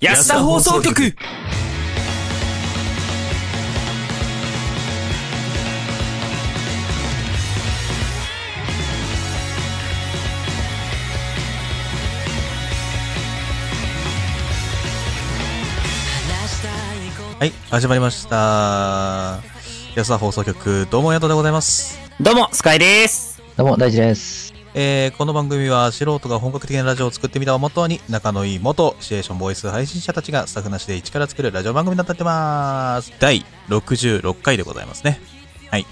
安田放送局はい、始まりました。安田放送局、どうもヤトでございます。どうも、スカイです。どうも、大地です。えー、この番組は素人が本格的なラジオを作ってみたをモットーに、仲のいい元シチュエーションボイス配信者たちがスタッフなしで一から作るラジオ番組になってます。第66回でございますね。はい。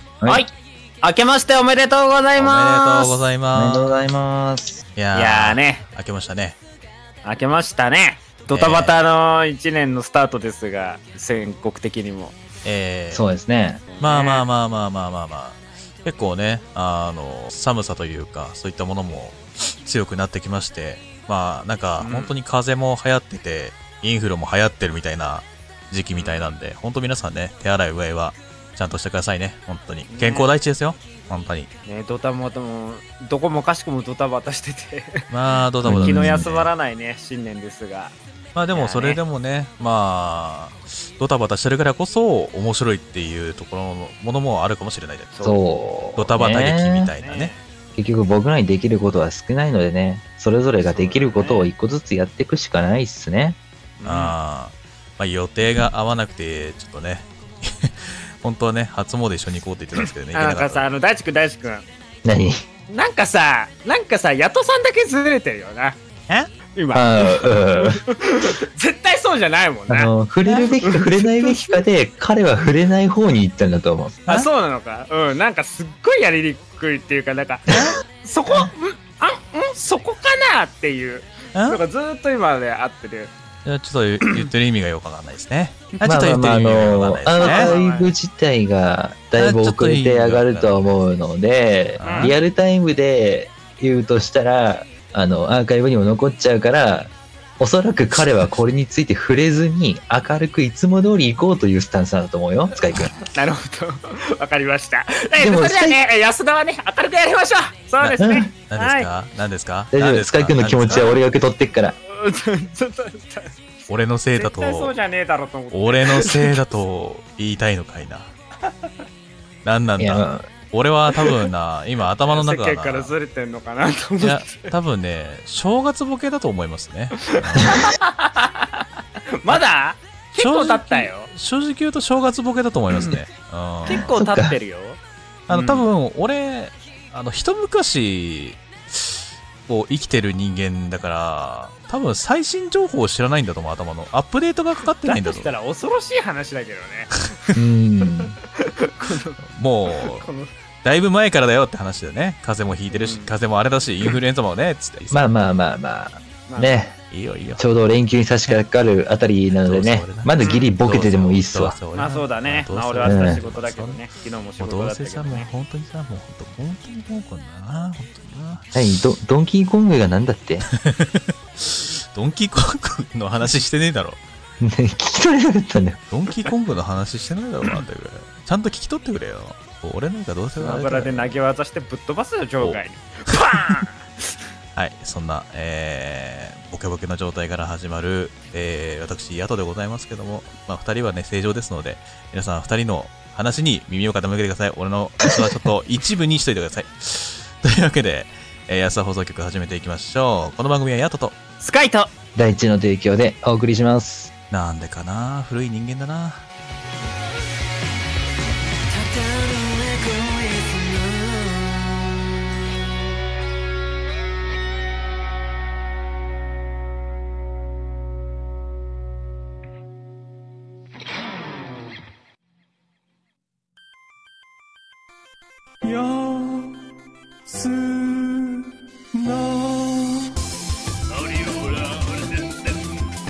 明けましておめでとうございおめま。ですとうございおめでとまうございます。す。いやー、いやーね、明けましたね。明けましたね。ドタバタの1年のスタートですが、全国的にも。えー、そうですね。まあまあねまあまあまあまあまあ。結構ね、あの、寒さというか、そういったものも強くなってきまして、まあなんかうん本当に風邪も流行ってて、インフルも流行ってるみたいな時期みたいなんで、本当皆さんね、手洗いうがいはちゃんとしてくださいね、本当に。健康第一ですよ、本当に。ね、ドタバタも、どこもかしこもドタバタしてて、まあどうだろうだ、気昨の日休まらないね、新年ですが。まあでもそれでもね、まあ、ドタバタしてるからこそ面白いっていうところのものもあるかもしれないです。そう。ドタバタ劇みたねいなねね結局僕らにできることは少ないのでね、それぞれができることを一個ずつやっていくしかないっすね。あーまあ、予定が合わなくて、ちょっとね、 本当はね、初詣一緒に行こうって言ってたんですけどね、う行んあなけなんかかっさ、た。あの、大地くん、大地くん。何なんかさ、なんかさ、ヤトさんだけずれてるよな。え今、あーうん絶対そうじゃないもんあな。 の、触れるべきか触れないべきかで、彼は触れない方に行ったんだと思う。あそうなのかうんなんかすっごいやりにくいっていうかなんかそこんあんそこかなっていうんなんかずーっと今まで合ってるいやちょっ と言ってる意味がよくわかんないですね。あちまょっあとま言あってまあ、るあ意味がよくわかんの、アないですの、ね。ーカイブ自体がだいぶ遅れて上がるとは思うのでうんリアルタイムで言うとしたら、あの、アーカイブにも残っちゃうから、おそらく彼はこれについて触れずに、明るくいつも通り行こうというスタンスなんだと思うよ、スカ イ君。なるほど わかりましたえでそもれじゃあね安田はね明るくやりましょうそうですね何ですか何ですか大丈何夫、ですスかカイ君の気持何ちはですか俺が受け取ってっから。 俺のせいだ絶と、対そうじゃねえだろうと思って俺のせいだと言いたいのかいな。何なんいや、だまあ俺は多分な、今頭の世中が間からな。ずれてんのかなと思いやって、多分ね、正月ボケだと思いますね。 まだ結構経ったよ正直言うと正月ボケだと思いますね。うん結構経ってるよあの、うん多分、俺、あの、一昔、こう、生きてる人間だから、多分、最新情報を知らないんだと思う、頭の。アップデートがかかってなだいんだととし思 たう。ら恐ろしい話だけどね うん。もう、このだいぶ前からだよって話だよね。風邪もひいてるうし、ん風邪もあれ だし、インフルエンザもね、つって。まあまあまあままあ、あね、いいよ、いいよ。ちょうど連休に差し掛かるあたりなのどでねうせ俺だ、まだギリボケてでもいいっすわ。まあそうだね。まあ俺はね明明日日仕事だけど。ね。昨日も仕どうせ事もだうどうったせけさ、どもうね。本当にさ、もう本当、本当にもうこんな、本当にな。何ドドンキーコングがなんだってドンキーコングの話してねえだろ。ね聞き取れなかったんだよ。ドンキーコングの話してないだろうな、あんたぐらい。ちゃんと聞き取ってくれよ。俺なんかどうせあれだ油で投げ技してぶっ飛ばすよ、場外に。はい、そんな、えー、ボケボケの状態から始まる、えー、私、ヤトでございますけども、まあ、二人はね、正常ですので、皆さん二人の話に耳を傾けてください。俺の話はちょっと一部にしといてください。 というわけで、えー、安田放送局始めていきましょう。この番組はヤトと、スカイト第一の提供でお送りします。なんでかな古い人間 だな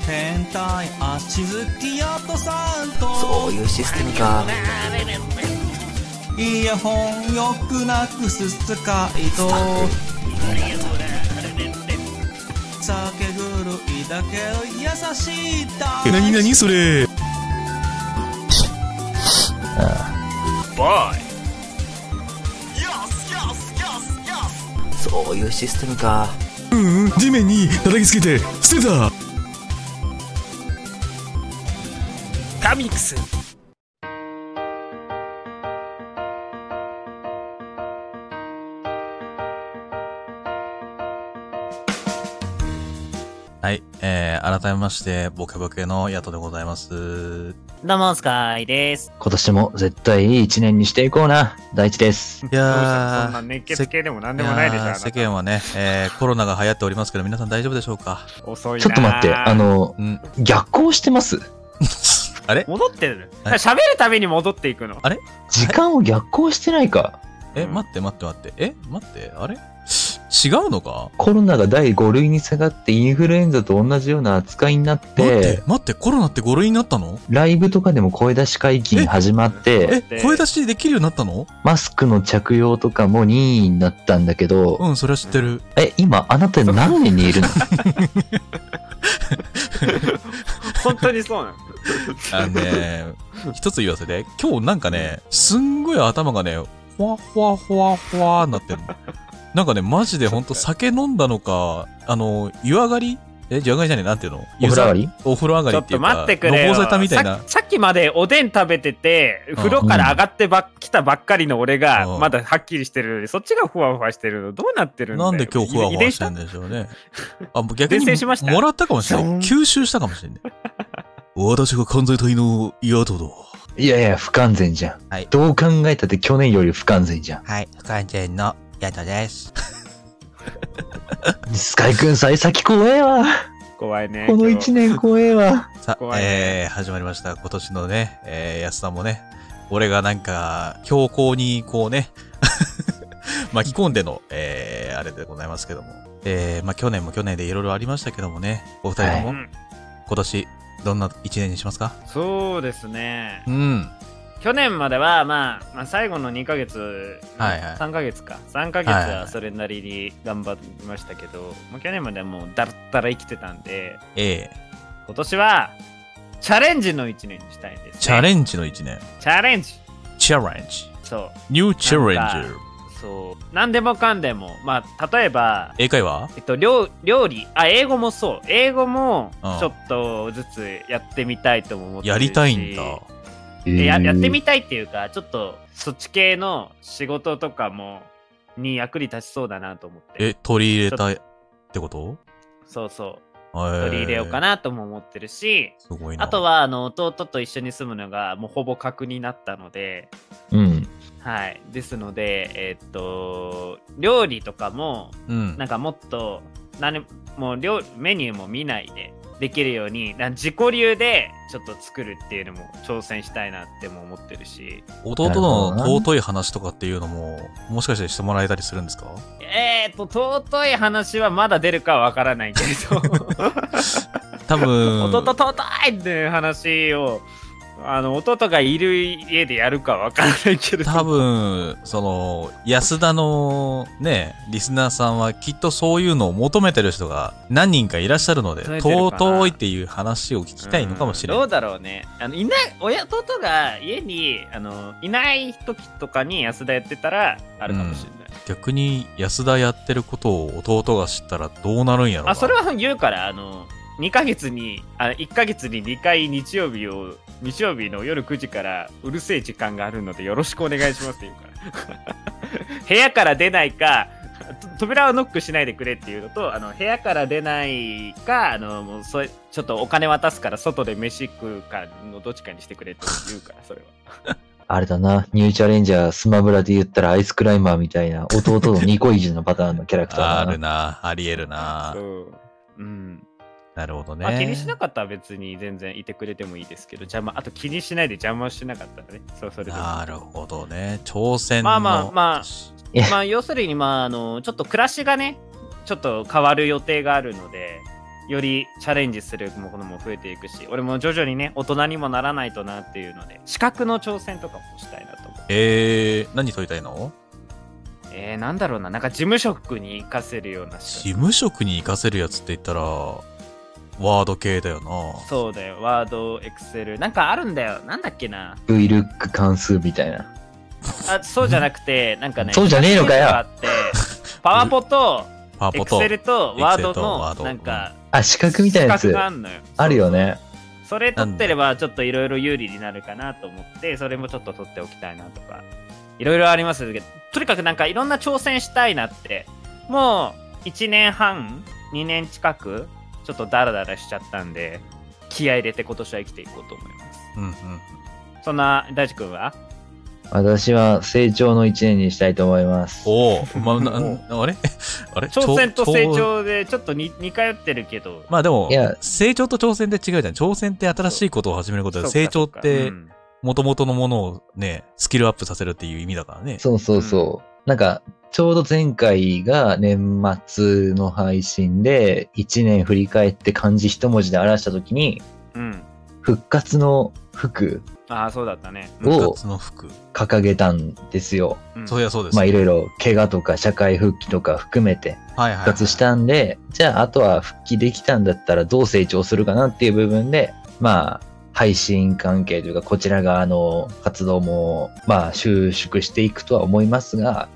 変態足好きヤトさんとそういうシステムか。イヤホンよくなくす使いと酒狂いだけど優しいだなになにそれバそういうシステムか。うんうん地面に叩きつけて捨てたダミックスはい、えー、改めまして、ボケボケのヤトでございます。どうも、スカイです。今年も絶対いい一年にしていこうな。大地です。いどうしたのそんやなー、熱血系でも何でもないでしょいあやなーた世間はね、えー、コロナが流行っておりますけど、皆さん大丈夫でしょうか遅いなちょっと待って、あの、うん。 逆行してますあれ戻ってるはい喋るために戻っていくの時間を逆行してないか。え、うん待って待って待って。え待って、あれ違うのかコロナが第5類に下がってインフルエンザと同じような扱いになっ待って、て、待って、コロナって5類になったのライブとかでも声出し解禁始まって、えで、声出しできるようになったのマスクの着用とかも任意になったんだけど、うん、それは知ってる。え、今あなた何年にいるの本当にそうなのあのね、 一つ言わせて、今日なんかね、すんごい頭がね、ほわほわほわほわなってるなんかね、マジでほんと酒飲んだのか、あの、湯上がりえ、湯上がりじゃねえ、なんていうのお風呂上がりりお風呂上がちりょっっていとうか、待ってくれよのぼせたみたいなさ。さっきまでおでん食べててん風呂から上がってばっ来たばっかりの俺うがんまだはっきりしてるのにそっちがふわふわしてるのどうなってるんだよなんで今日ふわふわして遺ん伝でしょうね。あ、もう逆に伝染しましたもらったかもしれない。吸収したかもし れない。私が完全体の野党だ。いやいや、不完全じゃん。はいどう考えたって去年より不完全じゃん。はい、不完全の野党です。スカイくん幸先怖えわ。怖いねこの今日一年怖えわ。さあ、怖いねえー、始まりました。今年のね、えー、安田もね、俺がなんか、強行にこうね、 巻き込んでの、えー、あれでございますけども。えー、まあ去年も去年でいろいろありましたけどもね、お二人とも、はいうん今年、どんな一年にしますかそうですねうん。去年までは、まあ、まあ最後の2ヶ月、はいはい3ヶ月か3ヶ月はそれなりに頑張りましたけど、もう去年まではもうだらったら生きてたんでええ今年はチャレンジの1年にしたいんですね、チャレンジの一年。チャレンジチャレンジ。そうニューチャレンなんジか。そう何でもかんでもまあ例えば英会話えっと料料理あ英語もそう英語もうんちょっとずつやってみたいとも思ってるしやりたいんだ。でややってみみたいっていうかちょっとそっち系の仕事とかもに役に立ちそうだなと思ってえ、取り入れたいってことそうそう取取り入れようか。なとも思ってるし、すごいな。あとはあの弟と一緒に住むのがもうほぼ格になったのでうん。はいですのでえっと料理とかもうんなんかもっと何もう料メニューも見ないでできるようになん自己流でちょっと作るっていうのも挑戦したいなっても思ってるし弟の尊い話とかっていうのも、もしかしてしてもらえたりするんですかえーと尊い話はまだ出るかわからないけど多分、弟尊いっていう話をあの弟がいる家でやるかわからないけど多分、その、安田のね、リスナーさんはきっとそういうのを求めてる人が何人かいらっしゃるので求、めてるかな尊いっていう話を聞きたいのかもしれうんなどい。うだろうねあのいない親弟が家にあのいない時とかに安田やってたらあるかもしれない、逆に安田やってることを弟が知ったらどうなるんやろうなあそれは言うからあの2ヶ月にあ1ヶ月に2回日曜日を日曜日の夜9時からうるせえ時間があるのでよろしくお願いしますって言うから 部屋から出ないかと扉をノックしないでくれっていうのとあの部屋から出ないかあのもうそれちょっとお金渡すから外で飯食うかのどっちかにしてくれって言うからそれはあれだな、ニューチャレンジャー、スマブラで言ったらアイスクライマーみたいな、弟のニコイジのパターンのキャラクターあだな。るな、ありえるな。うん、うんなるほどね。まあ、気にしなかったら別に全然いてくれてもいいですけど邪魔あと気にしないで邪魔をしなかったらねそうそれでなるほどね。挑戦の。まあまあまあいやまあ要するにまああのちょっと暮らしがねちょっと変わる予定があるのでよりチャレンジするものも増えていくし俺も徐々にね大人にもならないとなっていうので資格の挑戦とかもしたいなと思うえー、何取りたいのえー、なんだろうななんか事務職に活かせるような資事務職に活かせるやつって言ったら、ワード系だよ格な。そうだよワードエクセルなんかあるんだよなんだっけな VLOOK 関数みたいな。あそうじゃなくてなんかねそうじゃねえのかよ資格があってパワポとパワエポクとセ。ルとワード Excel とワードのなんかあ、四角みたいなや資格つ。があんのよあるよね。それ取ってればちょっといろいろ有利になるかなと思ってそれもちょっと取っておきたいなとかいろいろありますけどとにかくなんかいろんな挑戦したいなってもう1年半2年近くちょっとダラダラしちゃったんで気合い入れて今年は生きていこうと思いますうんうん。そんな大地君は私は成長の一年にしたいと思います。おお、 まあ、なあれあれ挑戦とちょ成ちょ長でちょっとに似通ってるけどまあでもいや、成長と挑戦って違うじゃん。挑戦って新しいことを始めることで、成長っうてん元々のものをね、スキルアップさせるっていう意味だからね。そうそうそう。なんか、ちょうど前回が年末の配信で、一年振り返って漢字一文字で表した時に、うん復活の服ああそうだったねお部活の服。掲げたんですよ。うんそりゃそうです。まあいはいろいろ怪我とか社会復帰とか含めてはい。復活したんで、じゃああとは復帰できたんだったらどう成長するかなっていう部分で、まあ配信関係というかこちら側の活動もまあ収縮していくとは思いますが、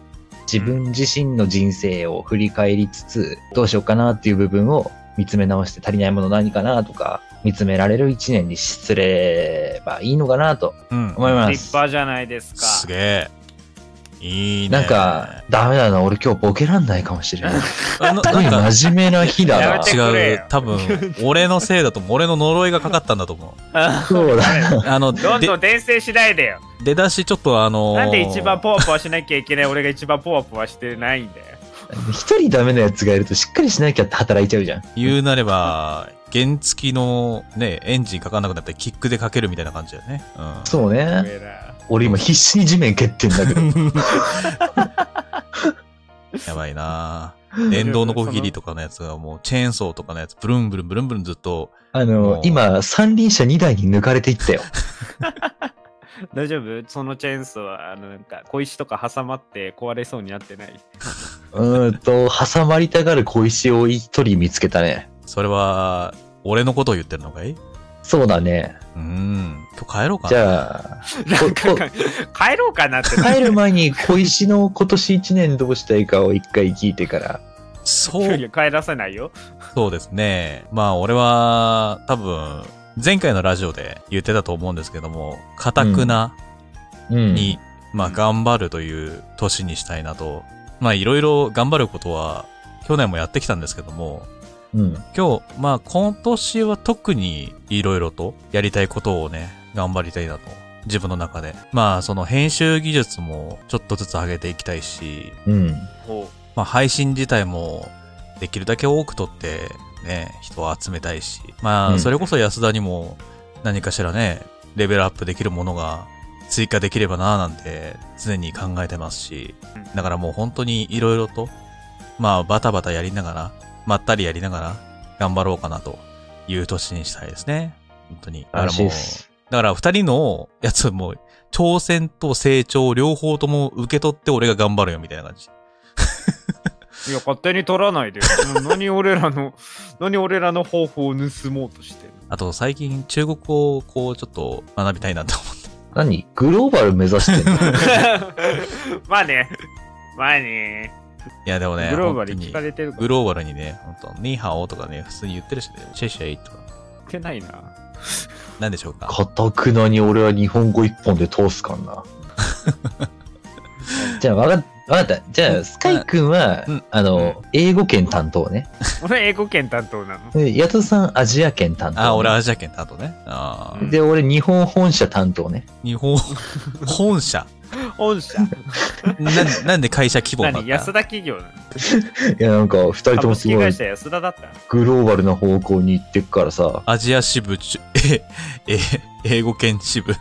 自分自身の人生を振り返りつつ、どうしようかなっていう部分を見つめ直して足りないもの何かなとか、見つめられる一年にすればいいのかなとうん。思います。立派じゃないですかすげえ。いいね。なんか、、ダメだな、俺今日ボケらんないかもしれない。あのなんか、真面目な日だやなめ。てくれよ違う。多分、俺のせいだと、俺の呪いがかかったんだと思 う。そうだ。あの、で どんどん転生しないでよ。出だしちょっとあのーなんで一番ポワポワしなきゃいけない俺が一番ポワポワしてないんだよ。一人ダメなやつがいるとしっかりしなきゃって働いちゃうじゃん。言うなれば、原付きのね、エンジンかかんなくなったらキックでかけるみたいな感じだよね。うん。そうね。上ら俺今必死に地面蹴ってんだけど。やばいなぁ電動のコギリとかのやつがもうチェーンソーとかのやつ、ブルンブルンブルンブルンずっと、もあうの、今、三輪車2台に抜かれていったよ。大丈夫そのチェーンソーは、あの、なんか、小石とか挟まって壊れそうになってない。うーんと、挟まりたがる小石を一人見つけたね。それは、俺のことを言ってるのかいうそうだね。ーん。今日帰ろうかな。じゃあ、なんかここ、帰ろうかなって。帰る前に小石の今年1年どうしたいかを一回聞いてから。そいうやいや帰らせないよ。そうですね。まあ、俺は、多分、前回のラジオで言ってたと思うんですけども、かたくなうん。に、まあ、頑張るという年にしたいなと。まあ、いろいろ頑張ることは、去年もやってきたんですけども、うん。今日、まあ、今年は特にいろいろとやりたいことをね、頑張りたいなと。自分の中で。まあ、その編集技術もちょっとずつ上げていきたいし、うん。ほまあ、配信自体もできるだけ多く撮ってね、人を集めたいし、まうあ、んそれこそ安田にも何かしらね、レベルアップできるものが追加できればなぁなんて常に考えてますし、だからもう本当にいろいろと、まあ、バタバタやりながら、まったりやりながら頑張ろうかなという年にしたいですね。本当に。だかららしいもうっ、す。だから二人のやつも、挑戦と成長両方とも受け取って俺が頑張るよみたいな感じ。う。いや、勝手に取らないでよ。何俺らの、 何俺らの方法を盗もうとしてる。あと最近中国語をこうちょっと学びたいなと思って。何グローバル目指してんの まあね。まあね。いやでもね、グローバル本当にに聞かれてるかグら。ローバルにね、本当ニーハオとかね、普通に言ってるしね、シェイシェイとか、聞けないな。なんでしょうか。かたくなに俺は日本語一本で通すかんな。 じゃあ、わかっわかった。じゃあ、スカイ君は、うんあの、英語圏担当ね。俺、英語圏担当なの。で、ヤトさん、アジア圏担当、あ、俺アジア圏担当ね。あーで、俺、日本本社担当ね。日本、本社。本社。なんなんで会社規模何にな安った田企業なのいや、なんか、二人とも株す式ごい会、社安田だったのグローバルな方向に行ってくからさ、アジア支部中、え、え、英語圏支部。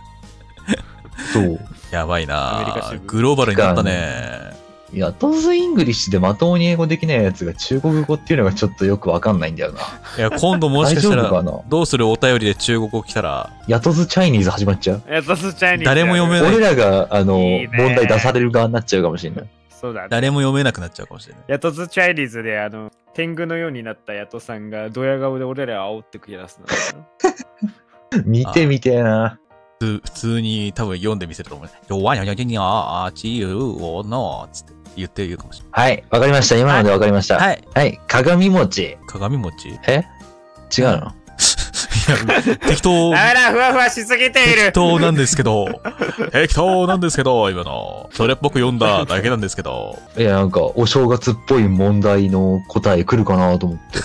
そう。やばいアメリなカ支ぁ部グローバルになったね。ヤトズイングリッシュでまともに英語できないやつが中国語っていうのがちょっとよくわかんないんだよな。いや、今度もし大かし丈た、夫からなどうするお便りで中国語来たら、ヤトズチャイニーズ始まっちゃう安田チャイニーズ誰も読めない俺らが、あの、いいね問題出される側になっちゃうかもしれない。そうだね。誰も読めなくなっちゃうかもしれない。ヤトズチャイニーズであの天狗のようになったヤトさんがドヤ顔で俺らを煽ってくり出すの。見てみてえな。普普通に多分読んでみせると思う。弱いにゃにゃにゃあちゆおのつって言って言うかもしれはい、わかりました。今のでわかりました。ない。はい、 はい。鏡餅。鏡餅え違うのや適当 だ、めだ、ふわふわしすぎている適。当なんですけど、 適当なんですけど、今の、それっぽく読んだだけなんですけど、いや、なんか、お正月っぽい問題の答え来るかなと思 って。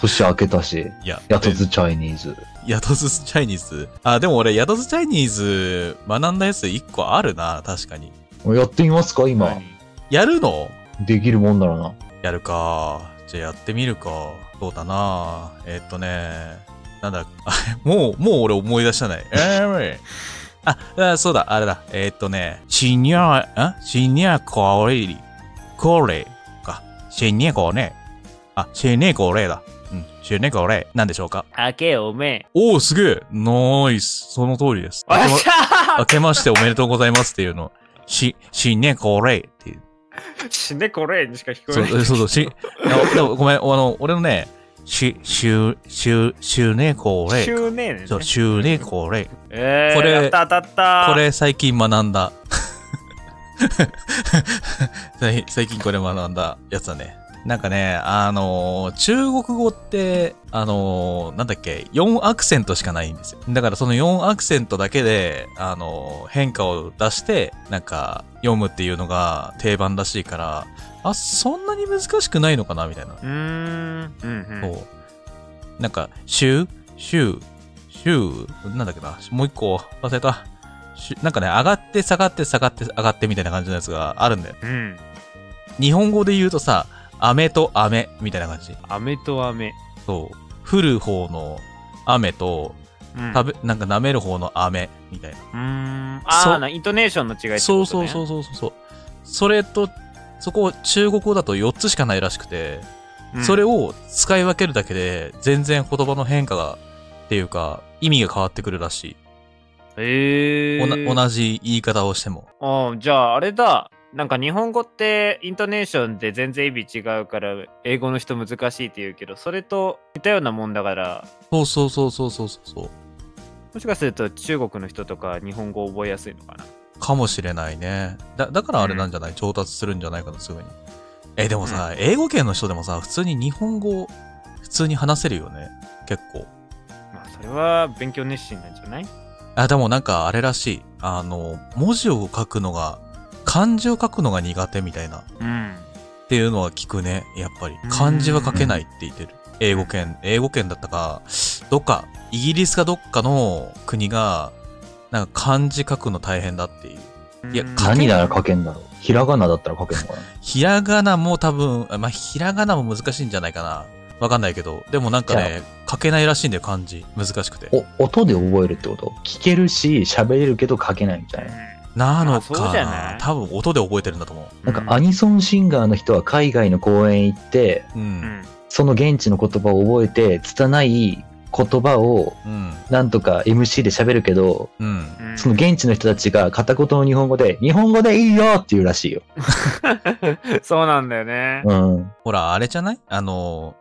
年明けたし、いや、やとずチャイニーズ。ヤトズチャイニーズ。あ、でも俺、ヤトズチャイニーズ学んだやつ1個あるな、確かに。やってみますか今。やるのできるもんならな。やるか。じゃあやってみるか。どうだな。えっとね、なんだ、 あもう、もう俺思い出したない。 えーあ、あそうだ、あれだ。えっとね、シニア、あシニアコレリ。コレか。シニアコレ。あ、シニアコレだ。うん、シニアコレ。なんでしょうかあけおめ。おお、すげえナイスその通りです。おっしゃ明けましておめでとうございますっていうの。し、新年これっていう。ー死ねこれにしか聞こえそうない。そうそう、し、あでもごめん、あの、俺のね、し、しゅ、しゅ、しゅねこれ。執念ね。そう、しゅねこれ。えー、これやった当たった。これ最近学んだ。 最最近これ学んだやつだね。なんかね、あのー中国語って、あのーなんだっけ、4アクセントしかないんですよ。だからその4アクセントだけで、あのー変化を出して、なんか、読むっていうのが定番らしいから、あ、そんなに難しくないのかなみたいな。うーん。うんうん。そう。なんか、シュー、シュー、シュー、なんだっけな、もう一個忘れた。シュなんかね、上がって下がって下がって上がってみたいな感じのやつがあるんだよ。うん。日本語で言うとさ、雨と雨みたいな感じ。飴と飴。そう。降る方の雨と、うん食べ、なんか舐める方の雨みたいな。うーん。そあうあ、なイントネーションの違いってこと、ね、そうそうそうそうそうそう。それと、そこ中国語だと4つしかないらしくて、うんそれを使い分けるだけで、全然言葉の変化が、っていうか、意味が変わってくるらしい。へえおなー。同じ言い方をしても。ああ、じゃああれだ。なんか日本語ってイントネーションで全然意味違うから英語の人難しいって言うけどそれと似たようなもんだからそうそうそうそうそうそう。もしかすると中国の人とか日本語覚えやすいのかなかもしれないね。だ、だからあれなんじゃない上達するんじゃないかな、すぐに。え、でもさ、英語圏の人でもさ、普通に日本語、普通に話せるよね。結構。まあそれは勉強熱心なんじゃないあ、でもなんかあれらしい。あの、文字を書くのが、漢字を書くのが苦手みたいな。うんっていうのは聞くね、やっぱり。漢字は書けないって言ってる。英語圏、英語圏だったか、どっか、イギリスかどっかの国が、なんか漢字書くの大変だっていう。いやうんか何なら書けんだろうひらがなだったら書けんのかなひらがなも多分、あまあ、ひらがなも難しいんじゃないかな。わかんないけど、でもなんかじね、書けないらしいんだよ、漢字。難しくて。お、音で覚えるってこと聞けるし、喋れるけど書けないみたいな。なのまあそうじかゃなない多分音で覚えてるんだと思うなんかアニソンシンガーの人は海外の公演行って、う。う。うんんその現地の言葉を覚えて、拙い言葉をうん。なんとか MC で喋るけど、うん。うんその現地の人たちが片言の日本語で、日本語でいいよって言うらしいよ。 そうなんだよねうん。ほら、あれじゃないあの、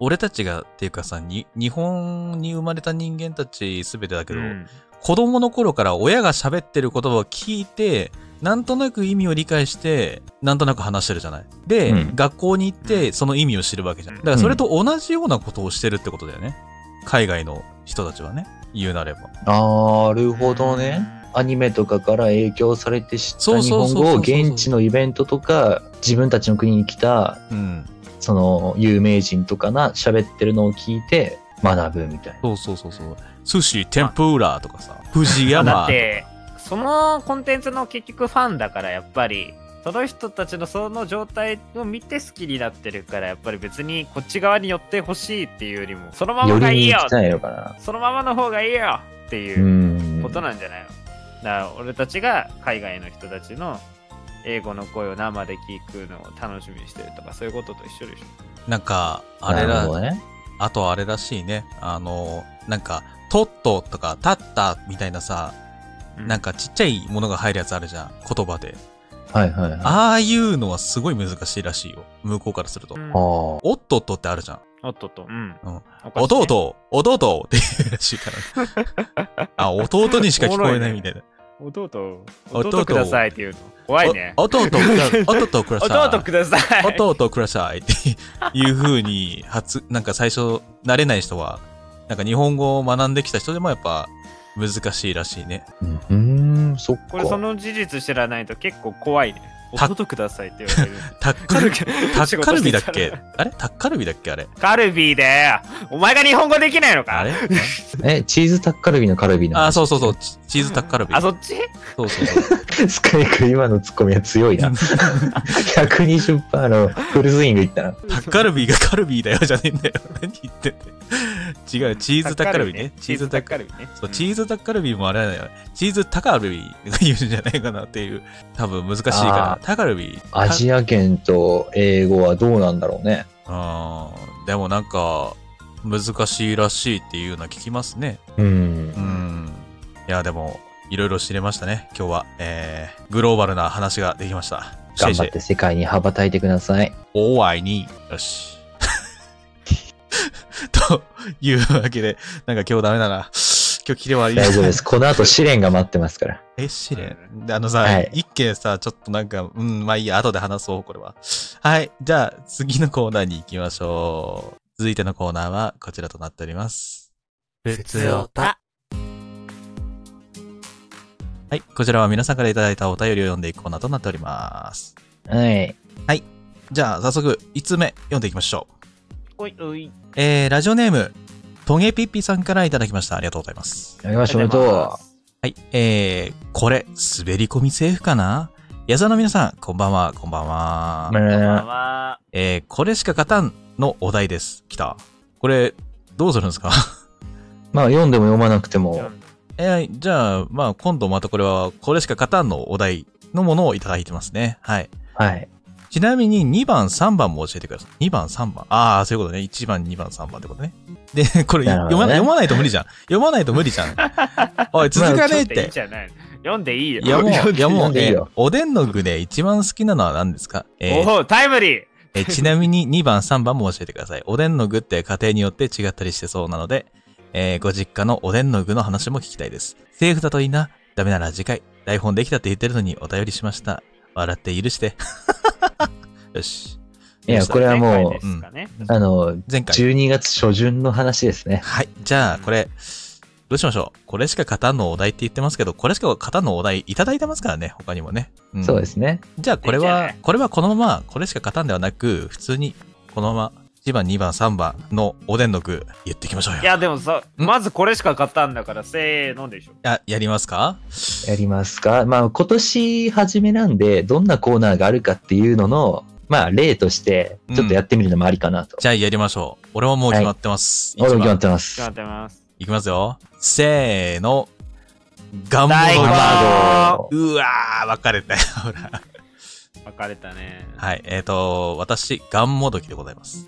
俺たちが、っていうかさ、に、日本に生まれた人間たちすべてだけど、うん子供の頃から親が喋ってる言葉を聞いて、なんとなく意味を理解して、なんとなく話してるじゃない。で、うん学校に行って、その意味を知るわけじゃん。だからそれと同じようなことをしてるってことだよね。海外の人たちはね。言うなれば。なるほどね。アニメとかから影響されて知った日本語をそうそうそうそうそう現地のイベントとか、自分たちの国に来た、うん。その有名人とかな、喋ってるのを聞いて学ぶみたいな。そうそうそうそう。寿司、天ぷらとかさ、藤まあ山。だってそのコンテンツの結局ファンだからやっぱりその人たちのその状態を見て好きになってるからやっぱり別にこっち側に寄ってほしいっていうよりもそのままよがいりいによ行きたいのかな。そのままの方がいいよってう。いうんことなんじゃないの、だから俺たちが海外の人たちの英語の声を生で聞くのを楽しみにしてるとかそういうことと一緒でしなんか、あれなるらほ、どね。あとあれらしいね。あの、なんか、トットとかタッタみたいなさ、ょなんかちっちゃいものが入るやつあるじゃん。言葉で。はいはいはい。ああいうのはすごい難しいらしいよ。向こうからするとう。んあおっとっとってあるじゃん。おっとっとうん、うんおかしいね弟、弟って言うらしい から。あ、弟にしか聞こえないみたいな。弟弟弟くださいっていうの怖いねお弟くら、弟ください。弟ください弟くださいっていう風に、初、なんか最初、慣れない人はなんか日本語を学んできた人でもやっぱ難しいらしいね。うん、うんそっこれそか。の事実知らないと結構怖いね。た弟くださいって言わ れる。タックル、 タッカルビだっ仕事してけたらあれタッカルビだっけあれ。カルビーで、お前が日本語できないのかあれえ、チーズタッカルビのカルビのあ、そうそうそう。チチーズタッカルビ。あ、そっちそうそうそう。 スカイ君今のツッコミは強いな。120%のフルスイングいった な。タッカルビがカルビだよじゃねえんだよ。 何言ってんだよ。違う、チーズタッカルビね。チチーーズズタタッッカカルビ。ルビね。そう、チーズタッカルビもあれだよね。チーズタカルビが言うんじゃないかなっていう。多分難しいかあら。タカルビ。アジア圏と英語はどうなんだろうね。あーでもなんか、難しいらしいっていうのは聞きますね。うんう。ん。いや、でも、いろいろ知れましたね。今日は、えー、グローバルな話ができました。頑張って世界に羽ばたいてください。お会いに。よし。 というわけで、なんか今日ダメだな。今日切れ悪いな大丈夫 です。この後試練が待ってますから。え、試練であのさ、はい一件さ、ちょっとなんか、うん、まあいいや、後で話そう、これは。はい、じゃあ、次のコーナーに行きましょう。続いてのコーナーはこちらとなっております。普通おた。はい、こちらは皆さんからいただいたお便りを読んでいくコーナーとなっております。はい。じゃあ、早速、5つ目、読んでいきましょう。おいおい。えー、ラジオネーム、トゲピッピさんからいただきました。ありがとうございます。やりましょう。おめでとはい、えー、これ、滑り込みセーフかな矢沢の皆さん、こんばんは、こんばんはう。う。こんばんんは。えー、これしか勝たんのお題です。来た。これ、どうするんですか まあ、読んでも読まなくてじゃもあ。えー、じゃあ、まあ、今度またこれは、これしか勝たんのお題のものをいただいてますね。はい。はい。ちなみに2番、3番も教えてください。2番、3番。ああ、そういうことね。1番、2番、3番ってことね。で、これ、なる読ほどまね読まないと無理じゃん。読まないと無理じゃ ん。おい、続かねえっ読んでいいて。じゃない。読んでいいよ。いやもう、いやも読う、んでいいえよーおでんの具で一番好きなのは何ですかえーおお、タイムリー。えーちなみに2番、3番も教えてください。おでんの具って家庭によって違ったりしてそうなので、えーご実家のおでんの具の話も聞きたいです。セーフだといいな。ダメなら次回。台本できたって言ってるのにお便りしました。笑って許して。 よし。いや、これは前も回ですかねうんう、あの、前回。 12月初旬の話ですね。はい。じゃあ、これ、どうしましょう。これしか勝たんのお題って言ってますけど、これしか勝たんのお題いただいてますからね、他にもね。んそうですね。じゃあこいれいんじゃはない、これはこのまま、これしか勝たんではなく、普通に、このまま、1番、2番、3番のおでんの具、言っていきましょうよ。いや、や、でもさ、うんまずこれしか買ったんだから、せーのでしょ。やりますかやりますか。まあ、今年初めなんで、どんなコーナーがあるかっていうのの、まあ、例として、ちょっとやってみるのもありかなと。じゃあやりましょう。俺はもう決まってます。俺一も決まっ番てまちすょっ。と待ってます。いきますよ。せーの。ガンモ大の根具。卵。うわー、分かれたよ。 ほら。分かれたね。はい。えっ、ー、と、私、ガンもどきでございます。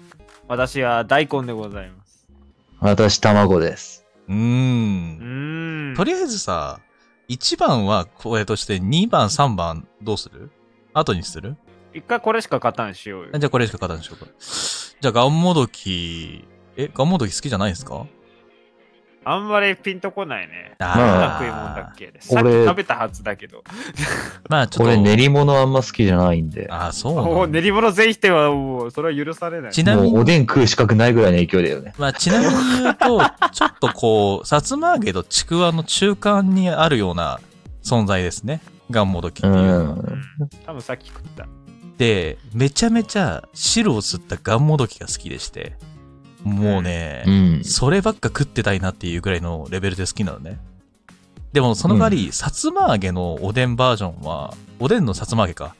私は大根でございます。私、卵です。うー。うんーん。とりあえずさ、1番はこれとして、2番、3番、どうする後にする一回これしか買ったんしようよ。じゃあこれしか勝たんでしょうか。じゃあガンモドキ、え、ガンモドキ好きじゃないですかあんまりピンとこないね。あなー食いもんだっけさっき俺食べたはずだけど。まあちょっと。俺、練り物あんま好きじゃないんで。あー、そうおお、なんだ練り物全否定はもう、それは許されない。ちなみもう、おに、でん食う資格ないぐらいの勢いだよね。まあちなみに言うと、ちょっとこう、さつま揚げとちくわの中間にあるような存在ですね。ガンモドキってう。いう。うんん多分さっき食った。で、めちゃめちゃ汁を吸ったガンモドキが好きでして、もうね、うん。そればっか食ってたいなっていうぐらいのレベルで好きなのね。でもその代わり、さつま揚げのおでんバージョンは、おでんのさつま揚げか、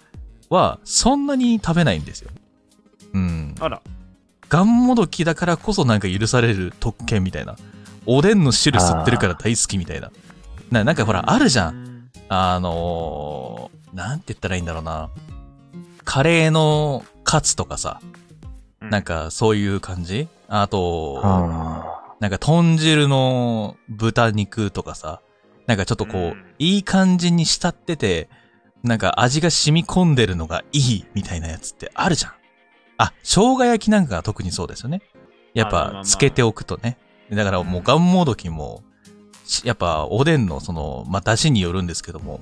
はそんなに食べないんですよ。うん。あら、ガンもどきだからこそなんか許される特権みたいな。おでんの汁吸ってるから大好きみたいな。ななんかほら、あるじゃん。ん。あのー、なんて言ったらいいんだろうな。カレーのカツとかさ、うんなんかそういう感じあと、あなんか豚汁の豚肉とかさ、なんかちょっとこう、うんいい感じに慕ってて、なんか味が染み込んでるのがいいみたいなやつってあるじゃん。あ、生姜焼きなんかが特にそうですよね。やっまあまあまぱあつけておくとね。だからもうガンモドキも、しやっぱおでんのその、まあ、出汁によるんですけども、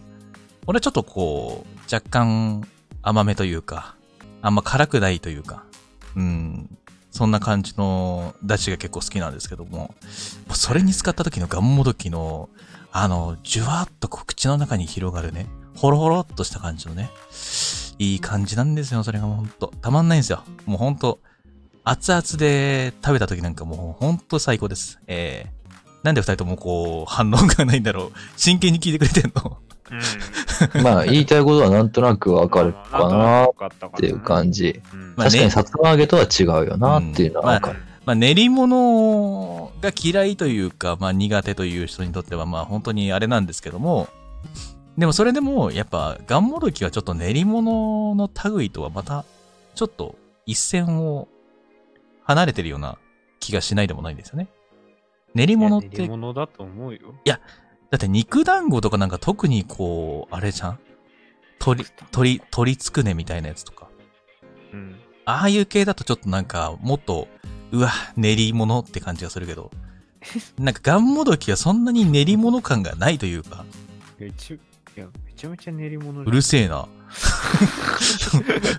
俺ちょっとこう、若干甘めというか、あんま辛くないというか、うん、そんな感じのダチが結構好きなんですけども、もうそれに使った時のガンモドキの、あの、じゅわっとこう口の中に広がるね、ほろほろっとした感じのね、いい感じなんですよ、それがもうほんと。たまんないんですよ。もうほんと、熱々で食べた時なんかもうほんと最高です。えー、なんで二人ともこう、反応がないんだろう。真剣に聞いてくれてんのうんまあ、言いたいことはなんとなくわかるかなっかったかなていう感じ。うんまあね確かにさつま揚げとは違うよなっていうのはわかる。まあ、練り物が嫌いというか、まあ、苦手という人にとっては、まあ、本当にあれなんですけども、でもそれでも、やっぱ、ガンモドキはちょっと練り物の類とはまた、ちょっと一線を離れてるような気がしないでもないんですよね。練り物っ練りて、だ物だと思うよ。って肉団子とかなんか特にこう、あれじゃん鶏、鶏、鶏つくねみたいなやつとか。うん。ああいう系だとちょっとなんか、もっと、うわ、練り物って感じがするけど、なんかガンモドキはそんなに練り物感がないというか、めちゃいやめちゃめちゃ練り物うる せえな。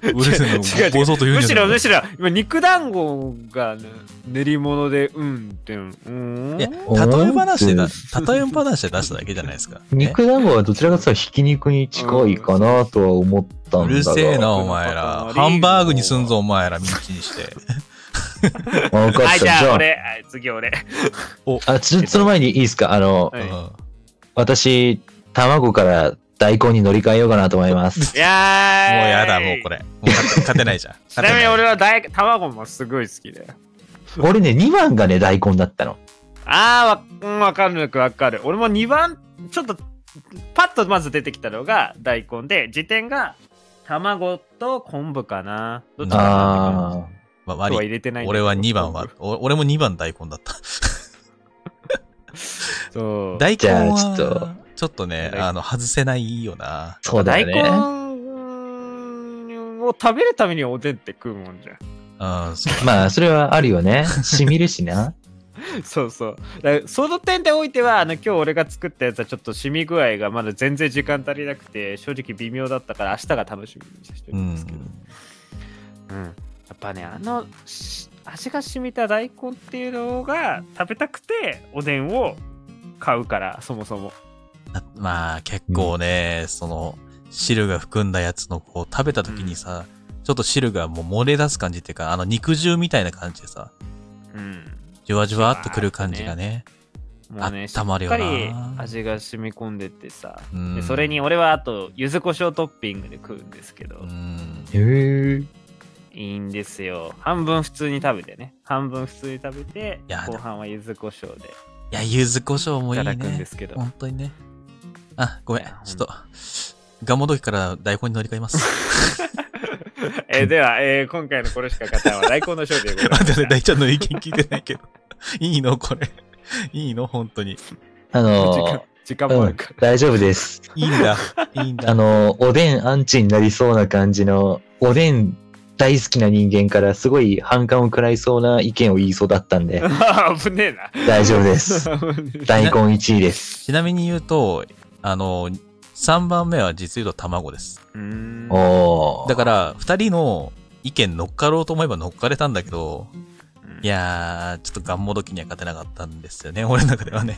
うるせえな。違う違う暴走と言うんむしじゃろなむい。しろ今肉団子がね、練り物でうんってうんうんいや、例え話でだ、例え話で出しただけじゃないですか。ね肉団子はどちらかというとひき肉に近いかなとは思ったうんだが。るせえな、お前ら。ハンバーグにすんぞ、お前ら、ミンチにして。わかはった。いじじゃあゃあ、俺はい次俺あ、ちょ、その前にいいですかあの、はいうん私、卵から大根に乗り換えようかなと思います。 いやーいもうやだ、もうこれ。もう勝て勝てな いじゃん。ちなみに勝俺は大卵もすごい好きだよ俺ね、2番がね、大根だったの。あーわ,、うん、わかるくわかる俺も2番ちょっとパッとまず出てきたのが大根で時点が卵と昆布かなどっちかなって感じてないあま今あ日は割入りれてないんだけ俺どは2番は、お俺も2番大根だった。そう大根じゃはあちょっとちょっとね、大根あの、外せないよな。そうだ大よ根ね。を食べるためにおでんって食うもんじゃん。うん、 そうまあ、それはあるよね。染みるし な。そうそう。だからその点でおいては、あの今日俺が作ったやつはちょっと染み具合がまだ全然時間足りなくて、正直微妙だったから明日が楽しみにしてるうんんですけど。うんやっぱね、あのし味が染みた大根っていうのが食べたくておでんを買うから、そもそも。だまあ、結構ね、その、汁が含んだやつの、こう、食べた時にさ、ちょっと汁がもう漏れ出す感じっていうか、あの、肉汁みたいな感じでさ、うん。じわじわっとくる感じがね。もうね、しっ温まかるよなり味が染み込んでってさ。うんでそれに、俺はあと柚子胡椒トッピングで食うんですけど、うん。へえ。いいんですよ半分普通に食べてね半分普通に食べていや後半は柚子胡椒でいや、柚子胡椒もいいいただくんでね。すけど本当にね。あ、ごめん。いやちょっと、ガモドキから大根に乗り換えます。 えーでは、えー今回のこれしか勝たんは大根の勝利でございま 待ってす待って、大ちゃんの意見聞いてないけど。いいのこれ。いいの本当に。あ時間の、時間もあうるんか、大丈夫です。いいんだ。いいんだあ。の、おでんアンチになりそうな感じの、おでん大好きな人間からすごい反感を食らいそうな意見を言いそうだったん で、ら危ねえな大丈夫です。大根1位 です。ちなみに言うと、あの、3番目は実言うと卵です。うーんおだー。から、2人の意見乗っかろうと思えば乗っかれたんだけど、うんいやー、ちょっとガンモドキには勝てなかったんですよね、俺の中ではね。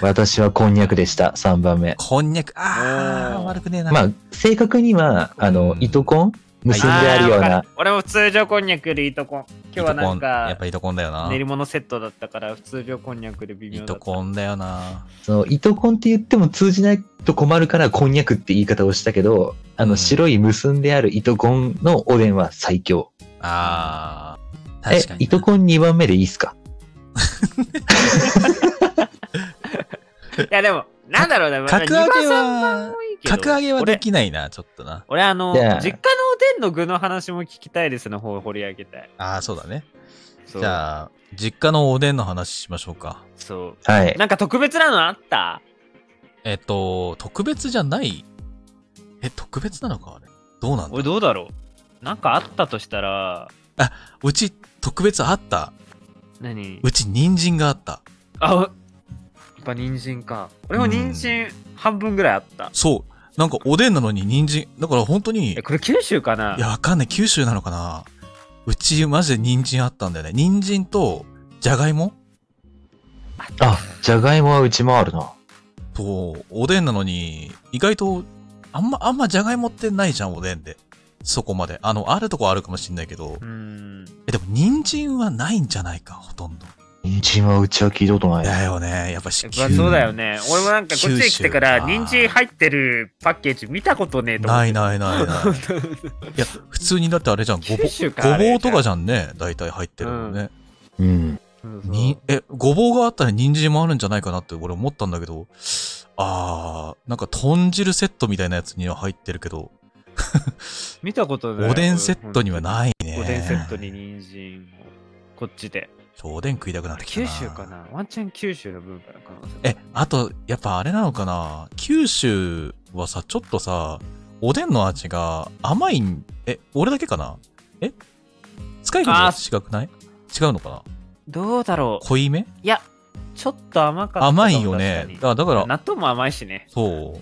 私はこんにゃくでした、3番目。こんにゃく、あー、おー悪くねえな。まあ、正確には、あのう、ん糸こん結んであるようーわなか。俺も通常こんにゃくより糸こん今日はなん糸こんやっかぱ糸こんだよな練。り物セットだったから通常こんにゃくで微妙だった糸こんだよな。その、糸こんって言っても通じないと困るから、こんにゃくって言い方をしたけど、あうんの、白い結んである糸こんのおでんは最強。あー、え確か、に糸な。こん2番目でいいっすかいやでもなんだろうな格上げは、格格上げはできないな、ちょっとな。俺あの、じゃあ実家のおでんの具の話も聞きたいですの方を掘り上げたい。あー、そうだね。そうじゃあ、実家のおでんの話しましょうか。そはう。い。なんか特別なのあったえっと、特別じゃないえ、特別なのかあれどうなんだ俺どうだろうなんかあったとしたら、うち、特別あった。何うち、人参があった。あ、おやっぱ人参か。俺も人参半分ぐらいあった。そう。なんか、おでんなのに人参。だから、本当に、いえ、これ九州かなや、わかんない。九州なのかなうち、マジで人参あったんだよね。人参と、じゃがいもあ、じゃがいもはうちもあるな。と、おでんなのに、意外と、あんま、あんまじゃがいもってないじゃん、おでんで。そこまで。あの、あるとこあるかもしんないけどう、ん。え、でも人参はないんじゃないか、ほとんど。人参はうちは聞いたことないな。だよね。やっぱし、まあそうだよね。俺もなんかこっちへ来てから、九州人参入ってるパッケージ見たことねえと思っなて。いないないない。 いや、普通にだってあれじゃん、ごぼ九州かごあれぼうとかじゃんね、大体入ってるのね。うん。そうそうに、え、ごぼうがあったら人参もあるんじゃないかなって俺思ったんだけど、あー、なんか豚汁セットみたいなやつには入ってるけど、見たことない。おでんセットにはないね。おでんセットに人参をこっちで。ちょおでん食いたくなってきた九な。州かなワンチャン九州の文化の可能性。え、あと、やっぱあれなのかな九州はさ、ちょっとさ、おでんの味が甘いん、え、俺だけかなえ使いあ方が違くない違うのかなどうだろう濃いめいや、ちょっと甘かったかも。甘いよね。確かだだからに納豆も甘いしね。そ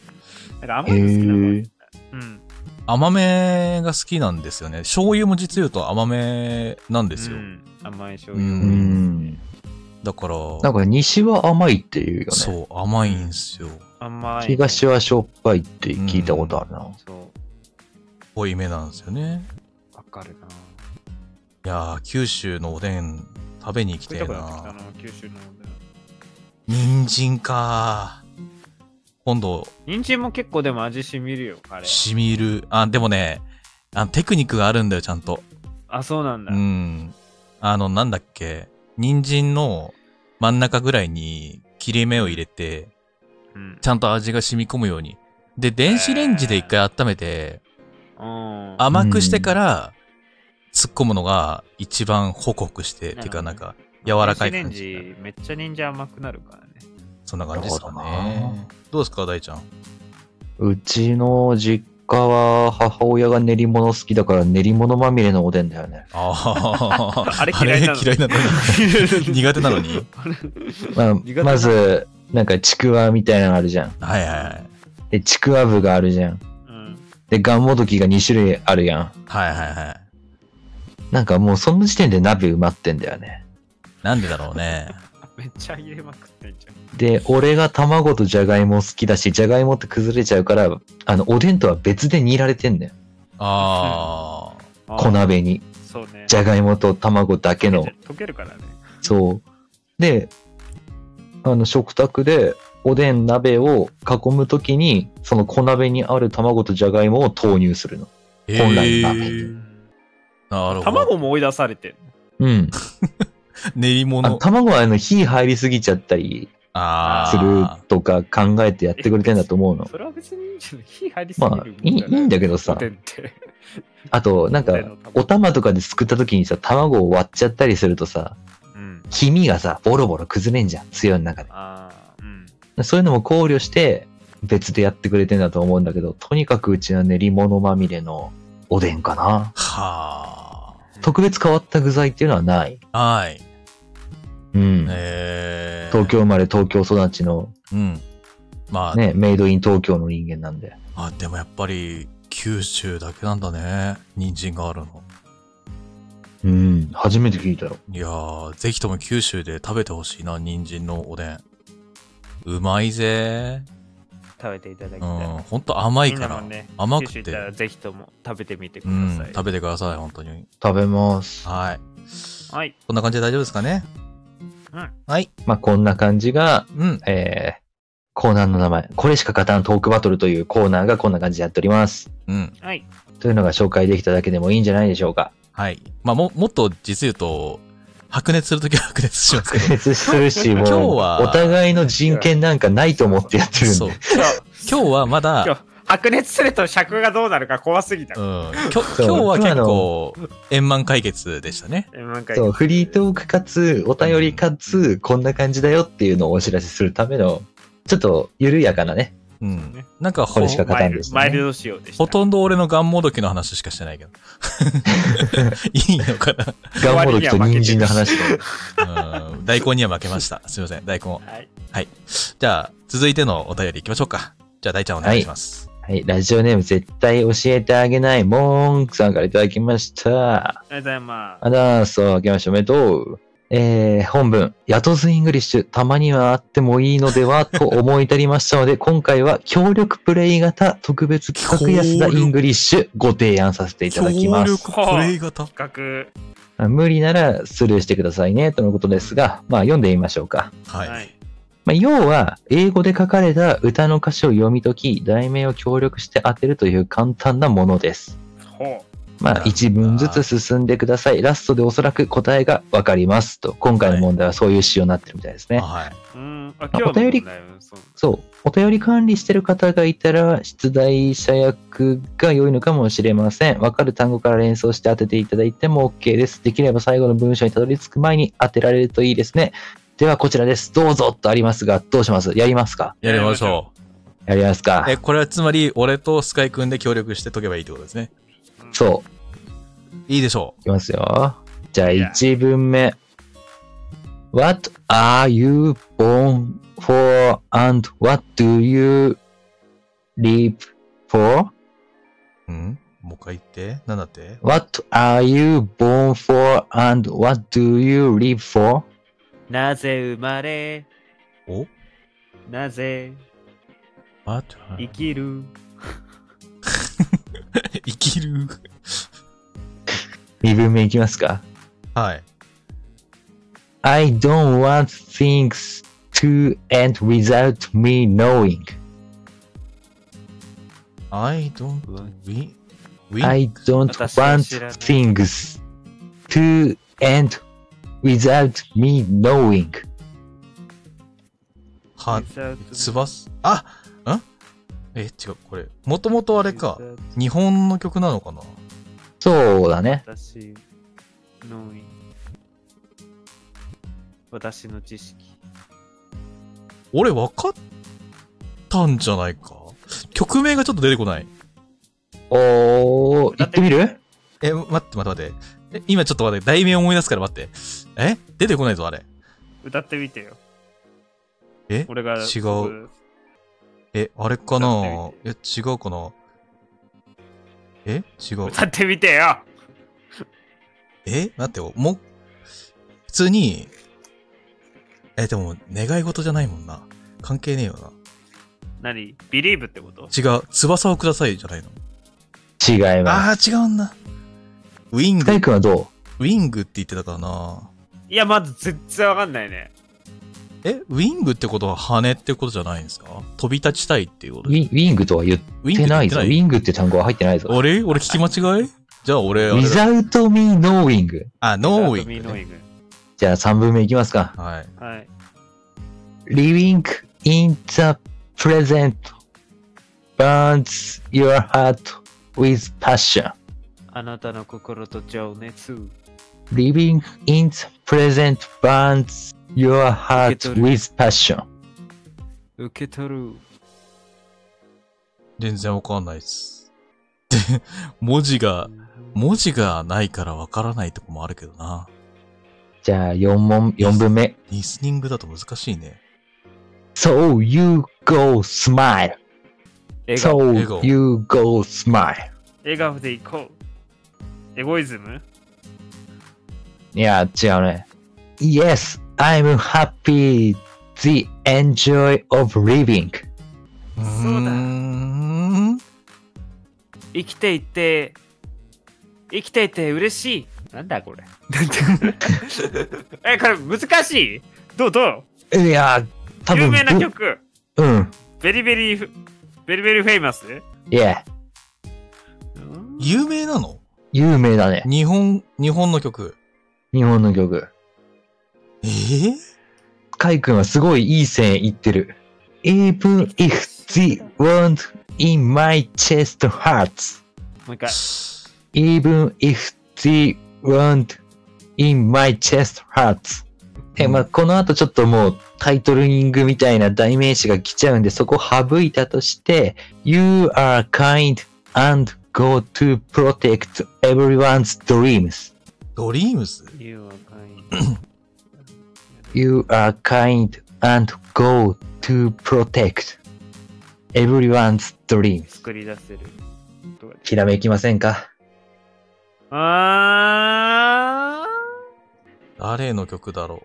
う。なんか甘へいの好きなの。え。うん。甘めが好きなんですよね。醤油も実言うと甘めなんですよ。うん甘い醤う油。ん。だから、なんか西は甘いっていうよね。そう、甘いんすよ。甘い。東はしょっぱいって聞いたことあるな。そう。濃いめなんですよね。わかるな。いやー、九州のおでん食べに来食ていえたくなってきたな。な、九州のおでん。人参かー。今度、人参も結構でも味しみるよ、あれ。しみる。あ、でもね、あテクニックがあるんだよ、ちゃんと。あ、そうなんだ。うん。あの、なんだっけ。人参の真ん中ぐらいに切れ目を入れて、うん。ちゃんと味が染み込むように。で、電子レンジで一回温めて、うん甘くしてから突っ込むのが一番ホクホクして、てかなんか柔らかい感電子じ。レンジ、めっちゃ人参甘くなるからね。そんな感じですかなるほどねな。どうですか、大ちゃん。うちの実家は母親が練り物好きだから練り物まみれのおでんだよね。あああれ嫌いなの あれ嫌いなのに苦手なのに。まあ苦手だまず、なんかちくわみたいなのあるじゃん。はいはいはい。で、ちくわぶがあるじゃん。うん。で、ガンモドキが2種類あるやん。はいはいはい。なんかもうその時点で鍋埋まってんだよね。なんでだろうね。めっちゃ入れまくってんじゃん。で、俺が卵とじゃがいも好きだし、じゃがいもって崩れちゃうから、あの、おでんとは別で煮られてんだよ。ああ。あ小鍋に。そうね。じゃがいもと卵だけの。溶けるからね。そう。で、あの、食卓で、おでん鍋を囲むときに、その小鍋にある卵とじゃがいもを投入するの。本来の鍋えーなるほど。卵も追い出されてる。うん。練りあ物。卵はあの、火入りすぎちゃったりあするあ。とか考えてやってくれてんだと思うの。それは別にいいんじゃない火入りすぎるまあ、いいいいんだけどおさで、んって。あと、なんかおでんの、卵お玉とかですくった時にさ、卵を割っちゃったりするとさ、うん。黄身がさ、ボロボロ崩れんじゃん、つゆの中ああ、うん。で。そういうのも考慮して、別でやってくれてんだと思うんだけど、とにかくうちは練り物まみれのおでんかな。は特別変わった具材っていうのはない。あ。はい。うん。えー、東京生まれ、東京育ちの、うん。まあ、ね、メイドイン東京の人間なんで。あ、でもやっぱり、九州だけなんだね。人参があるの。うん。初めて聞いたよ。いやー、ぜひとも九州で食べてほしいな、人参のおでん。うまいぜ食べていただきうたい。ん、ほんと甘いみんかなら。もね、甘九く州行ったらて。ぜひとも食べてみてくうだんさ、い。食べてください、本当に。食べます。はい。はい。こんな感じで大丈夫ですかねうんはい。まあ、こんな感じが、うん。えー、コーナーの名前、これしか勝たんトークバトルというコーナーがこんな感じでやっております。うん。はい。というのが紹介できただけでもいいんじゃないでしょうか。はい。まあ、も、もっと実言うと、白熱するときは白熱しますけ ど。別するし、今も日う、はお互いの人権なんかないと思ってやってるんそうで。。今日はまだ、今日、白熱すると尺がどうなるか怖すぎたう。ん、きょ今日は結構円満解決でしたね。なんかそう、フリートークかつ、お便りかつ、こんな感じだよっていうのをお知らせするための、ちょっと緩やかなね。うん、なんかほこれしか勝マたイんルでしたマイルね。ド仕様でした。ほとんど俺のガンモドキの話しかしてない けど。いいのかガンモドキと人参の話で。な、うん、大根には負けました。すいません、大根。はい。じゃあ、続いてのお便り行きましょうか。じゃあ、大ちゃんお願いします。はい、ラジオネーム絶対教えてあげないモンクさんからいただきましりた。がとうございまアナウンスを明けましておめでとう。えー、本文、ヤトズイングリッシュ、たまにはあってもいいのではと思い至りましたので、 今回は協力プレイ型特別企画安田イングリッシュご提案させていただきます。協力プレイ型。す。企まあ無理ならスルーしてくださいね、とのことですが、まあ読んでみましょうか。は画。い。はい。まあ、要は、英語で書かれた歌の歌詞を読み解き、題名を協力して当てるという簡単なものです。ほまあ、一文ずつ進んでください。ラストでおそらく答えがわかります。と、今回の問題はそういう仕様になってるみたいですね。あはい。う。うん。あ、あ今お日の便り問題はそう。そう。お便り管理してる方がいたら、出題者役が良いのかもしれません。わかる単語から連想して当てていただいても OK です。できれば最後の文章にたどり着く前に当てられるといいですね。ではこちらです。どうぞとありますが、どうしますやりますかやりましょやりますかう。え、これはつまり、俺とスカイ君で協力して解けばいいってことですね。うんそう。いいでしょいきますよ。じゃあいや1文目。What are you born for and what do you live for? う。うんもう一回言って。なんだって What are you born for and what do you live for? なぜ生まれ、おなぜあ生きる。生きる。二文目いきますか。はい。 I don't want things to end without me knowing. I don't win. win? I don't 私は want 知らない things to end without me knowing. は、 Without- つばす、あんえ、違う、これ。もともとあれか。日本の曲なのかなそうだね。私の私の知識。俺分かったんじゃないか曲名がちょっと出てこない。おー、行ってみるえ、待って待って待って。え、今ちょっと待って、題名思い出すから待って。え出てこないぞ、あれ。歌ってみてよ。え俺が違うそう。え、あれか歌なってえ、違うかなえ違う。歌ってみてよ。え待ってよ、もう、普通に、え、でも、願い事じゃないもんな。関係ねえよな。何ビリーブってこと違う、翼をくださいじゃないの。違います。ああ、違うんだ。ウィンスカグイ、君はどウィングって言ってたからな。いや、まず全然わかんないね。え、ウィングってことは羽ってことじゃないんですか飛び立ちたいっていうこうとウでィウィングとは言っウィングてってな言いってぞ。ウないィングって単語は入ってないぞ。俺俺聞き間違いじゃあ俺、あれだ without me knowing. あ、ノーウィンミグノね、イグ。じゃあ3分目いきますか。はい。はい。 living in the present burns your heart with passion. あなたの心と情熱。 living in the present burns your heart 受け取る with passion. 受け取る。全然わかんないっす。で、文字が、文字がないからわからないとこもあるけどな。じゃあ4問、4分目。リスニングだと難しいね。 So you go smile. 笑顔。笑顔 So you go smile. 笑顔で行こう。エゴイズムいや、違うね。Yes, I'm happy the enjoy of living. そうだーん生きていて、生きていて嬉しい。なんだ これ。え、これ難しいどうどういや、多分有名な曲。ぶうん。ベリベリフ、ベリベリフェイマス Yeah. うん有名なの有名だね。日本、日本の曲。日本の曲。えー、カイ君はすごいいい線いってる。Even if the wound in my chest hurts. もう一回。 Even if the wound in my chest hurts. え、まあ、この後ちょっともうタイトルイングみたいな代名詞が来ちゃうんで、そこ省いたとして、You are kind and go to protect everyone's dreams. ドリームス You are kind. You are kind and go to protect everyone's dream。作り出せることができひらめきませんかるあ誰の曲だろ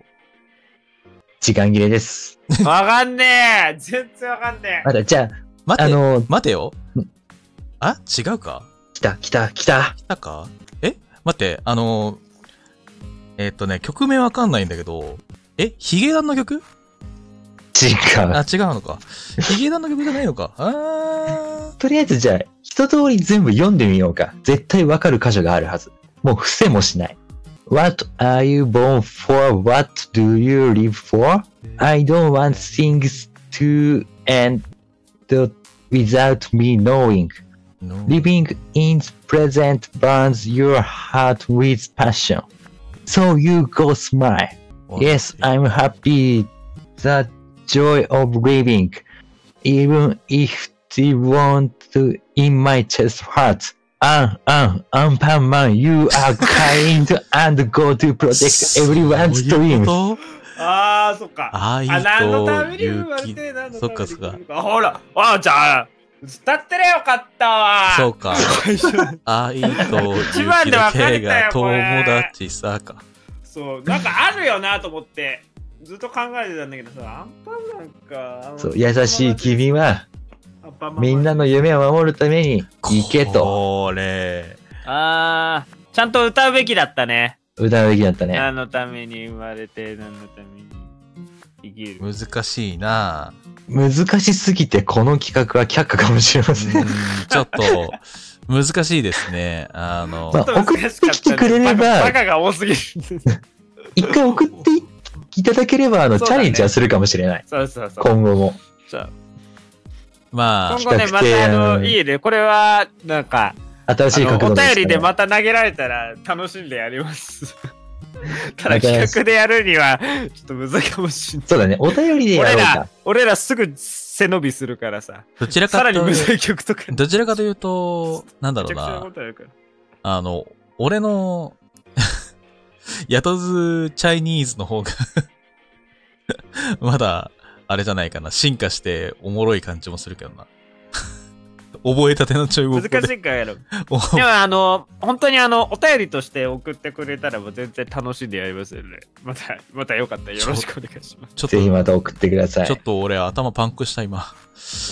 時間切れです。ーわかんねえ全然わかんねまだ、じゃう待あ、あて、の、待てよう。あ違うか来た、来た、来た。来たかえ待って、あのーえーっとね、曲名わかんないんだけど、えヒゲダンの曲違う。あ、違うのか。ヒゲダンの曲じゃないのか。あとりあえずじゃあ、一通り全部読んでみようか。絶対わかる箇所があるはず。もう伏せもしない。What are you born for?What do you live for?I don't want things to end without me knowing. ーの Living in the present burns your heart with passion. So you go smile. Yes, I'm happy. The joy of living. Even if they want to in my chest heart. An, an, Anpan Man, you are kind and go to protect そ everyone's ういう dream. ことえあーそっかあいあ、何のためとに生まれ勇て気。何のためにそっかそっか。あほら、あ、じゃあ、歌ってりゃよかったわ。そうか。最初の愛と勇一番気でだ分かれけたよがこれ友達さか。そう。なんかあるよなと思って、ずっと考えてたんだけどさ、アンパンマンか。そう優しい君はアンパンマンみんな。の夢を守るために行けとこれ。あー、ちゃんと歌うべきだったね。歌うべきだったね。何のために生まれて、何のために生きる。難しいな難しすぎてこの企画は却下かもしれまうせん。ーん、ちょっと、難しいですね。あのま、あ送ってきてくれればバカが多すぎ る。一回送っていただければ、あの、そうチだャねレンジはするかもしれない。そうそうそう。今後も。そうまあ今、後ね、比ま較的たあうの、んいいね。これは、なんか、新しいあ角の度おですから便りでまた投げられたら楽しんでやり ます。ただわか企りました画でやるにはちょっとむずいかもしんない。そうだね。お便りでやろ俺うらか。、俺らすぐ背伸びするからさ。どちらさからにとむいうずい曲とか。どちらかというと、なんだめろちうゃくちゃななこ。とあるから。あの、俺の、 雇ずチャイニーズの方が、 まだ、あれじゃないかな。進化しておもろい感じもするけどな。覚えたての中国語難しで。いからやろう。おでもあの、本当にあの、お便りとして送ってくれたらもう全然楽しんでやりますよね。また、またよかったらよろしくお願いします。 ちょっぜひと、また送ってくださちょっい。と俺頭パンクした今。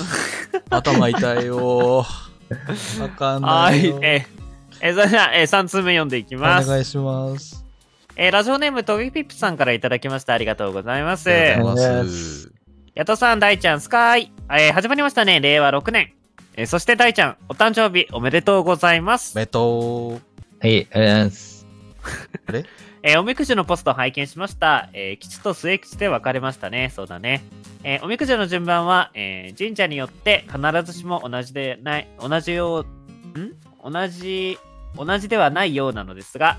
頭痛いよー。わかんはないいよ。。え、え、それでは、え、3通目読んでいきおます。願いします。えーラジオネームトビピップさんからいただきました。ありがとうございます。ありがとうございありがとうございまますす。やとさん、大ちゃん、スカイ。えー始まりましたね。令和6年。えーそして大ちゃん、お誕生日おめでとうございますお。めでとう。はい、ありがとうございます。えーおみくじのポストを拝見しました。えー吉と末吉で分かれましたね。そうだね。えーおみくじの順番は、えー神社によって必ずしも同じでない、同じよう、ん同じ、同じではないようなのですが、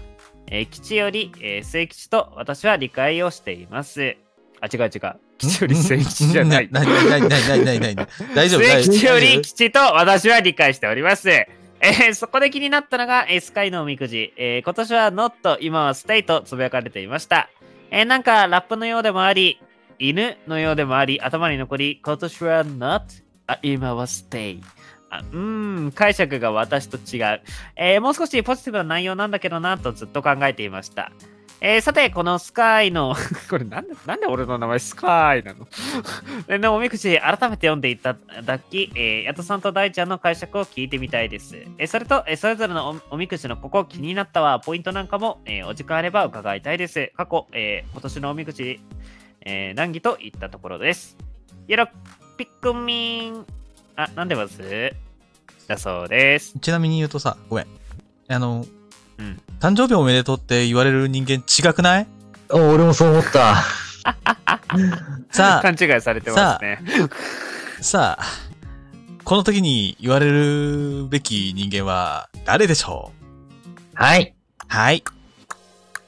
えー吉より、えー末吉と私は理解をしています。あ、違う違う。吉より末吉じゃない。 なになになになになになに大丈夫末大丈夫吉より吉と私は理解しております。えーそこで気になったのが、えースカイのおみくじ。えー今年はノット、今はステイとつぶやかれていました。えーなんかラップのようでもあり、犬のようでもあり、頭に残り、今年はノット、あ今はステイ。あうーん、解釈が私と違う、えーもう少しポジティブな内容なんだけどなとずっと考えていました。えーさて、このスカイの、 これなんで、なんで俺の名前スカイなのでのおみくじ改めて読んでいただき、えー、矢戸さんと大ちゃんの解釈を聞いてみたいです。えーそれと、えーそれぞれのおおみくじのここ気になったわ、ポイントなんかも、えーお時間あれば伺いたいです。過去、えー今年のおみくじ、えー、難儀といったところです。よろ、ピックミン。あ、なんでますだそうです。ちなみに言うとさ、ごめん。あの、うん誕生日おめでとうって言われる人間違くないお俺もそう思った。 さあ、勘違いされてますね。さあ、この時に言われるべき人間は誰でしょうはい、はい。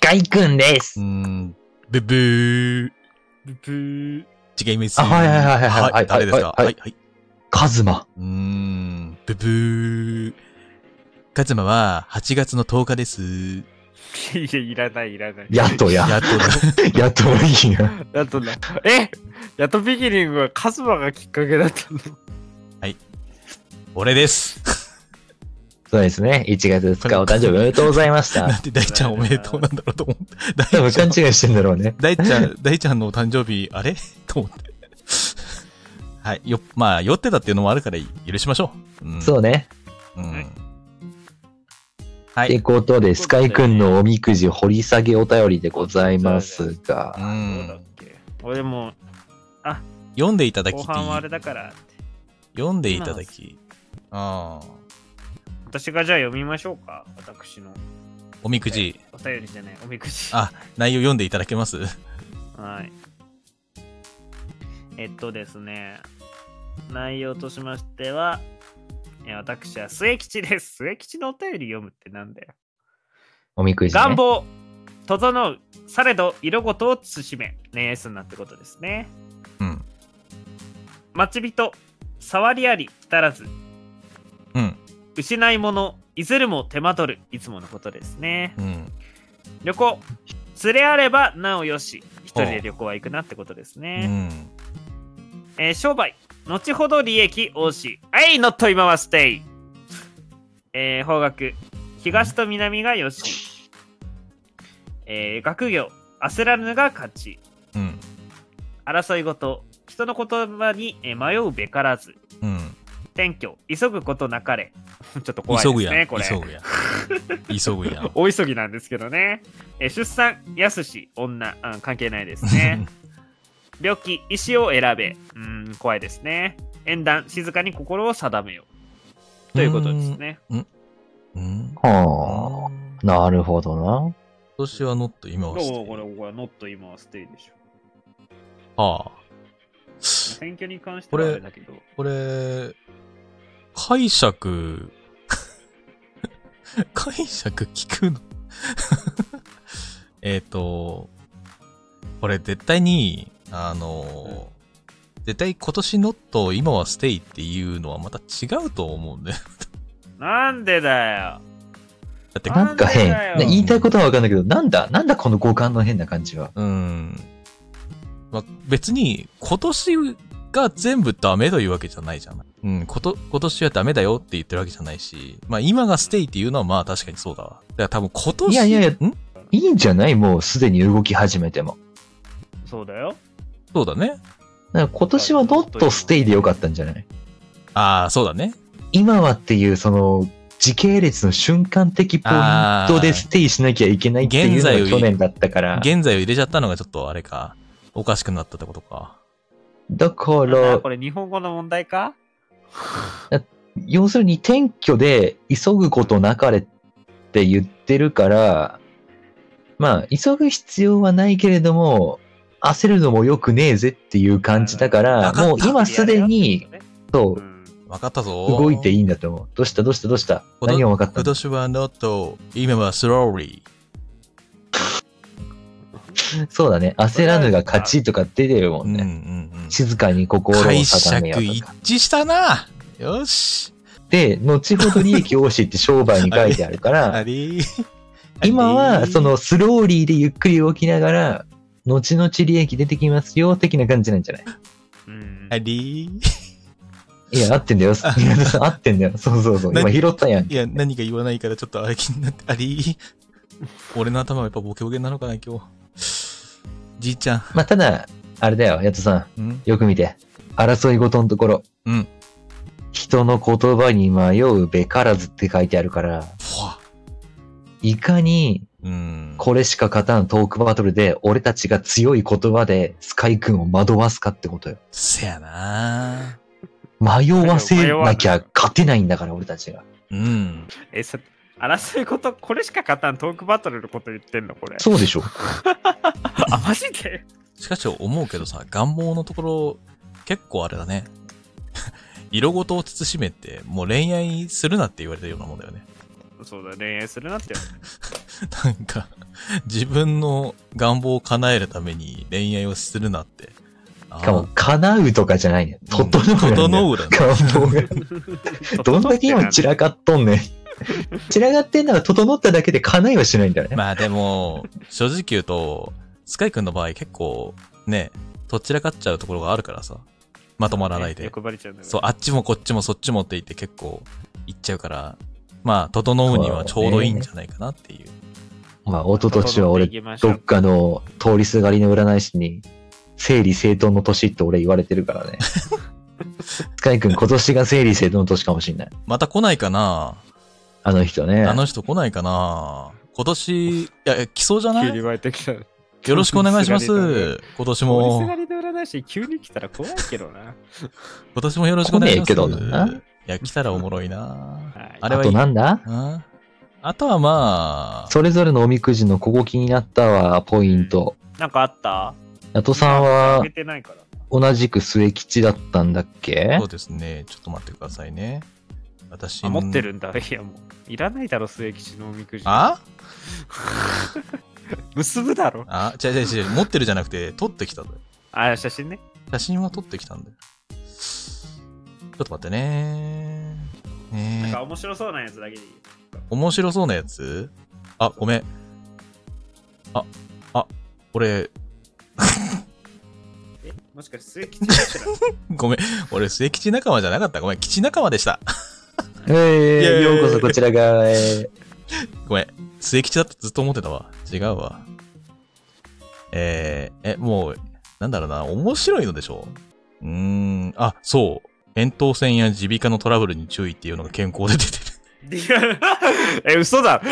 ガイくんでうすー。ん、ブブー。ブブー違います。あはいはいはいはいはい誰ですかはいははいい、はい。カズマ。うーん、ブブー。カズマは8月の10日です。いや、いらない、いらない。やっとや。やっとだ。やっといいや。やっとな。えやっとビギニングはカズマがきっかけだったの。 俺です。そうですね。1月2日お誕生日おめでとうございました な。んて大ちゃんおめでとうなんだろうと思って。多大分ちゃ勘ん、違いしてんだろうね。大ちゃん、大ちゃんのお誕生日、あれ と思って。はい。よ、まあ、酔ってたっていうのもあるから許しましょう。うん、そうね。うはいん。はってい。ことで、スカイくんのおみくじ掘り下げお便りでございますうが、どうだっん。け俺も読んでいただきって後いい半はあれだからって読んでいただき。ああ。私がじゃあ読みましょうか私のおみくじ、お便りじゃないおみくじあ内容読んでいただけますはい。えっとですね、内容としましては、えー私は末吉です。末吉のお便り読むってなんだよ。おみくじ、ね。願望、整う、されど色ごとを慎め、ねえすんなってことですね。うん。待ち人、触りあり、来たらず、うん。失い物、いずれも手間取る、いつものことですね。うん。旅行、連れあればなおよし、一人で旅行は行くなってことですうね。ん。えー商売、後ほど利益応し。はい、ノット今はステイ。えー方角、東と南がよし。えー学業、焦らぬが勝ち。うん。争い事、人の言葉にえー迷うべからず。うん。転居、急ぐことなかれ。 ちょっと怖い急でぐすやね、ん。これ。急ぐやん。急ぐ やん。大急ぎなんですけどね。えー出産、やすし、女、うん、関係ないですね。病気、医師を選べ。うーん、怖いですね。縁談、静かに心を定めよう。ということですね。うん。はあ、なるほどな。今年はノット、今どうはして。これ、これ、ノット今はステイでしょ。はあ。選挙に関してこはれあれだけど。これ、解釈、 解釈聞くの えっと、これ絶対に、あの、絶対今年のと今はステイっていうのはまた違うと思うんだよ。なんでだよ。だって、なんか変。なんでだよね言いたいことはわかんないけど、なんだなんだこの五感の変な感じは。うん。まあ、別に、今年が全部ダメというわけじゃないじゃない。うん、こと、今年はダメだよって言ってるわけじゃないし、まあ今がステイっていうのはまあ確かにそうだわ。だから多分今年。いやいやいやんいいんじゃないもうすでに動き始めても。そうだよ。そうだね。だから今年はノットステイでよかったんじゃないああ、そうだね。今はっていう、その、時系列の瞬間的ポイントでステイしなきゃいけないっていうのあーが現在を去年だったから。現在を入れちゃったのがちょっとあれか。おかしくなったってことか。だかなんだらこ、れ、日本語の問題か要するに転居で急ぐことなかれって言ってるから、まあ、急ぐ必要はないけれども、焦るのも良くねえぜっていう感じだから、わかったもう今すでに、そうう、ん。わかったぞ。動いていいんだと思う。どうしたどうしたどうしたこの何が分かった今の年はノット、今はスローリそうだね。焦らぬが勝ちとか出てるもー。んうんうね。ん静かに心うん。を解定釈めよう一とか。致したな。よし。で、後ほど利益応しって商売に書いてある からあ、りー今はそ、のスローリーでゆっくり動きながら、後々利益出てきますよ、的な感じなんじゃないうんありーいや、合ってん だよ。宮田 さん合ってんだよ。そうそうそう。今何拾ったやんい。や、何か言わないからちょっとあれ気になって、あり 俺の頭はやっぱボケボケなのかな、今日。じいちゃまあ、ただ、あれだよ、やとさん。んん。よく見て。争い事のところ。うん。人の言葉に迷うべからずって書いてあるから、ふわ。いかにうん。これしか勝たんトークバトルで、俺たちが強い言葉でスカイ君を惑わすかってことよ。せやな迷わせなきゃ勝てないんだから、俺たちが。うん。え、さ争い事、これしか勝たんトークバトルのこと言ってんのこれ。そうでしょ。あ、マジで しかし思うけどさ、願望のところ、結構あれだね。 色ごとを慎めって、もう恋愛するなって言われたようなもんだよね。 そうだ、恋愛するなって。なんか、自分の願望を叶えるために恋愛をするなって。あーしかも、叶うとかじゃないね。整うなんだよ。整うだね願 望が。 どんだけ今散らかっとんねん。散らかってんなら整っただけで叶いはしないんだよね。まあでも、正直言うと、スカイ君の場合結構、ね、とっちらかっちゃうところがあるからさ。まとまらないで。欲張りちゃうんだよねそう、あっちもこっちもそっちもって言って結構行っちゃうから、まあ、整うにはちょうどいいんじゃないかなっていう。まあ、一昨年は俺、整っていきましょどうっかの通りすがりの占い師に、整理整頓の年って俺言われてるからね。塚井くん、今年が整理整頓の年かもしんない。また来ないかなあの人ね。あの人来ないかな今年、いや、いや来そうじゃな急にい湧いてきた。よよろしくお願いします。今年もう。もすが、りの占い師、急に来たら怖いけどな。今年もよろしくお願いします。来ねえけどないや、来たらおもろいなはいあれあはいいとなんだうんあとはまあ、それぞれのおみくじのここ気になったわ、ポイント。なんかあったナトさんはあげ、てないから。同じく末吉だったんだっけそうですね。ちょっと待ってくださいね。私あ、持ってるんだ。いや、もう。いらないだろ、末吉のおみくじ。あ結ぶだろ。あ違う違う違う。持ってるじゃなくて、撮ってきたのよ。あ、写真ね。写真は撮ってきたんだよ。ちょっと待ってね。なんねか面白そうなやつだけでいい。面白そうなやつあ、ごめん。あ、あ、俺、え、もしかして末吉だったらごめん。俺、末吉仲間じゃなかった。ごめん。吉仲間でした。えーいやいやいやようこそこちらが、えごめん。末吉だってずっと思ってたわ。違うわ。えー、え、もう、なんだろうな。面白いのでしょううーん。あ、そう。扁桃腺や耳鼻科のトラブルに注意っていうのが健康で出てる。 リアル え、嘘だ。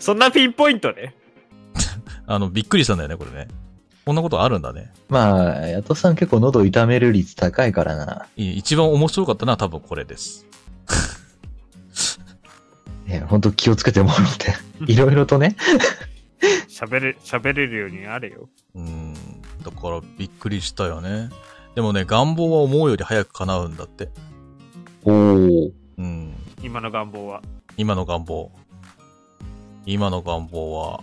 そんなピンポイントね。あの、びっくりしたんだよね、これね。こんなことあるんだね。ー まあ、ヤトさん結構喉痛める率高いからな。い一番面白かったのは多分これです。ね、ほんと気をつけてもら って。いろいろとね。喋れ、喋れるようにあれよ。うーん。だからびっくりしたよね。でもね、願望は思うより早く叶うんだって。おお。うん。今の願望は。今の願望。今の願望は、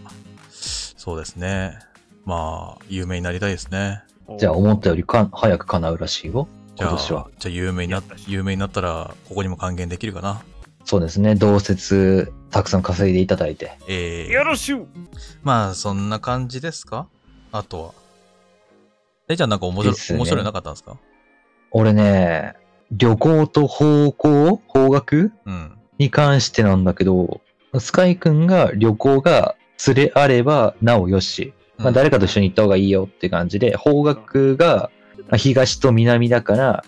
そうですね。まあ、有名になりたいですね。じゃあ思ったよりか早く叶うらしいよ。じゃ今あ、年は。じゃあ有名にな、有名になったら、ここにも還元できるかな。そうですね。同説、たくさん稼いでいただいて。ええよろしゅうまあ、そんな感じですかあとは。え、じゃあなんか面白い、ですね面白いのなかったんですか俺ね、旅行と方向方角うん。に関してなんだけど、スカイくんが旅行が連れあればなおよし。まうあ、ん誰かと一緒に行った方がいいよって感じで、方角がまあ東と南だから、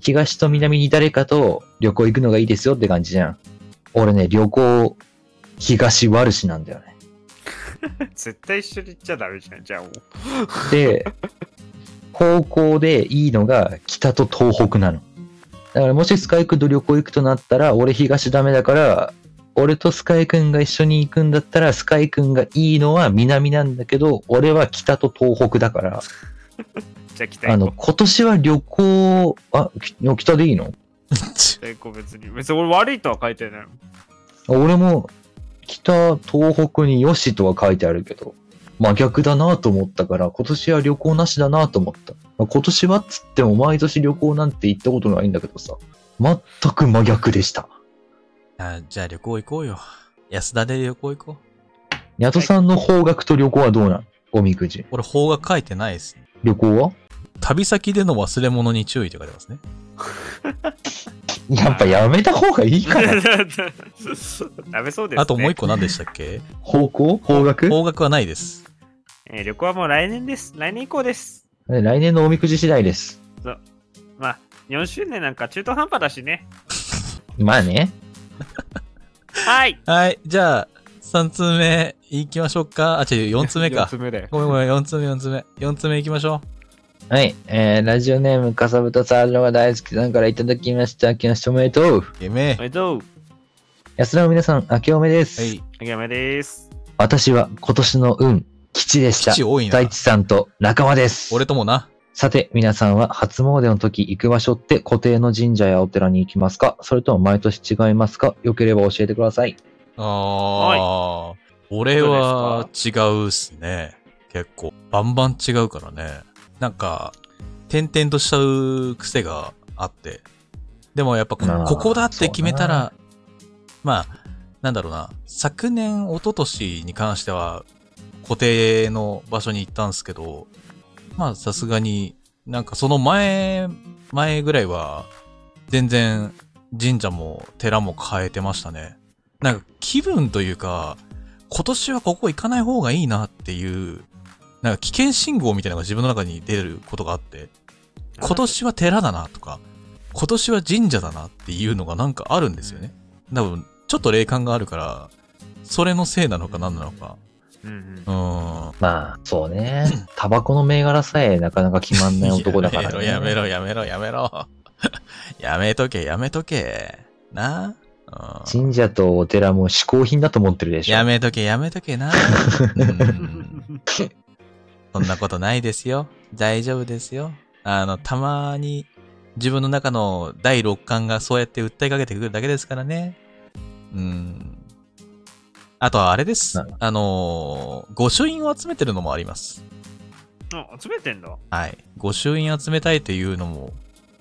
東と南に誰かと旅行行くのがいいですよって感じじゃん。俺ね、旅行、東悪しなんだよね。絶対一緒に行っちゃダメじゃん。じゃあもう。で、方向でいいのが北と東北なの。だからもしスカイくんと旅行行くとなったら、俺東ダメだから、俺とスカイくんが一緒に行くんだったら、スカイくんがいいのは南なんだけど、俺は北と東北だから、じゃあ来たあの、よ。今年は旅行、あ、き北でいいの最高別に。別に俺悪いとは書いてないもん。俺も北、東北によしとは書いてあるけど、真逆だなと思ったから、今年は旅行なしだなと思った。まあ今年はっつっても毎年旅行なんて行ったことないんだけどさ、全く真逆でした。 あじゃあ旅行行こうよ。安田で旅行行こう。ニャトさんの方角と旅行はどうなんおみくじ。俺、法が書いてないですね。旅行は旅先での忘れ物に注意って書いてますね。やっぱやめた方がいいか な。ダメそうです、ね。あともう一個何でしたっけ方向方角方角はないです。えー旅行はもう来年です。来年以降です。来年のおみくじ次第です。まあ、4周年なんか中途半端だしね。まあね。はい。はい、じゃあ、3通目行きましょうか。あ、違う、4通目か。目だよ。ごめんごめん、4通目、4通目。4通目行きましょはい。えー、ラジオネーム、かさぶたさんのが大好きさんからいただきました。明けましておめでとう。う。ゲメおめでとう。安田の皆さん、明けおめです。はい。あげめです。私は今年の運、吉でした基。地多いな大。地さんと仲間です。俺ともな。さて、皆さんは初詣の時行く場所って固定の神社やお寺に行きますかそれとも毎年違いますかよければ教えてください。あー。俺は違うっすね。結構。バンバン違うからね。なんか、点々としちゃう癖があって。でもやっぱこ、あーここだって決めたら、まあ、なんだろうな。昨年、一昨年に関しては、固定の場所に行ったんですけど、まあ、さすがになんかその前、前ぐらいは、全然神社も寺も変えてましたね。なんか気分というか、今年はここ行かない方がいいなっていう、なんか危険信号みたいなのが自分の中に出ることがあって、今年は寺だなとか、今年は神社だなっていうのがなんかあるんですよね。多分、ちょっと霊感があるから、それのせいなのか何なのか。うんうんうーん。まあ、そうね。タバコの銘柄さえなかなか決まんない男だから、ね。 やめろ、やめろ、やめろ、やめろ。 やめとけ、やめとけ。な。うん神社とお寺も嗜好品だと思ってるでしょ。やめとけ、やめとけ な。うんそんなことないですよ。大丈夫ですよ。あの、たまに自分の中の第六感がそうやって訴えかけてくるだけですからね。うん。あとはあれですな。あのー御朱印を集めてるのもあります。あ集めてんだ。はい。御朱印集めたいというのも